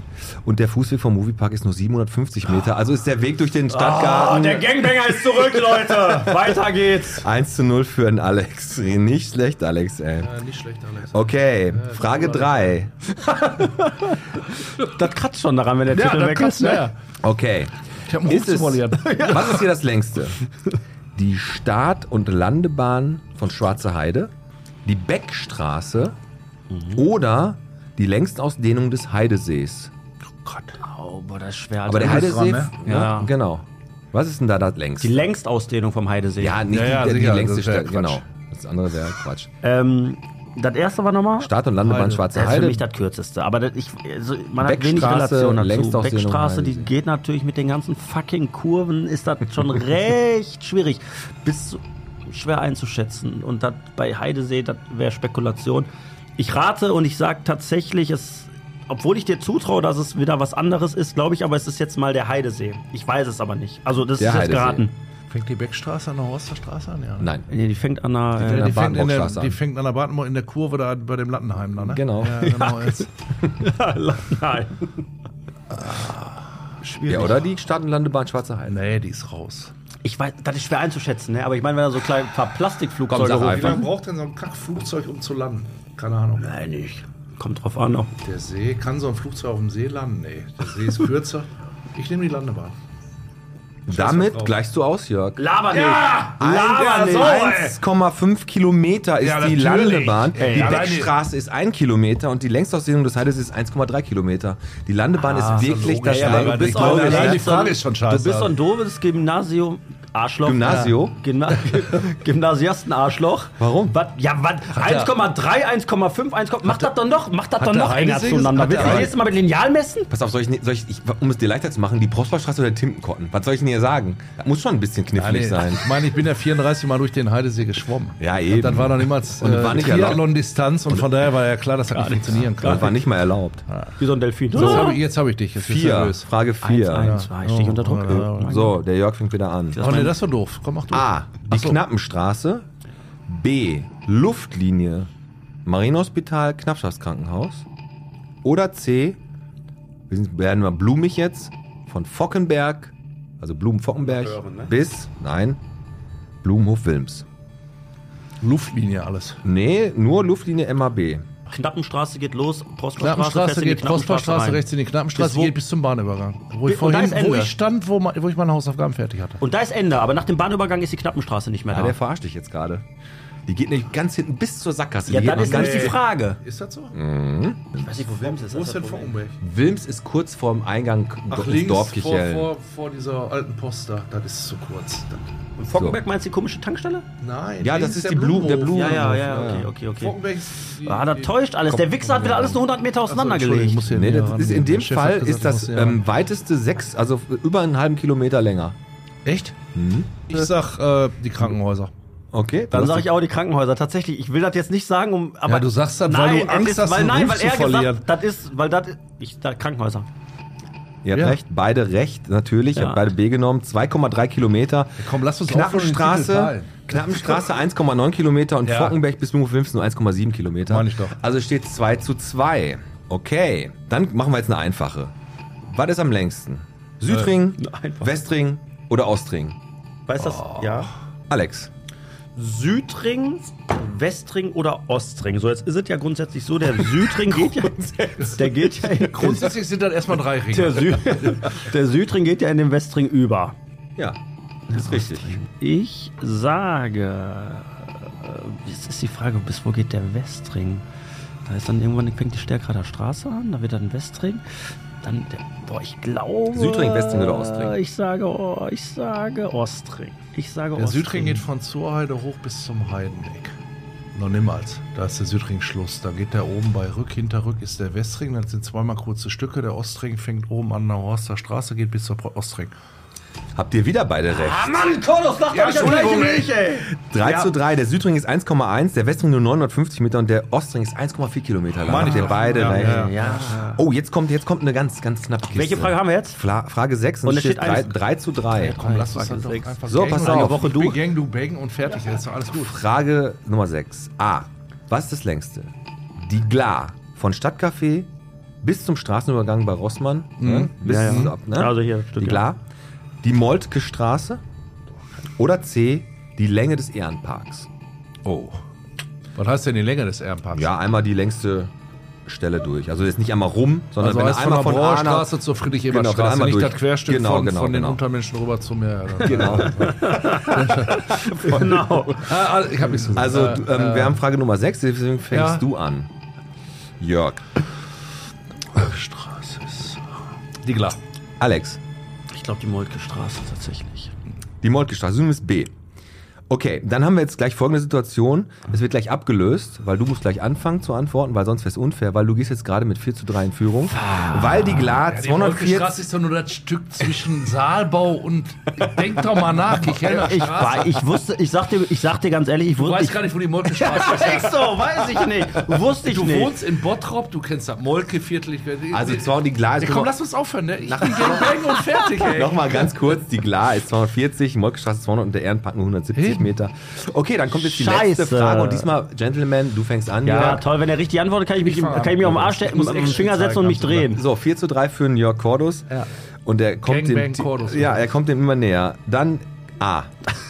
Speaker 1: Und der Fußweg vom Moviepark ist nur 750 Meter. Also ist der Weg durch den
Speaker 7: Oh,
Speaker 1: Stadtgarten.
Speaker 2: Gangbanger ist zurück, Leute. Weiter geht's.
Speaker 1: 1 zu 0 für den Alex. Nicht schlecht, Alex, ey.
Speaker 7: nicht schlecht, Alex.
Speaker 1: Okay, Frage 3.
Speaker 2: Das kratzt schon daran, wenn der
Speaker 7: Ja,
Speaker 2: Titel
Speaker 7: das
Speaker 2: weg
Speaker 7: kannst
Speaker 2: ist.
Speaker 7: du,
Speaker 2: Ne?
Speaker 7: ja.
Speaker 1: Okay.
Speaker 7: Ich habe einen
Speaker 1: Ist
Speaker 7: Hut
Speaker 1: es,
Speaker 7: zu verlieren.
Speaker 1: was ist hier das längste? Die Start- und Landebahn von Schwarze Heide, die Beckstraße
Speaker 7: Mhm.
Speaker 1: oder die Längstausdehnung des Heidesees.
Speaker 2: Oh, boah, das ist schwer.
Speaker 1: Aber der
Speaker 2: Alter.
Speaker 1: Heidesee,
Speaker 7: dran,
Speaker 1: ne?
Speaker 2: Ja.
Speaker 1: genau. Was ist denn da das
Speaker 2: Die
Speaker 1: längste?
Speaker 2: Längstausdehnung vom Heidesee.
Speaker 1: Ja, nicht
Speaker 7: Ja, ja,
Speaker 1: die, die, die
Speaker 7: sicher,
Speaker 1: längste
Speaker 7: das wär
Speaker 1: Stelle,
Speaker 7: Quatsch.
Speaker 1: genau. Das andere wäre Quatsch.
Speaker 2: Ähm, das erste war nochmal.
Speaker 1: Start- und Landebahn
Speaker 7: Heide.
Speaker 1: Schwarze
Speaker 2: Das ist für
Speaker 1: Heide.
Speaker 2: mich das kürzeste. Aber das, ich, also, man hat wenig
Speaker 1: Beckstraße,
Speaker 2: Relation dazu.
Speaker 1: Längstausdehnung
Speaker 2: Beckstraße, die
Speaker 1: Heidesee.
Speaker 2: geht natürlich mit den ganzen fucking Kurven, ist das schon recht schwierig. Bis zu- schwer einzuschätzen. Und das bei Heidesee, das wäre Spekulation. Ich rate und ich sage tatsächlich, es, obwohl ich dir zutraue, dass es wieder was anderes ist, glaube ich, aber es ist jetzt mal der Heidesee. Ich weiß es aber nicht. Also, das
Speaker 1: Der
Speaker 2: ist jetzt
Speaker 1: Heidesee.
Speaker 2: geraten.
Speaker 7: Fängt die Beckstraße an der Horsterstraße an? Ja.
Speaker 1: Nein.
Speaker 2: Nee, die fängt an äh, einer.
Speaker 1: der
Speaker 7: Ja, die, fängt in der,
Speaker 1: Badenburgstraße
Speaker 7: die
Speaker 1: an.
Speaker 7: fängt an der Badenburg in der Kurve da bei dem Lattenheim da, ne?
Speaker 1: Genau.
Speaker 7: Ja, genau jetzt.
Speaker 2: Nein.
Speaker 1: Ja, oder die Start- und Landebahn Schwarze Heide.
Speaker 7: Nee, die ist raus.
Speaker 2: Ich weiß, das ist schwer einzuschätzen, ne? aber ich meine, wenn da so klein ein paar
Speaker 1: Komm,
Speaker 2: Plastikflugzeuge
Speaker 1: sag
Speaker 2: hoch.
Speaker 1: einfach.
Speaker 7: braucht denn so ein Kackflugzeug, um zu landen? Keine Ahnung.
Speaker 2: Nein, nicht. Kommt drauf an. Auch.
Speaker 7: Der See, kann so ein Flugzeug auf dem See landen? Nee, der See ist kürzer. Ich nehme die Landebahn.
Speaker 1: Damit gleichst du aus, Jörg.
Speaker 2: Laber nicht!
Speaker 7: Ah,
Speaker 1: Ein-
Speaker 2: Laber nicht!
Speaker 1: 1,5 Kilometer ist
Speaker 7: Ja,
Speaker 1: die
Speaker 7: natürlich.
Speaker 1: Landebahn.
Speaker 7: Ey,
Speaker 1: die
Speaker 7: alleine-
Speaker 1: Beckstraße ist ein Kilometer und die Längstausdehnung des Heides ist 1,3 Kilometer. Die Landebahn
Speaker 7: Ah,
Speaker 1: ist wirklich das
Speaker 2: Ja, aber
Speaker 1: Lang-
Speaker 2: du bist
Speaker 7: Ich
Speaker 2: auch
Speaker 7: meine,
Speaker 2: ein
Speaker 7: allein die
Speaker 2: Scheißer.
Speaker 7: Frage ist schon scheiße.
Speaker 2: Du bist so ein doofes Gymnasium. Arschloch.
Speaker 1: Gymnasio?
Speaker 2: Ja. Gymna Gymnasiasten-Arschloch.
Speaker 1: Warum?
Speaker 2: Was, ja, was? 1,3, 1,5, 1, mach das doch noch, mach das doch
Speaker 7: der
Speaker 2: noch enger
Speaker 7: Heinesiges-
Speaker 2: zueinander.
Speaker 7: hat der
Speaker 2: Willst du das
Speaker 7: Hein-
Speaker 2: nächste Mal mit Lineal messen?
Speaker 1: Pass auf, soll ich, ne- soll ich, ich, um es dir leichter zu machen, die Prosperstraße oder Timtenkotten? Was soll ich denn hier sagen? Das muss schon ein bisschen knifflig
Speaker 7: Nee,
Speaker 1: sein.
Speaker 7: Ich meine, ich bin ja 34 Mal durch den Heidesee geschwommen.
Speaker 1: Ja, eben.
Speaker 7: Und dann war noch niemals
Speaker 1: Und war nicht erlaubt.
Speaker 7: Triathlon-Distanz und von daher war ja klar, dass das nicht funktionieren kann.
Speaker 1: Das war nicht mal erlaubt.
Speaker 2: Wie so ein Delfin.
Speaker 7: Jetzt habe ich, jetzt hab ich dich. Jetzt bist du
Speaker 1: Vier.
Speaker 7: nervös.
Speaker 1: Frage
Speaker 2: 4. 1,
Speaker 1: vier.
Speaker 2: 1, 2, ich stehe unter Druck.
Speaker 1: So, der Jörg fängt wieder an.
Speaker 7: Oh nee, das ist so doof. Komm, mach du.
Speaker 1: A. Ah, Die Knappenstraße. B. Luftlinie. Marienhospital, Knappschaftskrankenhaus. Oder C. Wir sind, werden mal blumig jetzt. Von Fockenberg, also Blumen-Fockenberg,
Speaker 7: ne?
Speaker 1: bis, nein, Blumenhof-Wilms.
Speaker 7: Luftlinie alles.
Speaker 1: Nee, nur Luftlinie MAB.
Speaker 2: Knappenstraße geht los, Prosperstraße
Speaker 7: Knappenstraße
Speaker 2: fährst in die
Speaker 7: geht, Prosperstraße
Speaker 2: rein.
Speaker 7: rechts in die
Speaker 2: Bis
Speaker 7: Knappenstraße,
Speaker 2: wo-
Speaker 7: geht bis zum Bahnübergang. Wo ich,
Speaker 2: Und da
Speaker 7: vorhin,
Speaker 2: ist
Speaker 7: wo
Speaker 2: Ende.
Speaker 7: ich stand, wo, ma- wo ich meine Hausaufgaben fertig hatte.
Speaker 2: Und da ist Ende, aber nach dem Bahnübergang ist die Knappenstraße nicht mehr
Speaker 1: Ja,
Speaker 2: da.
Speaker 1: der verarscht dich jetzt gerade. Die geht nämlich ganz hinten bis zur Sackgasse.
Speaker 2: Ja,
Speaker 1: die
Speaker 2: dann
Speaker 1: geht
Speaker 2: ist
Speaker 1: noch ganz
Speaker 2: nämlich die Frage.
Speaker 7: Ist das so?
Speaker 2: Ich weiß nicht, wo Wilms ist. das Problem.
Speaker 7: Fockenberg?
Speaker 1: Wilms ist kurz vorm Eingang
Speaker 7: Ach,
Speaker 1: ins
Speaker 7: links, vor,
Speaker 1: Dorf Kichellen.
Speaker 7: vor, vor dieser alten Post da. Das ist zu kurz. Das-
Speaker 2: Fockenberg meinst du die komische Tankstelle?
Speaker 7: Nein.
Speaker 1: Ja,
Speaker 7: links
Speaker 1: das ist die Blumen, der Blumen.
Speaker 2: Ja, ja, ja, okay, okay, okay.
Speaker 7: Fockenberg ist die-
Speaker 2: Ah, das täuscht alles. Der Wichser hat wieder alles nur 100 Meter
Speaker 7: Entschuldigung, ich
Speaker 2: auseinandergelegt.
Speaker 7: muss hier
Speaker 1: Nee,
Speaker 7: näher
Speaker 1: das ist
Speaker 7: rangehen.
Speaker 1: in dem
Speaker 7: Der Chef hat
Speaker 1: Fall
Speaker 7: gesagt,
Speaker 1: ist
Speaker 7: ich muss
Speaker 1: das
Speaker 7: näher
Speaker 1: ähm, weiteste sechs, also über einen halben Kilometer länger.
Speaker 7: Echt?
Speaker 1: Hm?
Speaker 7: Ich sag äh, die Krankenhäuser.
Speaker 1: Okay,
Speaker 2: Dann sage ich auch die Krankenhäuser. Tatsächlich, ich will das jetzt nicht sagen, um. Aber
Speaker 7: Ja, du sagst das, weil du
Speaker 2: es
Speaker 7: Angst
Speaker 2: ist,
Speaker 7: hast,
Speaker 2: weil,
Speaker 7: den
Speaker 2: nein,
Speaker 7: Ruf
Speaker 2: weil
Speaker 7: zu
Speaker 2: er
Speaker 7: verlieren.
Speaker 2: gesagt, das ist, weil das, ich, da, Krankenhäuser.
Speaker 1: Ihr habt
Speaker 7: Ja.
Speaker 1: recht, beide recht, natürlich. Ihr
Speaker 2: Ja.
Speaker 1: habt beide B genommen. 2,3 Kilometer.
Speaker 7: komm, lass uns aufhören,
Speaker 1: Knappenstraße,
Speaker 7: den Titel teilen.
Speaker 1: Knappenstraße 1,9 Kilometer und
Speaker 7: Ja.
Speaker 1: Fockenberg bis Blumenhof-Wilms nur 1,7 Kilometer.
Speaker 7: Meine ich doch.
Speaker 1: Also steht 2 zu 2. Okay, dann machen wir jetzt eine einfache. Was ist am längsten? Südring,
Speaker 7: Äh,
Speaker 2: einfach.
Speaker 1: Westring oder Ostring?
Speaker 2: Weißt du das?
Speaker 7: Oh.
Speaker 2: Ja.
Speaker 1: Alex.
Speaker 2: Südring, Westring oder Ostring. So, jetzt ist es ja grundsätzlich so, der Südring geht ja. Der geht ja in
Speaker 7: Grundsätzlich sind das erstmal drei
Speaker 2: Der, Sü
Speaker 7: Ringe.
Speaker 2: der Südring geht ja in den Westring über.
Speaker 1: Ja, ist richtig.
Speaker 2: Ich sage. äh, Jetzt ist die Frage, bis wo geht der Westring? Da ist dann irgendwann fängt die Stärkrader Straße an, da wird dann Westring. Dann, der, boah, ich glaube.
Speaker 1: Südring, Westring oder Ostring?
Speaker 2: Ich sage, oh, ich sage Ostring. Ich sage
Speaker 7: Der
Speaker 2: Ostring.
Speaker 7: Südring geht von Zurheide hoch bis zum Heidenweg. Noch niemals. Da ist der Südring Schluss. Da geht der oben bei Rück. Hinter Rück ist der Westring. Das sind zweimal kurze Stücke. Der Ostring fängt oben an der Horster Straße, geht bis zur Pro- Ostring.
Speaker 1: Habt ihr wieder beide recht?
Speaker 2: Ah, Mann, Kolos, sag
Speaker 7: Ja,
Speaker 2: doch nicht das gleiche
Speaker 7: Entschuldigung.
Speaker 2: nicht, ey!
Speaker 1: 3 zu 3, der Südring ist 1,1, der Westring nur 950 Meter und der Ostring ist 1,4 Kilometer lang. Habt ihr beide recht. Oh, jetzt kommt, jetzt kommt eine ganz, ganz knappe Kiste.
Speaker 2: Welche Frage haben wir jetzt?
Speaker 1: Fla Frage 6 und, es
Speaker 2: Und es
Speaker 1: steht
Speaker 2: steht
Speaker 1: 3,
Speaker 2: eins.
Speaker 1: zu 3.
Speaker 7: Komm, lass uns dann doch einfach
Speaker 1: So,
Speaker 7: gangen
Speaker 1: pass
Speaker 7: und eine
Speaker 1: auf.
Speaker 7: Woche
Speaker 1: Ich
Speaker 7: du.
Speaker 1: bin
Speaker 7: Gang, du Bang und fertig. Jetzt ist doch alles gut.
Speaker 1: Frage Nummer 6. A. Was ist das längste? Die Gla von Stadtcafé bis zum Straßenübergang bei Rossmann. Ne? Bis
Speaker 2: Mhm. Ja, ja.
Speaker 1: Ab, ne?
Speaker 2: Also hier,
Speaker 1: die
Speaker 2: Stuttgart.
Speaker 1: Gla. Die Moltke Straße. Oder C. Die Länge des Ehrenparks.
Speaker 7: Oh. Was heißt denn die Länge des Ehrenparks?
Speaker 1: Ja, einmal die längste Stelle durch. Also jetzt nicht einmal rum, sondern
Speaker 7: Also
Speaker 1: wenn
Speaker 7: heißt
Speaker 1: du einmal
Speaker 7: von
Speaker 1: von
Speaker 7: der
Speaker 1: A nach-
Speaker 7: Brauerstraße zur friedrich ebert
Speaker 1: Genau, wenn
Speaker 7: straße
Speaker 1: einmal
Speaker 7: nicht
Speaker 1: durch.
Speaker 7: das Querstück
Speaker 1: Genau,
Speaker 7: von,
Speaker 1: genau,
Speaker 7: von den
Speaker 1: genau.
Speaker 7: Untermenschen rüber zum Meer.
Speaker 1: Genau.
Speaker 2: Genau.
Speaker 7: Ah, ah, ich hab nichts gesagt.
Speaker 1: Also
Speaker 7: Äh,
Speaker 1: du, ähm, wir haben Frage Nummer 6, deswegen fängst
Speaker 7: Ja.
Speaker 1: du an. Jörg.
Speaker 7: Straße ist- äh, Die Glas.
Speaker 1: Alex.
Speaker 2: Ich glaube, die Moltke Straße tatsächlich.
Speaker 1: Die Moltke-Straße, Synonym ist B. Okay, dann haben wir jetzt gleich folgende Situation. Es wird gleich abgelöst, weil du musst gleich anfangen zu antworten, weil sonst wäre es unfair, weil du gehst jetzt gerade mit 4 zu 3 in Führung. Weil die Gla
Speaker 7: Die
Speaker 1: 240...
Speaker 7: Wolkenstraße ist doch nur das Stück zwischen Saalbau und. Denk doch mal nach, Kichelner
Speaker 2: Ich,
Speaker 7: Straße.
Speaker 2: war, ich wusste, ich sag dir, ich sag dir ganz ehrlich, ich
Speaker 7: Du
Speaker 2: wusste.
Speaker 7: weißt
Speaker 2: Ich,
Speaker 7: gar nicht, wo die Molkenstraße ist.
Speaker 2: echt so, weiß ich nicht. Wusste ich
Speaker 7: Du
Speaker 2: nicht.
Speaker 7: wohnst in Bottrop, du kennst das Molkeviertel. ich-
Speaker 1: Also zwei, die Gla
Speaker 7: Ey,
Speaker 1: ist...
Speaker 7: komm, lass uns aufhören, ne? Ich bin Gangbang und fertig, ey.
Speaker 1: Nochmal ganz kurz, die Gla ist 240, Molkestraße 200 und der Ehrenpark nur 170
Speaker 7: Eben.
Speaker 1: Meter. Okay, dann kommt jetzt die
Speaker 2: Scheiße.
Speaker 1: letzte Frage und diesmal, Gentleman, du fängst an.
Speaker 2: Ja,
Speaker 1: Jörg.
Speaker 2: toll, wenn er richtig antwortet, kann ich mich,
Speaker 7: Ich fang
Speaker 2: kann ich mich auf den Arsch
Speaker 7: Ich
Speaker 2: stellen,
Speaker 7: muss
Speaker 2: auf den
Speaker 7: Action
Speaker 2: Finger setzen und
Speaker 7: zeigen,
Speaker 2: mich
Speaker 7: hab ich
Speaker 2: drehen.
Speaker 1: So, 4 zu 3 für den Jörg Cordus.
Speaker 7: Ja.
Speaker 1: Und der kommt
Speaker 7: Gangbang
Speaker 1: dem,
Speaker 7: Cordus.
Speaker 1: Ja, er kommt dem immer näher. Dann A.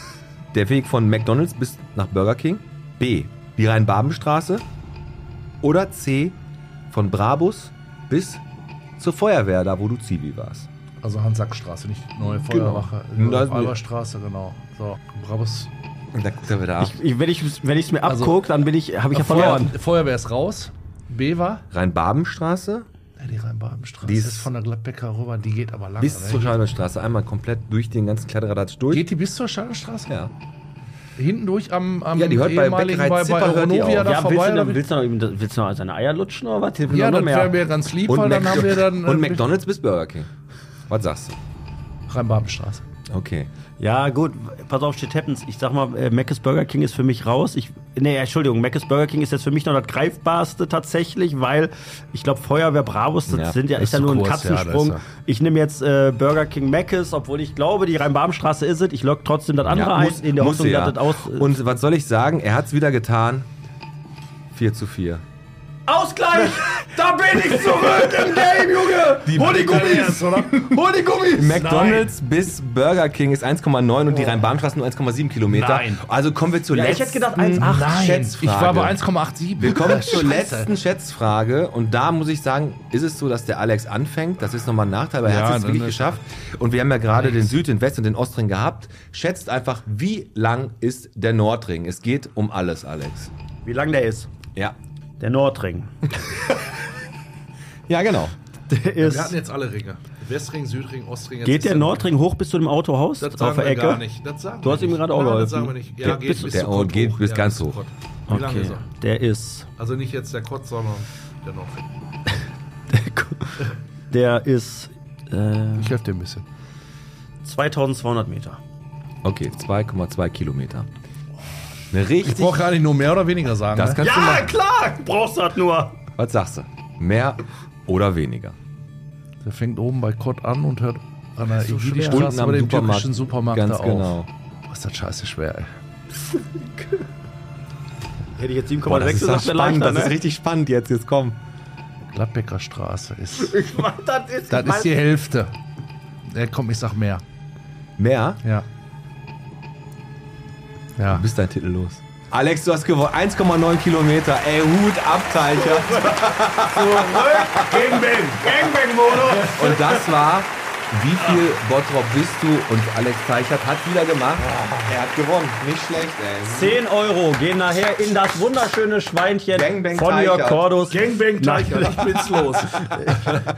Speaker 1: Der Weg von McDonalds bis nach Burger King. B. Die Rhein-Baben-Straße. Oder C. Von Brabus bis zur Feuerwehr, da wo du Zivi warst.
Speaker 7: Also Hans-Sack-Straße, nicht neue
Speaker 1: Genau.
Speaker 7: Feuerwache.
Speaker 1: Und da ist mir-
Speaker 7: Alberstraße, genau. So, Brabus.
Speaker 1: Da guckt er wieder ab.
Speaker 2: Ich, wenn ich es mir
Speaker 7: Also-
Speaker 2: abgucke, dann bin ich, habe ich ja verloren.
Speaker 7: Feuer, Feuerwehr ist raus. Beva.
Speaker 1: Rhein-Babenstraße
Speaker 7: Ja, die Rheinbabenstraße.
Speaker 1: Die
Speaker 7: Die
Speaker 1: ist-
Speaker 7: ist von der Gladbecker rüber, die geht aber lang.
Speaker 1: bis
Speaker 7: oder?
Speaker 1: zur Schalberstraße. Einmal komplett durch den ganzen Kladderadatsch durch.
Speaker 7: Geht die bis zur Schallerstraße?
Speaker 1: Ja.
Speaker 7: Hinten durch am, am
Speaker 1: Ja, die hört bei
Speaker 7: ehemaligen-
Speaker 1: Bäckerei
Speaker 7: bei, bei
Speaker 1: Zipper, hört die
Speaker 7: Ronovia
Speaker 1: auch.
Speaker 7: da
Speaker 2: Ja, willst
Speaker 7: vorbei.
Speaker 2: du,
Speaker 7: oder
Speaker 2: noch,
Speaker 7: wie?
Speaker 2: willst, du noch, ihm- willst du noch seine Eier lutschen oder was? Hier will
Speaker 7: ja,
Speaker 2: er noch
Speaker 7: das
Speaker 2: mehr.
Speaker 7: wäre mir ganz lieb, weil dann haben wir dann
Speaker 1: und
Speaker 7: äh,
Speaker 1: McDonalds bis Burger King. Was sagst du?
Speaker 7: Rheinbabenstraße.
Speaker 1: Okay.
Speaker 2: Ja, gut, pass auf, shit happens. Ich sag mal, äh, Mc's Burger King ist für mich raus. Ich, nee, Entschuldigung, Mc's Burger King ist jetzt für mich noch das greifbarste tatsächlich, weil ich glaube, Feuerwehr Bravos, das
Speaker 1: Ja,
Speaker 2: sind ja,
Speaker 7: das
Speaker 2: ist ja
Speaker 7: ist
Speaker 2: nur ein
Speaker 7: kurz, ja, da ist
Speaker 2: Katzensprung.
Speaker 7: er.
Speaker 2: ich nehme jetzt äh, Burger King Mc's, obwohl ich glaube, die Rhein-Baben-Straße ist es. Ich logge trotzdem das andere
Speaker 1: Ja,
Speaker 2: ein,
Speaker 1: muss-
Speaker 2: in der
Speaker 1: muss
Speaker 2: Hoffnung,
Speaker 1: sie ja.
Speaker 2: dass das aus.
Speaker 1: Und was soll ich sagen? Er hat es wieder getan. 4 zu 4.
Speaker 2: Ausgleich! da bin ich zurück im Game, Junge! Hol die Gummis! Hol die Gummis!
Speaker 1: McDonalds bis Burger King ist 1,9 und die Rhein-Baben-Straße nur 1,7 Kilometer.
Speaker 7: Nein.
Speaker 1: Also kommen wir zur
Speaker 2: Ja, ich
Speaker 1: letzten
Speaker 2: hätte gedacht 1,8.
Speaker 1: Nein. Schätzfrage.
Speaker 7: Ich war bei 1,87.
Speaker 1: Wir kommen zur
Speaker 7: Scheiße.
Speaker 1: letzten Schätzfrage und da muss ich sagen, ist es so, dass der Alex anfängt. Das ist nochmal ein Nachteil, weil er
Speaker 7: Ja,
Speaker 1: hat es
Speaker 7: dann
Speaker 1: wirklich
Speaker 7: ist-
Speaker 1: geschafft. Und wir haben ja gerade den Süd, den West und den Ostring gehabt. Schätzt einfach, wie lang ist der Nordring? Es geht um alles, Alex.
Speaker 2: Wie lang der ist?
Speaker 1: Ja.
Speaker 2: Der Nordring.
Speaker 1: Ja, genau.
Speaker 2: Der
Speaker 7: Wir
Speaker 2: ist.
Speaker 7: hatten jetzt alle Ringe. Westring, Südring, Ostring. jetzt
Speaker 2: Geht
Speaker 7: ist
Speaker 2: der Nordring hoch bis zu dem Autohaus?
Speaker 7: Das
Speaker 2: auf
Speaker 7: sagen
Speaker 2: der
Speaker 7: wir
Speaker 2: Ecke?
Speaker 7: gar nicht. Das sagen
Speaker 2: Du
Speaker 7: wir
Speaker 2: hast ihm
Speaker 7: nicht.
Speaker 2: gerade auch
Speaker 7: Nein,
Speaker 2: geholfen.
Speaker 7: Das sagen wir nicht.
Speaker 2: Der-
Speaker 7: Ja, geht
Speaker 2: bis-
Speaker 7: bis,
Speaker 1: der-
Speaker 7: zu
Speaker 1: oh,
Speaker 7: Kott
Speaker 1: geht
Speaker 7: hoch.
Speaker 1: bis
Speaker 7: Ja,
Speaker 1: ganz
Speaker 7: zu
Speaker 1: hoch.
Speaker 7: Kott. Wie lang
Speaker 2: Okay.
Speaker 7: ist er?
Speaker 2: Der ist.
Speaker 7: Also nicht jetzt der Kott, sondern der Nordring.
Speaker 2: Der ist. Äh,
Speaker 7: Ich helfe dir ein bisschen.
Speaker 2: 2200 Meter.
Speaker 1: Okay, 2,2 Kilometer. Eine richtig.
Speaker 7: Ich brauche gar nicht nur mehr oder weniger sagen.
Speaker 1: Das
Speaker 7: ne?
Speaker 1: kannst du machen.
Speaker 2: Ah, klar! Brauchst du das nur!
Speaker 1: Was sagst du? Mehr oder weniger?
Speaker 7: Der fängt oben bei Kott an und hört an der so
Speaker 1: Unten
Speaker 7: Straße
Speaker 1: am
Speaker 7: bei dem
Speaker 1: Supermarkt.
Speaker 7: türkischen Supermarkt
Speaker 1: Ganz
Speaker 7: da auf.
Speaker 1: genau.
Speaker 7: Was ist das scheiße schwer, ey.
Speaker 2: Hätte ich jetzt
Speaker 1: Boah, das
Speaker 2: 7,6
Speaker 1: ist, doch
Speaker 2: gesagt, wäre
Speaker 1: spannend.
Speaker 2: leichter,
Speaker 1: Das ist
Speaker 2: ne?
Speaker 1: richtig spannend jetzt. Jetzt komm.
Speaker 7: Gladbecker Straße ist.
Speaker 2: Das ist,
Speaker 7: Das ist
Speaker 2: hier.
Speaker 7: die Hälfte. Äh, komm, ich sag mehr.
Speaker 1: Mehr?
Speaker 7: Ja. Ja.
Speaker 1: Du bist dein Titel los. Alex, du hast gewonnen. 1,9 Kilometer. Ey, Hut ab, Teicher.
Speaker 2: Gangbang! Gangbang-Modus!
Speaker 1: Und das war, wie viel Bottrop bist du? Und Alex Teichert hat wieder gemacht. Er hat gewonnen. Nicht schlecht, ey.
Speaker 2: 10 Euro gehen nachher in das wunderschöne Schweinchen
Speaker 1: Gangbang
Speaker 2: von
Speaker 1: Teichert.
Speaker 2: Jörg Cordus.
Speaker 7: Gangbang Teichert,
Speaker 2: ich bin's los.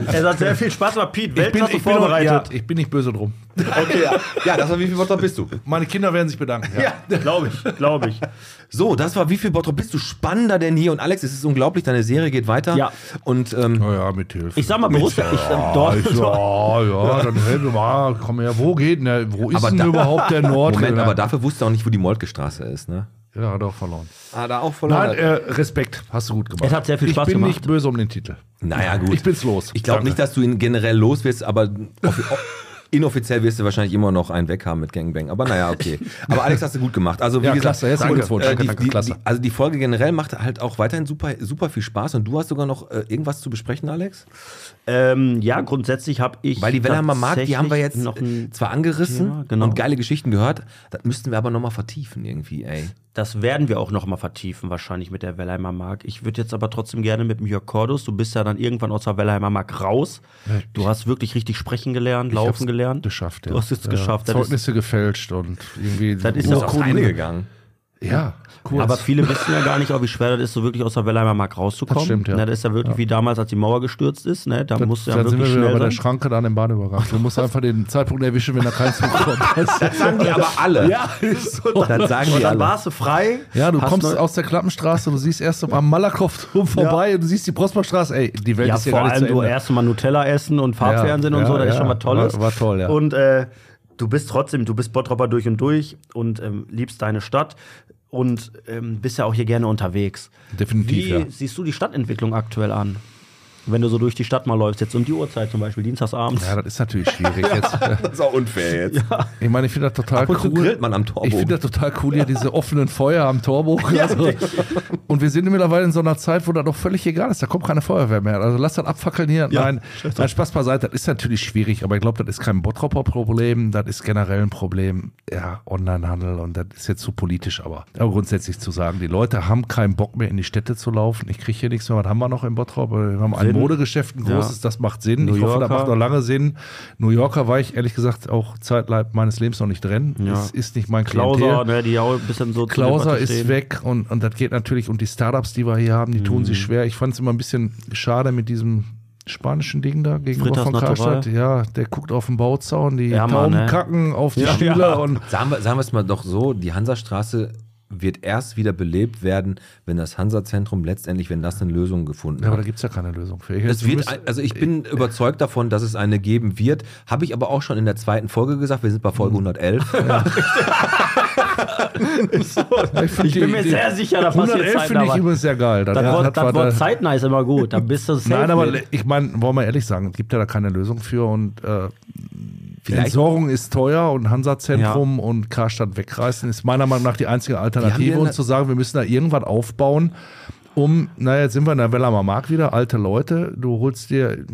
Speaker 2: es hat sehr viel Spaß gemacht, Pete.
Speaker 7: ich, bin,
Speaker 2: Weltklasse
Speaker 7: ich, bin, auch- ja,
Speaker 2: vorbereitet.
Speaker 7: ich bin nicht böse drum.
Speaker 1: Okay, ja. ja, das war, wie viel Bottrop bist du?
Speaker 7: Meine Kinder werden sich bedanken. Ja.
Speaker 2: Glaube ich, glaube ich.
Speaker 1: So, das war, wie viel Bottrop bist du? Spannender denn hier. Und Alex, es ist unglaublich, deine Serie geht weiter.
Speaker 2: Ja.
Speaker 1: Und ähm,
Speaker 7: Naja, mit Hilfe. Ah,
Speaker 2: Ich sag mal bewusst, ich ähm, dort.
Speaker 7: ja, also- ah, ja, dann helfen wir mal. Komm her, wo geht denn der, wo ist
Speaker 1: Aber
Speaker 7: denn
Speaker 1: da-
Speaker 7: überhaupt der Nordring?
Speaker 1: Moment, aber dafür wusste er auch nicht, wo die Moltke-Straße ist, ne?
Speaker 7: Ja, hat auch verloren.
Speaker 1: Ah, da auch verloren.
Speaker 7: Nein, äh, Respekt, hast du gut gemacht.
Speaker 2: Es hat sehr viel Spaß
Speaker 7: ich bin
Speaker 2: gemacht.
Speaker 7: nicht böse um den Titel.
Speaker 1: naja, gut.
Speaker 7: Ich bin's los.
Speaker 1: Ich glaube
Speaker 7: Danke.
Speaker 1: nicht, dass du ihn generell los wirst, aber offi- inoffiziell wirst du wahrscheinlich immer noch einen weg haben mit Gangbang. Aber naja, okay. Aber Alex hast du gut gemacht. Also wie
Speaker 7: Ja,
Speaker 1: gesagt,
Speaker 7: klasse. Herzlichen Glückwunsch.
Speaker 1: äh,
Speaker 7: Danke,
Speaker 1: die,
Speaker 7: danke,
Speaker 1: die,
Speaker 7: klasse.
Speaker 1: Die, also die Folge generell macht halt auch weiterhin super, super viel Spaß. Und du hast sogar noch äh, irgendwas zu besprechen, Alex?
Speaker 2: Ähm, ja, grundsätzlich habe ich.
Speaker 1: Weil die Wellheimer Markt, die haben wir jetzt äh,
Speaker 2: tatsächlich Noch ein,
Speaker 1: zwar angerissen
Speaker 2: Thema, genau.
Speaker 1: und geile Geschichten gehört, das müssten wir aber nochmal vertiefen irgendwie, ey.
Speaker 2: das werden wir auch noch mal vertiefen, wahrscheinlich mit der Wellheimer Mark. Ich würde jetzt aber trotzdem gerne mit dem Jörg Cordus, du bist ja dann irgendwann aus der Wellheimer Mark raus. Du hast wirklich richtig sprechen gelernt,
Speaker 7: Ich
Speaker 2: laufen
Speaker 7: hab's
Speaker 2: gelernt.
Speaker 7: Geschafft, ja.
Speaker 2: Du hast es
Speaker 7: ja.
Speaker 2: geschafft. Das ist,
Speaker 7: Zeugnisse gefälscht und irgendwie.
Speaker 2: Das ist
Speaker 1: Du bist
Speaker 2: auch
Speaker 1: aufs eine gegangen.
Speaker 7: Ja, kurz.
Speaker 2: aber viele wissen ja gar nicht, auch wie schwer das ist, so wirklich aus der Wellheimer Mark rauszukommen.
Speaker 7: Das stimmt, ja.
Speaker 2: Ne, das ist ja wirklich wie damals, als die Mauer gestürzt ist. Ne? Da
Speaker 7: Dann-
Speaker 2: musst du ja
Speaker 7: dann sind
Speaker 2: wirklich
Speaker 7: wir wieder
Speaker 2: schnell
Speaker 7: bei der
Speaker 2: sein.
Speaker 7: Schranke da an dem Bahnübergang. Du musst einfach den Zeitpunkt erwischen, wenn da kein Zug kommt.
Speaker 1: Das sagen die aber alle. Ja, das sagen
Speaker 2: Und
Speaker 1: die
Speaker 2: dann
Speaker 1: alle.
Speaker 2: warst du frei.
Speaker 7: Ja, du
Speaker 2: hast
Speaker 7: kommst
Speaker 2: neu-
Speaker 7: aus der Klappenstraße, du siehst erst am Malakow-Turm vorbei und du siehst die Prosperstraße. Ey, die Welt
Speaker 2: Ja,
Speaker 7: ist ja
Speaker 2: vor
Speaker 7: gar nicht
Speaker 2: allem
Speaker 7: zu
Speaker 2: du
Speaker 7: Ende.
Speaker 2: erst mal Nutella essen und Farbfernsehen
Speaker 7: Ja,
Speaker 2: und so,
Speaker 7: ja,
Speaker 2: das ist
Speaker 7: ja.
Speaker 2: schon was Tolles.
Speaker 7: War- war toll, ja.
Speaker 2: Und äh, du bist trotzdem, du bist Bottropper durch und durch und ähm, liebst deine Stadt und ähm, bist ja auch hier gerne unterwegs.
Speaker 7: Definitiv,
Speaker 2: Wie
Speaker 7: ja.
Speaker 2: siehst du die Stadtentwicklung aktuell an? Wenn du so durch die Stadt mal läufst, jetzt um die Uhrzeit zum Beispiel, Dienstagsabends.
Speaker 7: Ja, das ist natürlich schwierig jetzt.
Speaker 1: Das ist auch unfair jetzt.
Speaker 7: Ich meine, ich finde das total
Speaker 1: Ab und zu
Speaker 7: cool.
Speaker 1: grillt man am Torbogen.
Speaker 7: Ich finde das total cool hier, diese offenen Feuer am Torbogen. Also, und wir sind mittlerweile in so einer Zeit, wo das doch völlig egal ist. Da kommt keine Feuerwehr mehr. Also lass das abfackeln hier. nein, nein, Spaß beiseite. Das ist natürlich schwierig, aber ich glaube, das ist kein Bottropper Problem. Das ist generell ein Problem. Ja, Onlinehandel und das ist jetzt zu politisch, aber, aber grundsätzlich zu sagen, die Leute haben keinen Bock mehr in die Städte zu laufen. Ich kriege hier nichts mehr. Was haben wir noch im Bottrop? Wir haben einen Modegeschäften groß
Speaker 2: Ja.
Speaker 7: ist, das macht Sinn.
Speaker 2: New
Speaker 7: ich hoffe, das
Speaker 2: Yorker.
Speaker 7: macht noch lange Sinn. New Yorker war ich ehrlich gesagt auch zeitleib meines Lebens noch nicht drin.
Speaker 2: Ja.
Speaker 7: Das ist nicht mein Klientel.
Speaker 2: Klauser, ne, die auch ein bisschen so zur
Speaker 7: Klauser
Speaker 2: Debatte
Speaker 7: ist
Speaker 2: stehen.
Speaker 7: weg und, und das geht natürlich. Und die Startups, die wir hier haben, die tun
Speaker 2: Mhm.
Speaker 7: sich schwer. Ich fand es immer ein bisschen schade mit diesem spanischen Ding da gegenüber
Speaker 2: Fritas
Speaker 7: von Karstadt.
Speaker 2: Natural.
Speaker 7: Ja, der guckt auf den Bauzaun, die
Speaker 2: Ja, Mann,
Speaker 7: Tauben
Speaker 2: ne?
Speaker 7: kacken auf die
Speaker 2: Ja.
Speaker 7: Stühle
Speaker 2: Ja.
Speaker 7: und
Speaker 1: Sagen wir, sagen wir es mal doch so, die Hansastraße wird erst wieder belebt werden, wenn das Hansa-Zentrum letztendlich, wenn das eine Lösung gefunden
Speaker 7: Ja, aber da
Speaker 1: hat.
Speaker 7: gibt es ja keine Lösung für. Ich-
Speaker 1: Es
Speaker 7: du
Speaker 1: wird,
Speaker 7: müsst-
Speaker 1: ein- also ich bin
Speaker 7: Äh,
Speaker 1: überzeugt davon, dass es eine geben wird. Habe ich aber auch schon in der zweiten Folge gesagt. Wir sind bei
Speaker 7: Mhm.
Speaker 1: Folge 111.
Speaker 2: Ich bin mir sehr sicher, da passiert
Speaker 7: 111
Speaker 2: zeitnah
Speaker 7: finde ich
Speaker 2: was.
Speaker 7: übrigens sehr geil.
Speaker 2: Das
Speaker 7: Ja,
Speaker 2: Wort,
Speaker 7: das war
Speaker 2: das Wort
Speaker 7: da-
Speaker 2: zeitnah ist immer gut. Da bist du safe
Speaker 7: Nein, aber
Speaker 2: mit.
Speaker 7: ich meine, wollen wir ehrlich sagen, es gibt ja da keine Lösung für und äh,
Speaker 1: Vielleicht-
Speaker 7: Entsorgung ist teuer und Hansa-Zentrum und Karstadt wegreißen ist meiner Meinung nach die einzige
Speaker 1: Die haben
Speaker 7: Alternative
Speaker 1: ja
Speaker 7: und
Speaker 1: ne-
Speaker 7: zu sagen, wir müssen da irgendwas aufbauen, um, naja, jetzt sind wir in der Wellamer Mark wieder, alte Leute, du holst dir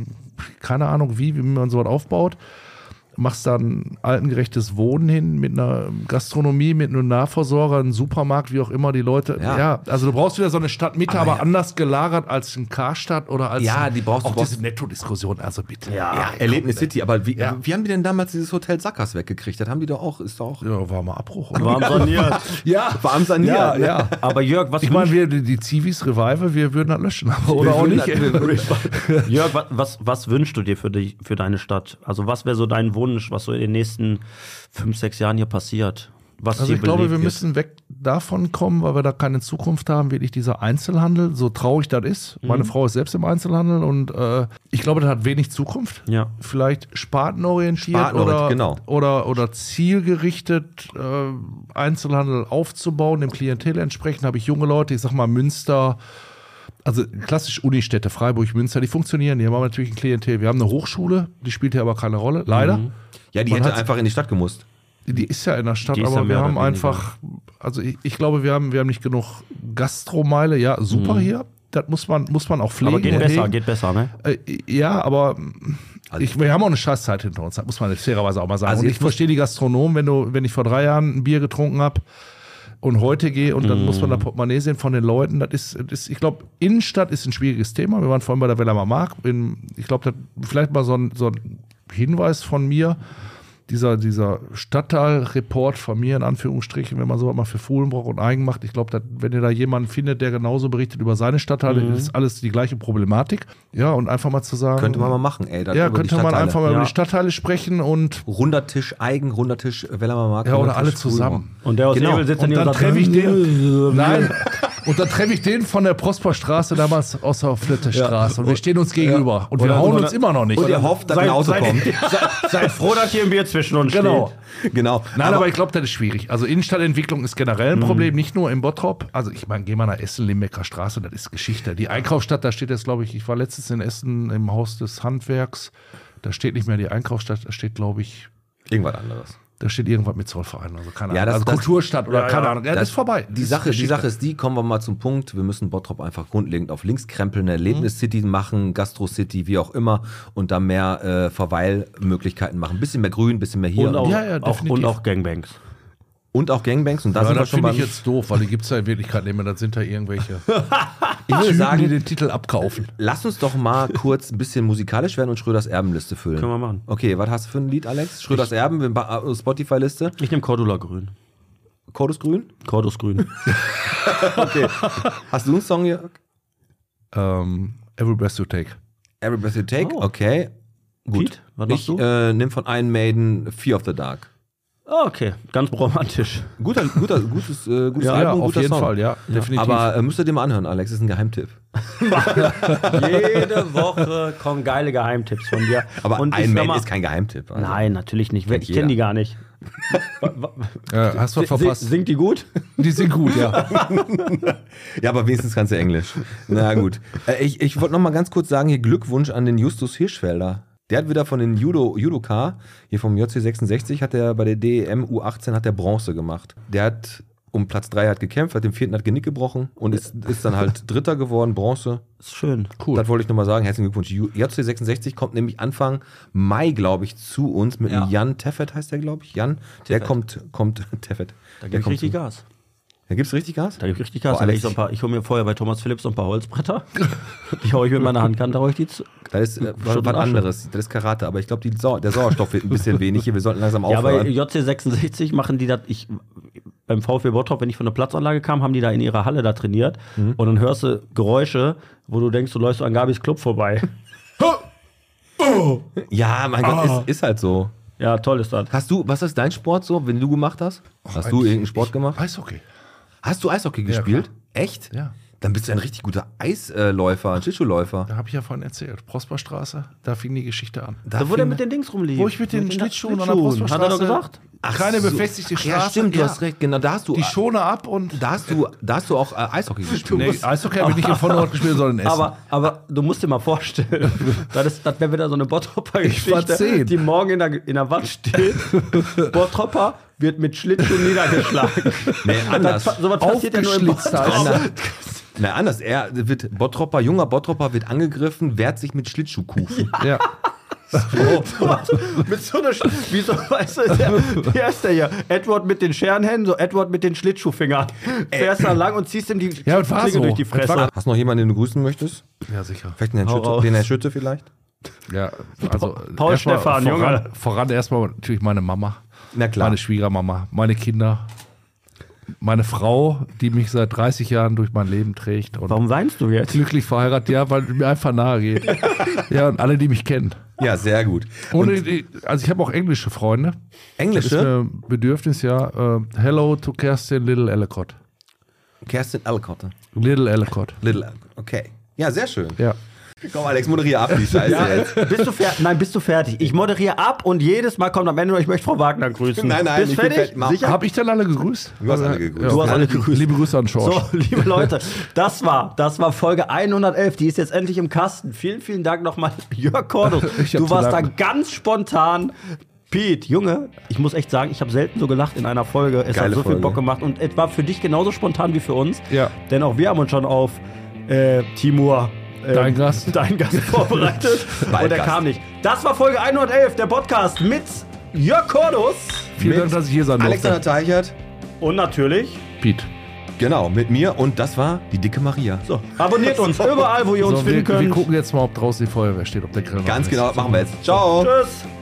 Speaker 7: keine Ahnung wie, wie man sowas aufbaut, machst da ein altengerechtes Wohnen hin mit einer Gastronomie, mit einem Nahversorger, einem Supermarkt, wie auch immer die Leute. Ja,
Speaker 1: Ja.
Speaker 7: also du brauchst wieder so eine Stadtmitte, aber,
Speaker 1: ja.
Speaker 7: anders gelagert als ein Karstadt oder als
Speaker 1: Ja, die brauchst-
Speaker 7: auch
Speaker 1: du brauchst-
Speaker 7: diese Netto-Diskussion, also bitte.
Speaker 1: Ja, Erlebnis City. Aber wie,
Speaker 7: Ja.
Speaker 1: wie haben die denn damals dieses Hotel Sackers weggekriegt? Das haben die doch auch, ist doch auch.
Speaker 7: Ja, war mal Abbruch.
Speaker 2: War am Saniert.
Speaker 1: Ja, war am Sanieren.
Speaker 7: Ja,
Speaker 1: ne?
Speaker 7: ja.
Speaker 2: Aber Jörg, was
Speaker 7: Ich meine, wir, die, die Civis Revival, wir würden das löschen, aber- oder
Speaker 1: Wir
Speaker 7: auch
Speaker 1: würden
Speaker 7: nicht.
Speaker 1: das-
Speaker 2: Jörg, was, was, was wünschst du dir für, die, für deine Stadt? Also, was wäre so dein Wunsch, was so in den nächsten fünf, sechs Jahren hier passiert? Was
Speaker 7: Also
Speaker 2: hier
Speaker 7: ich glaube,
Speaker 2: belebt
Speaker 7: wir
Speaker 2: wird?
Speaker 7: müssen weg davon kommen, weil wir da keine Zukunft haben, wirklich dieser Einzelhandel, so traurig das ist. Meine Frau ist selbst im Einzelhandel und äh, ich glaube, das hat wenig Zukunft.
Speaker 2: Ja.
Speaker 7: Vielleicht spartenorientiert
Speaker 1: Spartenorientiert,
Speaker 7: oder,
Speaker 1: genau.
Speaker 7: oder, oder zielgerichtet äh, Einzelhandel aufzubauen, dem Klientel entsprechend habe ich junge Leute, ich sag mal Münster, also klassisch Unistädte, Freiburg, Münster, die funktionieren, die haben aber natürlich ein Klientel. Wir haben eine Hochschule, die spielt hier aber keine Rolle, leider.
Speaker 2: Mhm.
Speaker 1: ja, die
Speaker 7: Man
Speaker 1: hätte
Speaker 7: hat's-
Speaker 1: einfach in die Stadt gemusst.
Speaker 7: Die ist ja in der Stadt,
Speaker 2: Die ist ja
Speaker 7: aber wir
Speaker 2: mehr oder
Speaker 7: haben
Speaker 2: weniger.
Speaker 7: einfach, also ich, ich glaube, wir haben, wir haben nicht genug Gastromeile. Ja, super hier. Das muss man, muss man auch pflegen.
Speaker 2: Mhm. Aber geht
Speaker 7: und
Speaker 2: besser,
Speaker 7: hegen.
Speaker 2: geht besser, ne?
Speaker 7: Äh, ja, aber mm, ich, wir haben auch eine Scheißzeit hinter uns, das muss man jetzt fairerweise auch mal sagen.
Speaker 1: Also
Speaker 7: und
Speaker 1: jetzt
Speaker 7: ich
Speaker 1: muss-
Speaker 7: verstehe die Gastronomen, wenn du, wenn ich vor drei Jahren ein Bier getrunken habe und heute gehe und dann muss
Speaker 1: Mm.
Speaker 7: man da Portemonnaie sehen von den Leuten, das ist, das ist ich glaube, Innenstadt ist ein schwieriges Thema. Wir waren vorhin bei der Wellamer Mark. In, ich glaube, das- vielleicht mal so ein, so ein Hinweis von mir. Dieser, dieser Stadtteil-Report von mir, in Anführungsstrichen, wenn man sowas mal für Fohlen braucht und eigen macht, ich glaube, dass, wenn ihr da jemanden findet, der genauso berichtet über seine Stadtteile,
Speaker 1: Mhm.
Speaker 7: ist alles die gleiche Problematik. Ja, und einfach mal zu sagen.
Speaker 1: Könnte man mal machen, ey. das
Speaker 7: Ja,
Speaker 1: über die
Speaker 7: könnte man
Speaker 1: Stadtteile.
Speaker 7: einfach mal
Speaker 2: Ja.
Speaker 7: über die Stadtteile sprechen und
Speaker 1: Runder Tisch Eigen, runder Tisch äh, Wellermer Markt.
Speaker 7: ja, oder
Speaker 1: runder
Speaker 7: alle
Speaker 1: Tisch Grün.
Speaker 7: zusammen.
Speaker 2: Und der aus
Speaker 1: Genau.
Speaker 2: Ebel sitzt dann
Speaker 7: Und
Speaker 2: hier
Speaker 7: dann
Speaker 2: und sagt,
Speaker 7: treffe ich den.
Speaker 2: Nein.
Speaker 7: Nein. Und dann treffe ich den von der Prosperstraße damals aus der Flittestraße. Und wir stehen uns gegenüber. Und wir
Speaker 2: Oder-
Speaker 7: hauen
Speaker 2: oder-
Speaker 7: uns immer noch nicht. Genau.
Speaker 1: Und ihr hofft, dass
Speaker 2: Seid-
Speaker 1: ein Auto
Speaker 2: seid-
Speaker 1: kommt.
Speaker 2: Seid froh, dass hier ein Bier zwischen uns
Speaker 7: Genau.
Speaker 2: steht.
Speaker 1: genau.
Speaker 7: Nein, aber, ich glaube, das ist schwierig. Also Innenstadtentwicklung ist generell ein
Speaker 1: Mhm.
Speaker 7: Problem, nicht nur in Bottrop. Also ich meine, geh mal nach Essen, Limbecker Straße, das ist Geschichte. Die Einkaufsstadt, da steht jetzt, glaube ich, ich war letztens in Essen im Haus des Handwerks. Da steht nicht mehr die Einkaufsstadt, da steht, glaube ich,
Speaker 1: irgendwas anderes.
Speaker 7: da steht irgendwas mit Zollverein. Also keine Ahnung.
Speaker 1: Ja, das-
Speaker 7: also
Speaker 1: das-
Speaker 7: Kulturstadt oder keine Ahnung. Ja, das,
Speaker 1: Das-
Speaker 7: ist vorbei. Das
Speaker 1: Die
Speaker 7: ist
Speaker 1: Sache, die
Speaker 7: Geschichte.
Speaker 1: Sache ist die, kommen wir mal zum Punkt. Wir müssen Bottrop einfach grundlegend auf links krempeln, eine
Speaker 7: Mhm.
Speaker 1: Erlebnis-City machen, Gastro-City, wie auch immer, und da mehr äh, Verweilmöglichkeiten machen. bisschen mehr Grün, bisschen mehr hier.
Speaker 2: Und auch,
Speaker 7: Ja, ja,
Speaker 2: auch, und
Speaker 7: definitiv.
Speaker 2: auch Gangbangs.
Speaker 1: und auch Gangbangs. Und da
Speaker 7: Ja,
Speaker 1: sind wir
Speaker 7: das
Speaker 1: schon
Speaker 7: Also finde
Speaker 1: mal.
Speaker 7: ich jetzt doof, weil die gibt es ja in Wirklichkeit nicht mehr. Das sind da irgendwelche
Speaker 1: ich würde
Speaker 7: die
Speaker 1: sagen,
Speaker 7: den Titel abkaufen.
Speaker 1: lass uns doch mal kurz ein bisschen musikalisch werden und Schröders Erbenliste füllen.
Speaker 2: Können wir machen.
Speaker 1: Okay, was hast du für ein Lied, Alex? Schröders Erben, wir- äh, Spotify-Liste.
Speaker 2: Ich nehme Cordula Grün.
Speaker 1: Cordus Grün.
Speaker 2: Cordus Grün.
Speaker 1: Okay. hast du einen Song hier?
Speaker 7: Ähm, Every Breath You Take.
Speaker 1: Every Breath You Take.
Speaker 2: Oh.
Speaker 1: Okay. Gut.
Speaker 2: Pete, was machst
Speaker 1: ich
Speaker 2: du?
Speaker 1: äh, nimm von Iron Maiden Fear of the Dark.
Speaker 2: Ah, okay, ganz romantisch.
Speaker 1: Guter, guter, gutes, äh, gutes
Speaker 7: Ja,
Speaker 1: Album,
Speaker 7: auf
Speaker 1: guter
Speaker 7: jeden
Speaker 1: Song.
Speaker 7: Fall, ja, definitiv.
Speaker 1: Aber äh, müsst ihr dir mal anhören, Alex, ist ein Geheimtipp.
Speaker 2: Jede Woche kommen geile Geheimtipps von dir.
Speaker 1: Aber
Speaker 2: Und ich
Speaker 1: Iron
Speaker 2: sag
Speaker 1: Man
Speaker 2: mal-
Speaker 1: ist kein Geheimtipp. also.
Speaker 2: Nein, natürlich nicht. Ich
Speaker 1: jeder.
Speaker 2: kenne die gar nicht.
Speaker 7: Äh, hast du was verpasst?
Speaker 2: Singt die gut?
Speaker 7: Die sind gut, ja.
Speaker 1: Ja, aber wenigstens kannst du Englisch. Na gut. Äh, ich ich wollte noch mal ganz kurz sagen, hier Glückwunsch an den Justus Hirschfelder. Der hat wieder von den Judo, Judoka, hier vom JC66, hat er bei der DEM U18 hat der Bronze gemacht. Der hat um Platz 3 hat gekämpft, hat den vierten hat Genick gebrochen und ist, ist dann halt Dritter geworden, Bronze.
Speaker 2: Ist schön.
Speaker 7: Cool.
Speaker 1: Das wollte ich nochmal sagen. Herzlichen Glückwunsch. Ju- JC66 kommt nämlich Anfang Mai, glaube ich, zu uns mit einem Jan Teffet, heißt der, glaube ich. Jan, der kommt, kommt, Teffet.
Speaker 2: Da
Speaker 1: Der
Speaker 2: gebe ich
Speaker 1: kommt
Speaker 2: richtig
Speaker 1: zu-
Speaker 2: Gas.
Speaker 1: Da gibst du richtig Gas?
Speaker 2: Da gebe ich richtig Gas.
Speaker 1: Boah,
Speaker 2: Da leg ich
Speaker 1: Alex.
Speaker 2: so ein paar- ich hole mir vorher bei Thomas Phillips so ein paar Holzbretter. die haue ich mit meiner Handkante, haue ich die zu.
Speaker 1: Das ist äh, was
Speaker 2: Schon
Speaker 1: was
Speaker 2: Asche.
Speaker 1: anderes. Das ist Karate, aber ich glaube, die Sau- der Sauerstoff wird ein bisschen wenig hier. Wir sollten langsam
Speaker 2: Ja, bei
Speaker 1: aufhören.
Speaker 2: JC66 machen die das. Ich, beim VfB Bottrop, wenn ich von der Platzanlage kam, haben die da in ihrer Halle da trainiert. Und dann hörst du Geräusche, wo du denkst, du läufst an Gabis Club vorbei.
Speaker 1: Ja, mein Gott, ist, ist halt so.
Speaker 2: ja, toll ist das.
Speaker 1: Hast du, was ist dein Sport so, wenn du gemacht hast? Hast du
Speaker 7: Ich-
Speaker 1: irgendeinen Sport
Speaker 7: ich-
Speaker 1: gemacht?
Speaker 7: Eishockey.
Speaker 1: Hast du Eishockey
Speaker 7: Ja,
Speaker 1: gespielt? Echt?
Speaker 7: Ja.
Speaker 1: Dann bist du ein richtig guter Eisläufer, ein Schlittschuhläufer.
Speaker 7: Da habe ich ja vorhin erzählt. Prosperstraße, da fing die Geschichte an.
Speaker 2: Da wo
Speaker 1: fing-
Speaker 2: der mit den Dings rumliegt.
Speaker 7: Wo ich mit den Schlittschuhen an der Prosperstraße.
Speaker 2: Hat er doch gesagt.
Speaker 1: Ach
Speaker 7: keine
Speaker 1: so.
Speaker 7: befestigte
Speaker 1: Ach
Speaker 7: Straße.
Speaker 1: Ja, stimmt, du
Speaker 7: ja.
Speaker 1: hast recht. Genau, da hast du,
Speaker 7: Die schone ab und.
Speaker 1: da hast du, da hast du auch äh, Eishockey gespielt.
Speaker 7: nee, Eishockey habe ich nicht in Vorderort gespielt, sondern in Essen.
Speaker 2: Aber, aber du musst dir mal vorstellen, das, ist- das wäre wieder so eine
Speaker 7: war
Speaker 2: Bottropper-Geschichte,
Speaker 7: zehn.
Speaker 2: die morgen in der, in der Watt steht. Bottropper wird mit Schlittschuh niedergeschlagen.
Speaker 1: Nee, anders.
Speaker 2: Das, sowas passiert ja nur im
Speaker 7: Aufgeschlitzt
Speaker 2: Bottrop.
Speaker 7: Alter.
Speaker 1: Ander- Na, anders. Er wird Bottropper, junger Bottropper wird angegriffen, wehrt sich mit Schlittschuhkufen.
Speaker 7: Ja.
Speaker 2: mit so einer Sch Wieso, weißt du, der, wie heißt der hier? Edward mit den Scherenhänden, so Edward mit den Schlittschuhfingern. Fährst da lang und ziehst ihm die
Speaker 7: Ja, das war
Speaker 2: Klinge
Speaker 7: so.
Speaker 2: durch die
Speaker 7: Das war-
Speaker 2: Fresse.
Speaker 1: Hast du noch jemanden, den du grüßen möchtest?
Speaker 7: ja, sicher.
Speaker 1: Vielleicht den Herrn
Speaker 2: Hau
Speaker 1: Schütze,
Speaker 2: raus.
Speaker 1: den Herrn Schütze vielleicht?
Speaker 7: Ja, also
Speaker 2: Paul
Speaker 7: erstmal
Speaker 2: Stephan,
Speaker 7: voran,
Speaker 2: Junge.
Speaker 7: Voran erstmal natürlich meine Mama,
Speaker 1: Na klar.
Speaker 7: meine Schwiegermama, meine Kinder, meine Frau, die mich seit 30 Jahren durch mein Leben trägt und
Speaker 2: Warum weinst du jetzt?
Speaker 7: glücklich verheiratet, ja, weil mir einfach nahe geht. ja, und alle, die mich kennen.
Speaker 1: Ja, sehr gut.
Speaker 7: Und ich- ich- also ich habe auch englische Freunde. Das ist
Speaker 1: Englische?
Speaker 7: mir ein Bedürfnis, ja. Äh, hello to Kerstin Little Ellicott.
Speaker 1: Kerstin Alcotte.
Speaker 7: Little Ellicott.
Speaker 1: Little Alcott. Okay. Ja, sehr schön.
Speaker 7: Ja.
Speaker 1: Komm, Alex, moderier ab die Scheiße jetzt.
Speaker 2: Bist du fertig? Nein, bist du fertig? Ich moderiere ab und jedes Mal kommt am Ende, nur, ich möchte Frau Wagner grüßen.
Speaker 1: Nein, nein,
Speaker 2: Bist
Speaker 1: ich bin
Speaker 2: fertig?
Speaker 1: fertig. Mach-
Speaker 2: Sicher?
Speaker 7: Habe ich dann alle gegrüßt?
Speaker 1: Du hast alle gegrüßt.
Speaker 7: Du hast alle gegrüßt. Liebe Grüße an Schorsch.
Speaker 2: So, liebe Leute, das war, das war Folge 111. Die ist jetzt endlich im Kasten. Vielen, vielen Dank nochmal, Jörg Cordus.
Speaker 7: Ich hab
Speaker 2: Du
Speaker 7: zu
Speaker 2: warst da
Speaker 7: danken.
Speaker 2: ganz spontan. Pete, Junge, ich muss echt sagen, ich habe selten so gelacht in einer Folge. Es
Speaker 1: Geile
Speaker 2: hat so
Speaker 1: Folge.
Speaker 2: viel Bock gemacht und es war für dich genauso spontan wie für uns.
Speaker 7: Ja.
Speaker 2: Denn auch wir haben uns schon auf äh, Timur. ähm,
Speaker 7: Dein Gast.
Speaker 2: Dein Gast vorbereitet.
Speaker 1: Mein
Speaker 2: und er
Speaker 1: Gast.
Speaker 2: kam nicht. Das war Folge 111, der Podcast mit Jörg Cordus.
Speaker 7: Vielen Dank, dass ich hier sein
Speaker 1: Alexander
Speaker 7: durfte.
Speaker 1: Teichert.
Speaker 2: Und natürlich
Speaker 7: Piet.
Speaker 1: Genau, mit mir. Und das war die dicke Maria.
Speaker 2: so, abonniert uns überall, wo ihr uns
Speaker 7: So,
Speaker 2: finden
Speaker 7: wir, wir
Speaker 2: könnt.
Speaker 7: gucken jetzt mal, ob draußen die Feuerwehr steht, ob der Grill noch
Speaker 1: Ganz
Speaker 7: ist.
Speaker 1: genau, das machen wir jetzt. Ciao.
Speaker 2: Tschüss.